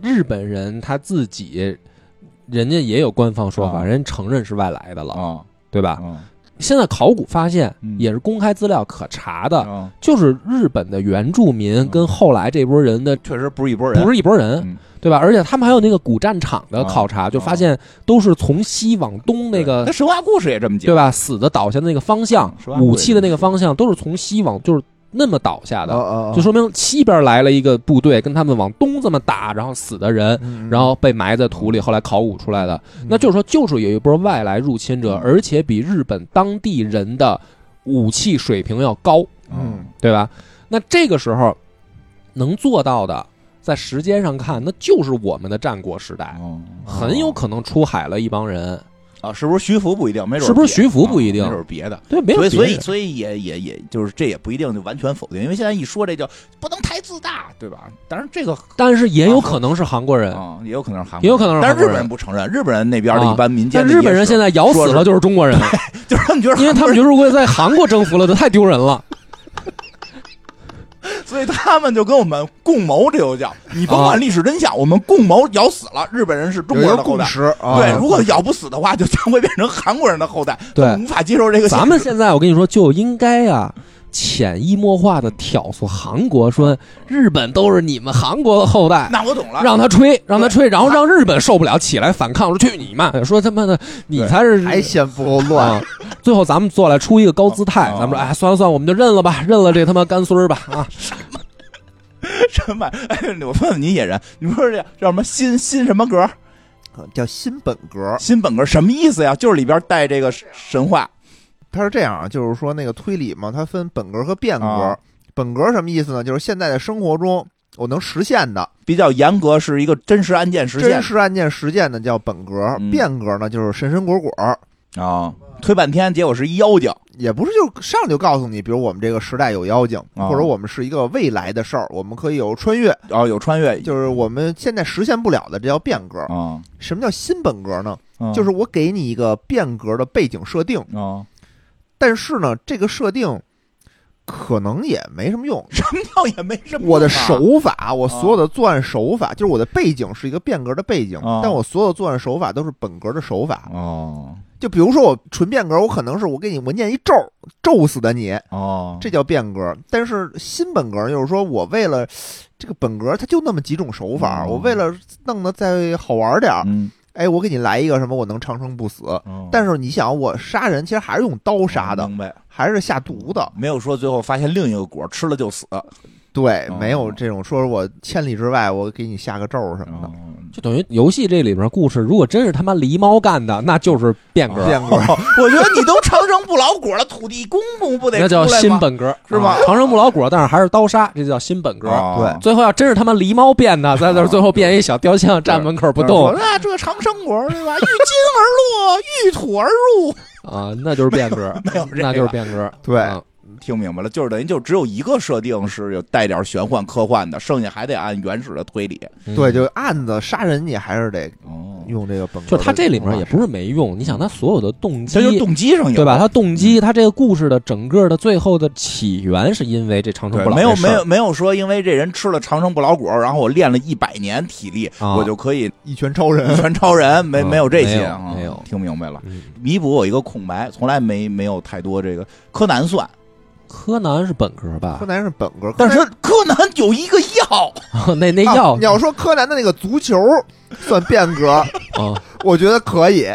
日本人他自己，人家也有官方说法，
啊
人家承认是外来的
觉得
了，
啊
对
啊
吧？
啊
现在考古发现
嗯
也是公开资料可查的，
啊，
就是日本的原住民跟后来这波人的
确实不是一拨人，
不是一拨人，
嗯啊
对吧？而且他们还有那个古战场的考察，就发现都是从西往东那个
那神话故事也这么讲，
对吧？死的倒下的那个方向
嗯是吧，
武器的那个方向，都是从西往就是那么倒下
啊
的，
啊，
就说明西边来了一个部队，跟他们往东这么打，然后死的人，
嗯，嗯嗯
然后被埋在土里，后来考古出来的。那就是说，就是有一波外来入侵者，
嗯
而且比日本当地人的武器水平要高，
嗯
对吧？那这个时候能做到的，在时间上看，那就是我们的战国时代，
哦，
很有可能出海了一帮人，
啊，是不是徐福不一定，没准儿
是不是
别的
徐福不一定
啊没准儿别的。
对，没有
所以，所
别
以，
人
所以也也也就是这也不一定就完全否定，因为现在一说这叫不能太自大，对吧？当然这个
但是也有可能是韩国人。
啊、也有可能是韩国人，
也有可能是
但是
韩
日
国
本
人
人不承认，日本人那边的
啊
一般民间
但
的野史，
日本人现在咬死
说
了就是中国人，
就是他们觉得
因为他们觉得如果在韩国征服了，这太丢人了。
所以他们就跟我们共谋，这就叫你甭
啊
管历史真相，我们共谋咬死了日本人是中
有
国
一
人
个
的后
共
代。
识啊，
对，如果咬不死的话，就将会变成韩国人的后代，
对
他们无法接受这个现实。
咱们现在我跟你说，就应该啊，潜移默化的挑唆韩国，说日本都是你们韩国的后代，
那我懂了，
让他吹，让他吹，然后让日本受不了起来反抗，说去你妈，哎说他妈的你才是
还嫌不够乱
啊，！最后咱们做来出一个高姿态，
啊
咱们说哎，算了算了，我们就认了吧， 认了这他妈干孙儿吧啊！
什么？哎，我问问你野人，你说这叫什么新新什么格？
啊叫新本格。
新本格什么意思呀？就是里边带这个神话
它是这样啊，就是说那个推理嘛，它分本格和变格
啊。
本格什么意思呢？就是现在的生活中我能实现的
比较严格，是一个真实案件实现
真实案件实践的叫本格，
嗯
变格呢就是神神果果。
啊。推半天，结果是一妖精
也不是就上来就告诉你，比如我们这个时代有妖精，
啊
或者我们是一个未来的事儿，我们可以有穿越，
啊，有穿越
就是我们现在实现不了的，这叫变革。
啊，
什么叫新本格呢？
啊
就是我给你一个变革的背景设定，
啊，
但是呢，这个设定可能也没什么用。
什么叫也没什么用啊。
我的手法，我所有的作案手法，就是我的背景是一个变革的背景
啊，
但我所有作案手法都是本格的手法。
哦
就比如说我纯变革，我可能是我给你文件一咒，咒死的你，
哦，
这叫变革。但是新本格就是说我为了这个本格，它就那么几种手法，
哦
我为了弄得再好玩点儿，
嗯，
哎，我给你来一个什么，我能长生不死。
哦
但是你想，我杀人其实还是用刀杀的，
明白？
还是下毒的，
没有说最后发现另一个果吃了就死
对
哦，
没有这种说我千里之外，我给你下个咒什么
哦
的。
嗯
就等于游戏这里面故事，如果真是他妈狸猫干的，那就是变格，
变革，
我觉得你都长生不老果了，土地公公不得
那叫
出来
新
吗
本格
是吗
啊长生不老果，但是还是刀杀，这叫新本格。
哦
最后要真是他妈狸猫变的，在这儿最后变一小雕像站门口不动
说啊，这个长生果对吧？遇金而落， 遇土而入。
啊，那就是变格，
这个
那就是变格。
对
啊
听明白了，就是等于就只有一个设定是有带点玄幻科幻的，剩下还得按原始的推理。
对，
嗯
就案子杀人，你还是得
哦
用这个本格
就
的手法。
他这里面也不是没用，你想他所有的动
这嗯就是
机，
动机上有
对吧？？他动机，他这个故事的整个的最后的起源是因为这长生
对
不，老
没有
这事
没
儿
有没有说，因为这人吃了长生不老果，然后我练了一百年体力，
啊
我就可以
一拳超人
一，拳超人，没
嗯
没有这
没
些
有
啊
没有
听明白了，
嗯
弥补我一个空白，从来没没有太多这个柯南算
柯南是本科
柯
吧？
南是本科，
但
柯
是柯南有一个药，
那那
南
药
啊你要说柯南的那个足球 算变革，
哦，
我觉得可以。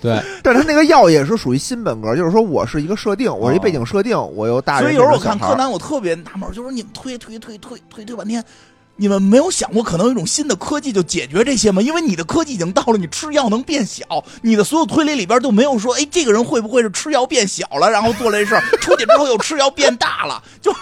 对，
但是他那个药也是属于新本格，就是说我是一个设定，我是一背景设定，我又大
哦
人
所以
变
有时候我
成小孩儿。
看柯南，我特别纳闷儿，就是你们推推推推推推半天，你们没有想过可能有一种新的科技就解决这些吗？因为你的科技已经到了，你吃药能变小，你的所有推理里边都没有说，哎，这个人会不会是吃药变小了，然后做了这事儿，出去之后又吃药变大了，就
哦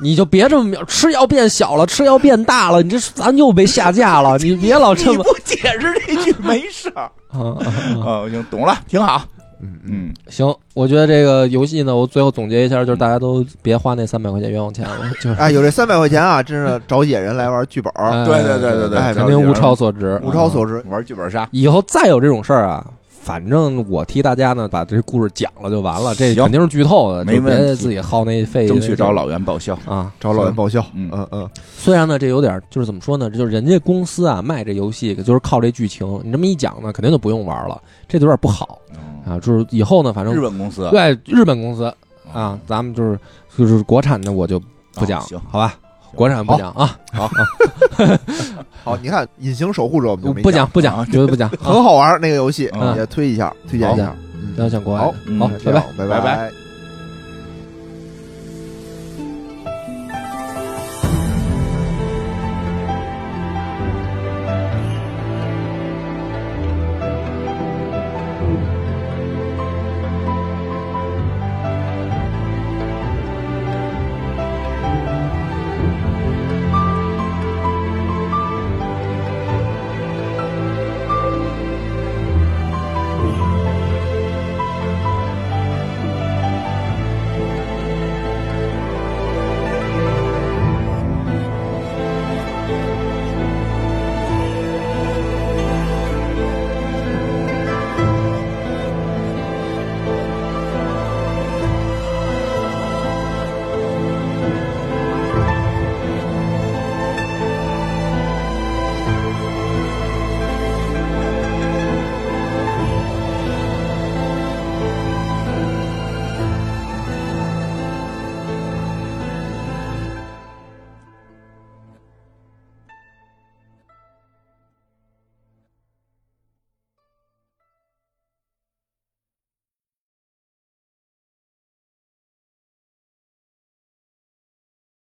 你就别这么描吃药变小了，吃药变大了，你这咱又被下架了，你别老这
你
么
不解释这句没事 儿。
啊啊啊
啊，我已经懂了，挺好。
嗯嗯，
嗯，
行，我觉得这个游戏呢，我最后总结一下，就是大家都别花那三百块钱冤枉钱了， 就是
哎，有这三百块钱啊，真是找野人来玩剧本儿，
哎
嗯对对对对对
肯定物超所值，
物超所
值。
值。
玩剧本杀，
以后再有这种事儿啊，反正我替大家呢把这故事讲了就完了，这
行
肯定是剧透的，
没
就
问
别
题
自己耗那费，
争取找老袁报销。
啊。
找老人报销，
嗯
嗯嗯，
虽然呢，这有点儿就是怎么说呢，就是人家公司啊卖这游戏就是靠这剧情，你这么一讲呢，肯定就不用玩了，这就有点不好啊。就是以后呢，反正
哦日本公司
对日本公司啊
嗯，
咱们就是就是国产的我就不讲，
啊行
好吧？国产不讲啊，
好，你看《隐形守护者》我们就没
不讲不讲
啊，
绝对不讲。啊
很好玩儿那个游戏
嗯，
也推一下，推荐一下，嗯
要讲国外的
好，
好
嗯，
拜
这
拜
样。拜
拜
拜。